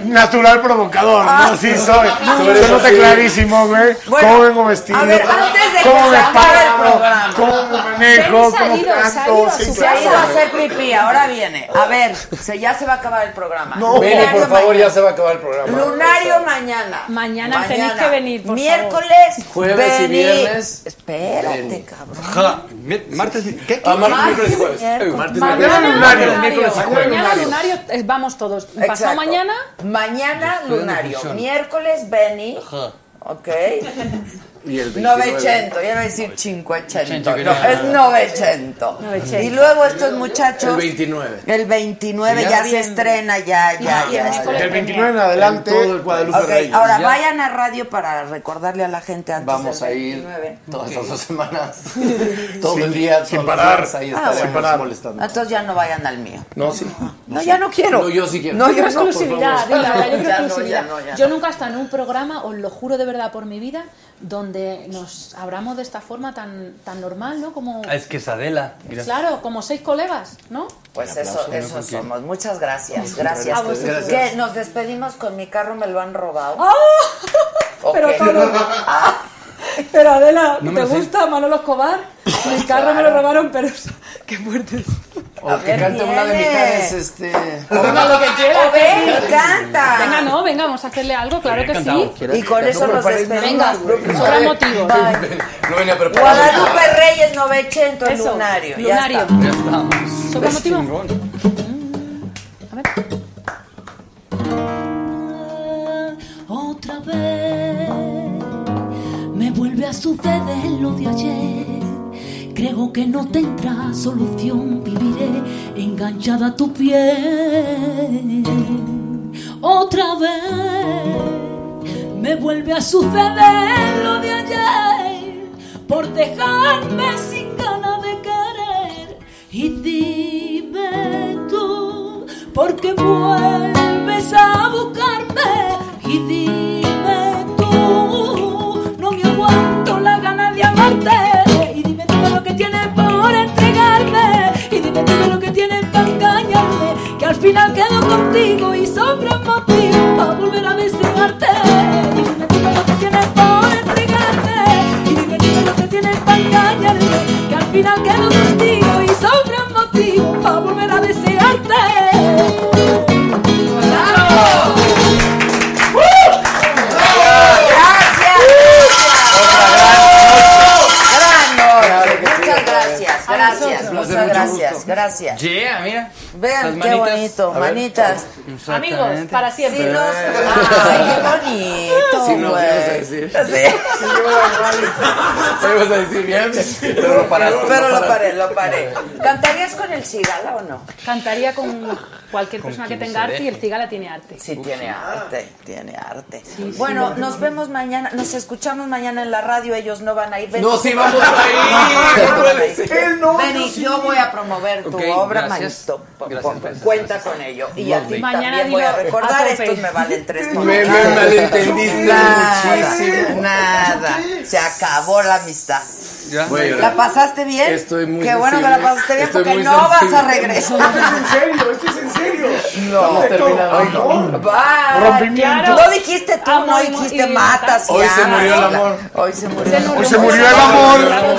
un natural provocador, Ah. ¿no? Sí soy. Tú eres Se nota así. clarísimo, güey. ¿Cómo vengo vestido? a ver, antes de ¿Cómo me que se acabe el paro? programa. ¿Cómo me manejo? Se ha ¿Cómo ido, se ha canto? ido, Sí, se ha ido a claro. hacer pipí, ahora viene. A ver, se, ya se va a acabar el programa. No, Vene, por favor, ya se va a acabar el programa. Lunario mañana. Mañana, tenéis que venir, por Miércoles, Jueves y venid. viernes. Espérate, cabrón. Ja, mi- martes, ¿qué? qué? Ah, martes, Martes, miércoles y jueves. miércoles. Eh, martes, Mañana miércoles. lunario, Mañana miércoles y jueves. Mañana Lunario. lunario, eh, vamos todos. Pasado Exacto. mañana. Mañana, Estoy en Lunario. discusión. Miércoles, Benny. Ok. Y el 900, ya iba a decir 500. No, quería- es 900. Y luego estos muchachos. El 29. El 29 ya, Ya se bien. estrena, ya, ya, Ah, ya. ya, ya. ya. Del 29 en adelante, En todo el Guadalupe Ok, Reyes. Ahora Ya. vayan a radio para recordarle a la gente antes Vamos del a ir 29. todas Ok. las dos semanas. Todo el día, sin parar. Ahí Ah, estaremos bueno. molestando. Entonces ya no vayan al mío. No, sí. No, ya no quiero. No, yo sí quiero. No, yo no, por exclusividad, favor. dila, dila, yo Ya quiero no, exclusividad. ya no, ya Yo no. nunca he estado en un programa, os lo juro de verdad por mi vida, donde nos hablamos de esta forma tan, tan normal, ¿no? Como, Ah, es que es Adela. mira. claro, como seis colegas, ¿no? Pues Un aplauso, eso, ¿no? eso Porque- somos. Muchas gracias, Muchas gracias. gracias. A vosotros. Que nos despedimos con mi carro, me lo han robado. Pero Ok. todo- Ah, Pero Adela, No me ¿te lo sé. gusta Manolo Escobar? Mi carro me lo robaron, pero qué fuerte. O que ver, cante una de viene. Mijares, este. Ponga lo que quiera, ven, canta. Venga, no, venga, vamos a hacerle algo, claro que sí. cantamos, quieras. Y con No eso me nos parece Venga, despedimos. sobra motivo. No venía preparado. Guadalupe Reyes 900, lunario. lunario. Ya está. Ya estamos. ¿Sobra motivo? otra vez me vuelve a suceder lo de ayer Creo que no tendrá solución, viviré enganchada a tu piel. Otra vez me vuelve a suceder lo de ayer por dejarme sin ganas de querer. Y dime tú, ¿por qué vuelves a buscarme? Y dime tú, no me aguanto la gana de amarte. Y dime tú lo que tienes por entregarme. Y dime tú lo que tienes para engañarme. Que al final quedo contigo y sobra motivo para volver a desearte. Y dime tú lo que tienes por entregarme. Y dime tú lo que tienes para engañarme. Que al final quedo contigo y sobra motivo para volver a desearte. Muchas gracias, gracias, nosotros. muchas Mucho gracias, gusto. gracias. Yeah, mira. Vean Las qué manitas. bonito, A ver. manitas. Exactamente. Amigos, para siempre. Sí, nos- Ay, qué Sí, bonito, no, güey. ibas a decir. Sí. Lo ibas a decir bien, pero lo paraste. Pero lo paraste. paré, lo paré. ¿Cantarías con el cigala o no? Cantaría con cualquier Con persona que quien tenga se arte y el deje. cigala tiene arte. Sí, tiene arte, tiene arte. sí, bueno, bueno. nos vemos mañana, nos escuchamos mañana en la radio, ellos no van a ir. Ven, No, tú. sí vamos a ir, no No, puede van a ir. ser. Él no, Ven, yo y sí. yo voy a promover tu Ok, obra, gracias. manito. Po- Gracias, po- gracias, Cuenta con ello. Y a Lovely. ti Mañana también voy a dilo a recordar, tope. estos me valen tres Me- me monedas. malentendiste Nada, muchísimo. Nada, se acabó la amistad. Ya. Voy a llorar. ¿La pasaste bien? Estoy muy Qué bueno que la sensible. pasaste bien Estoy porque muy no vas sensible. a regresar. Esto es en serio, esto es en serio. No. Estamos terminando. Ay, no. Bye. Rompimiento. Lo dijiste tú, no dijiste matas. y Hoy se amas. murió el amor. Hoy se murió el amor. Hoy se murió el amor.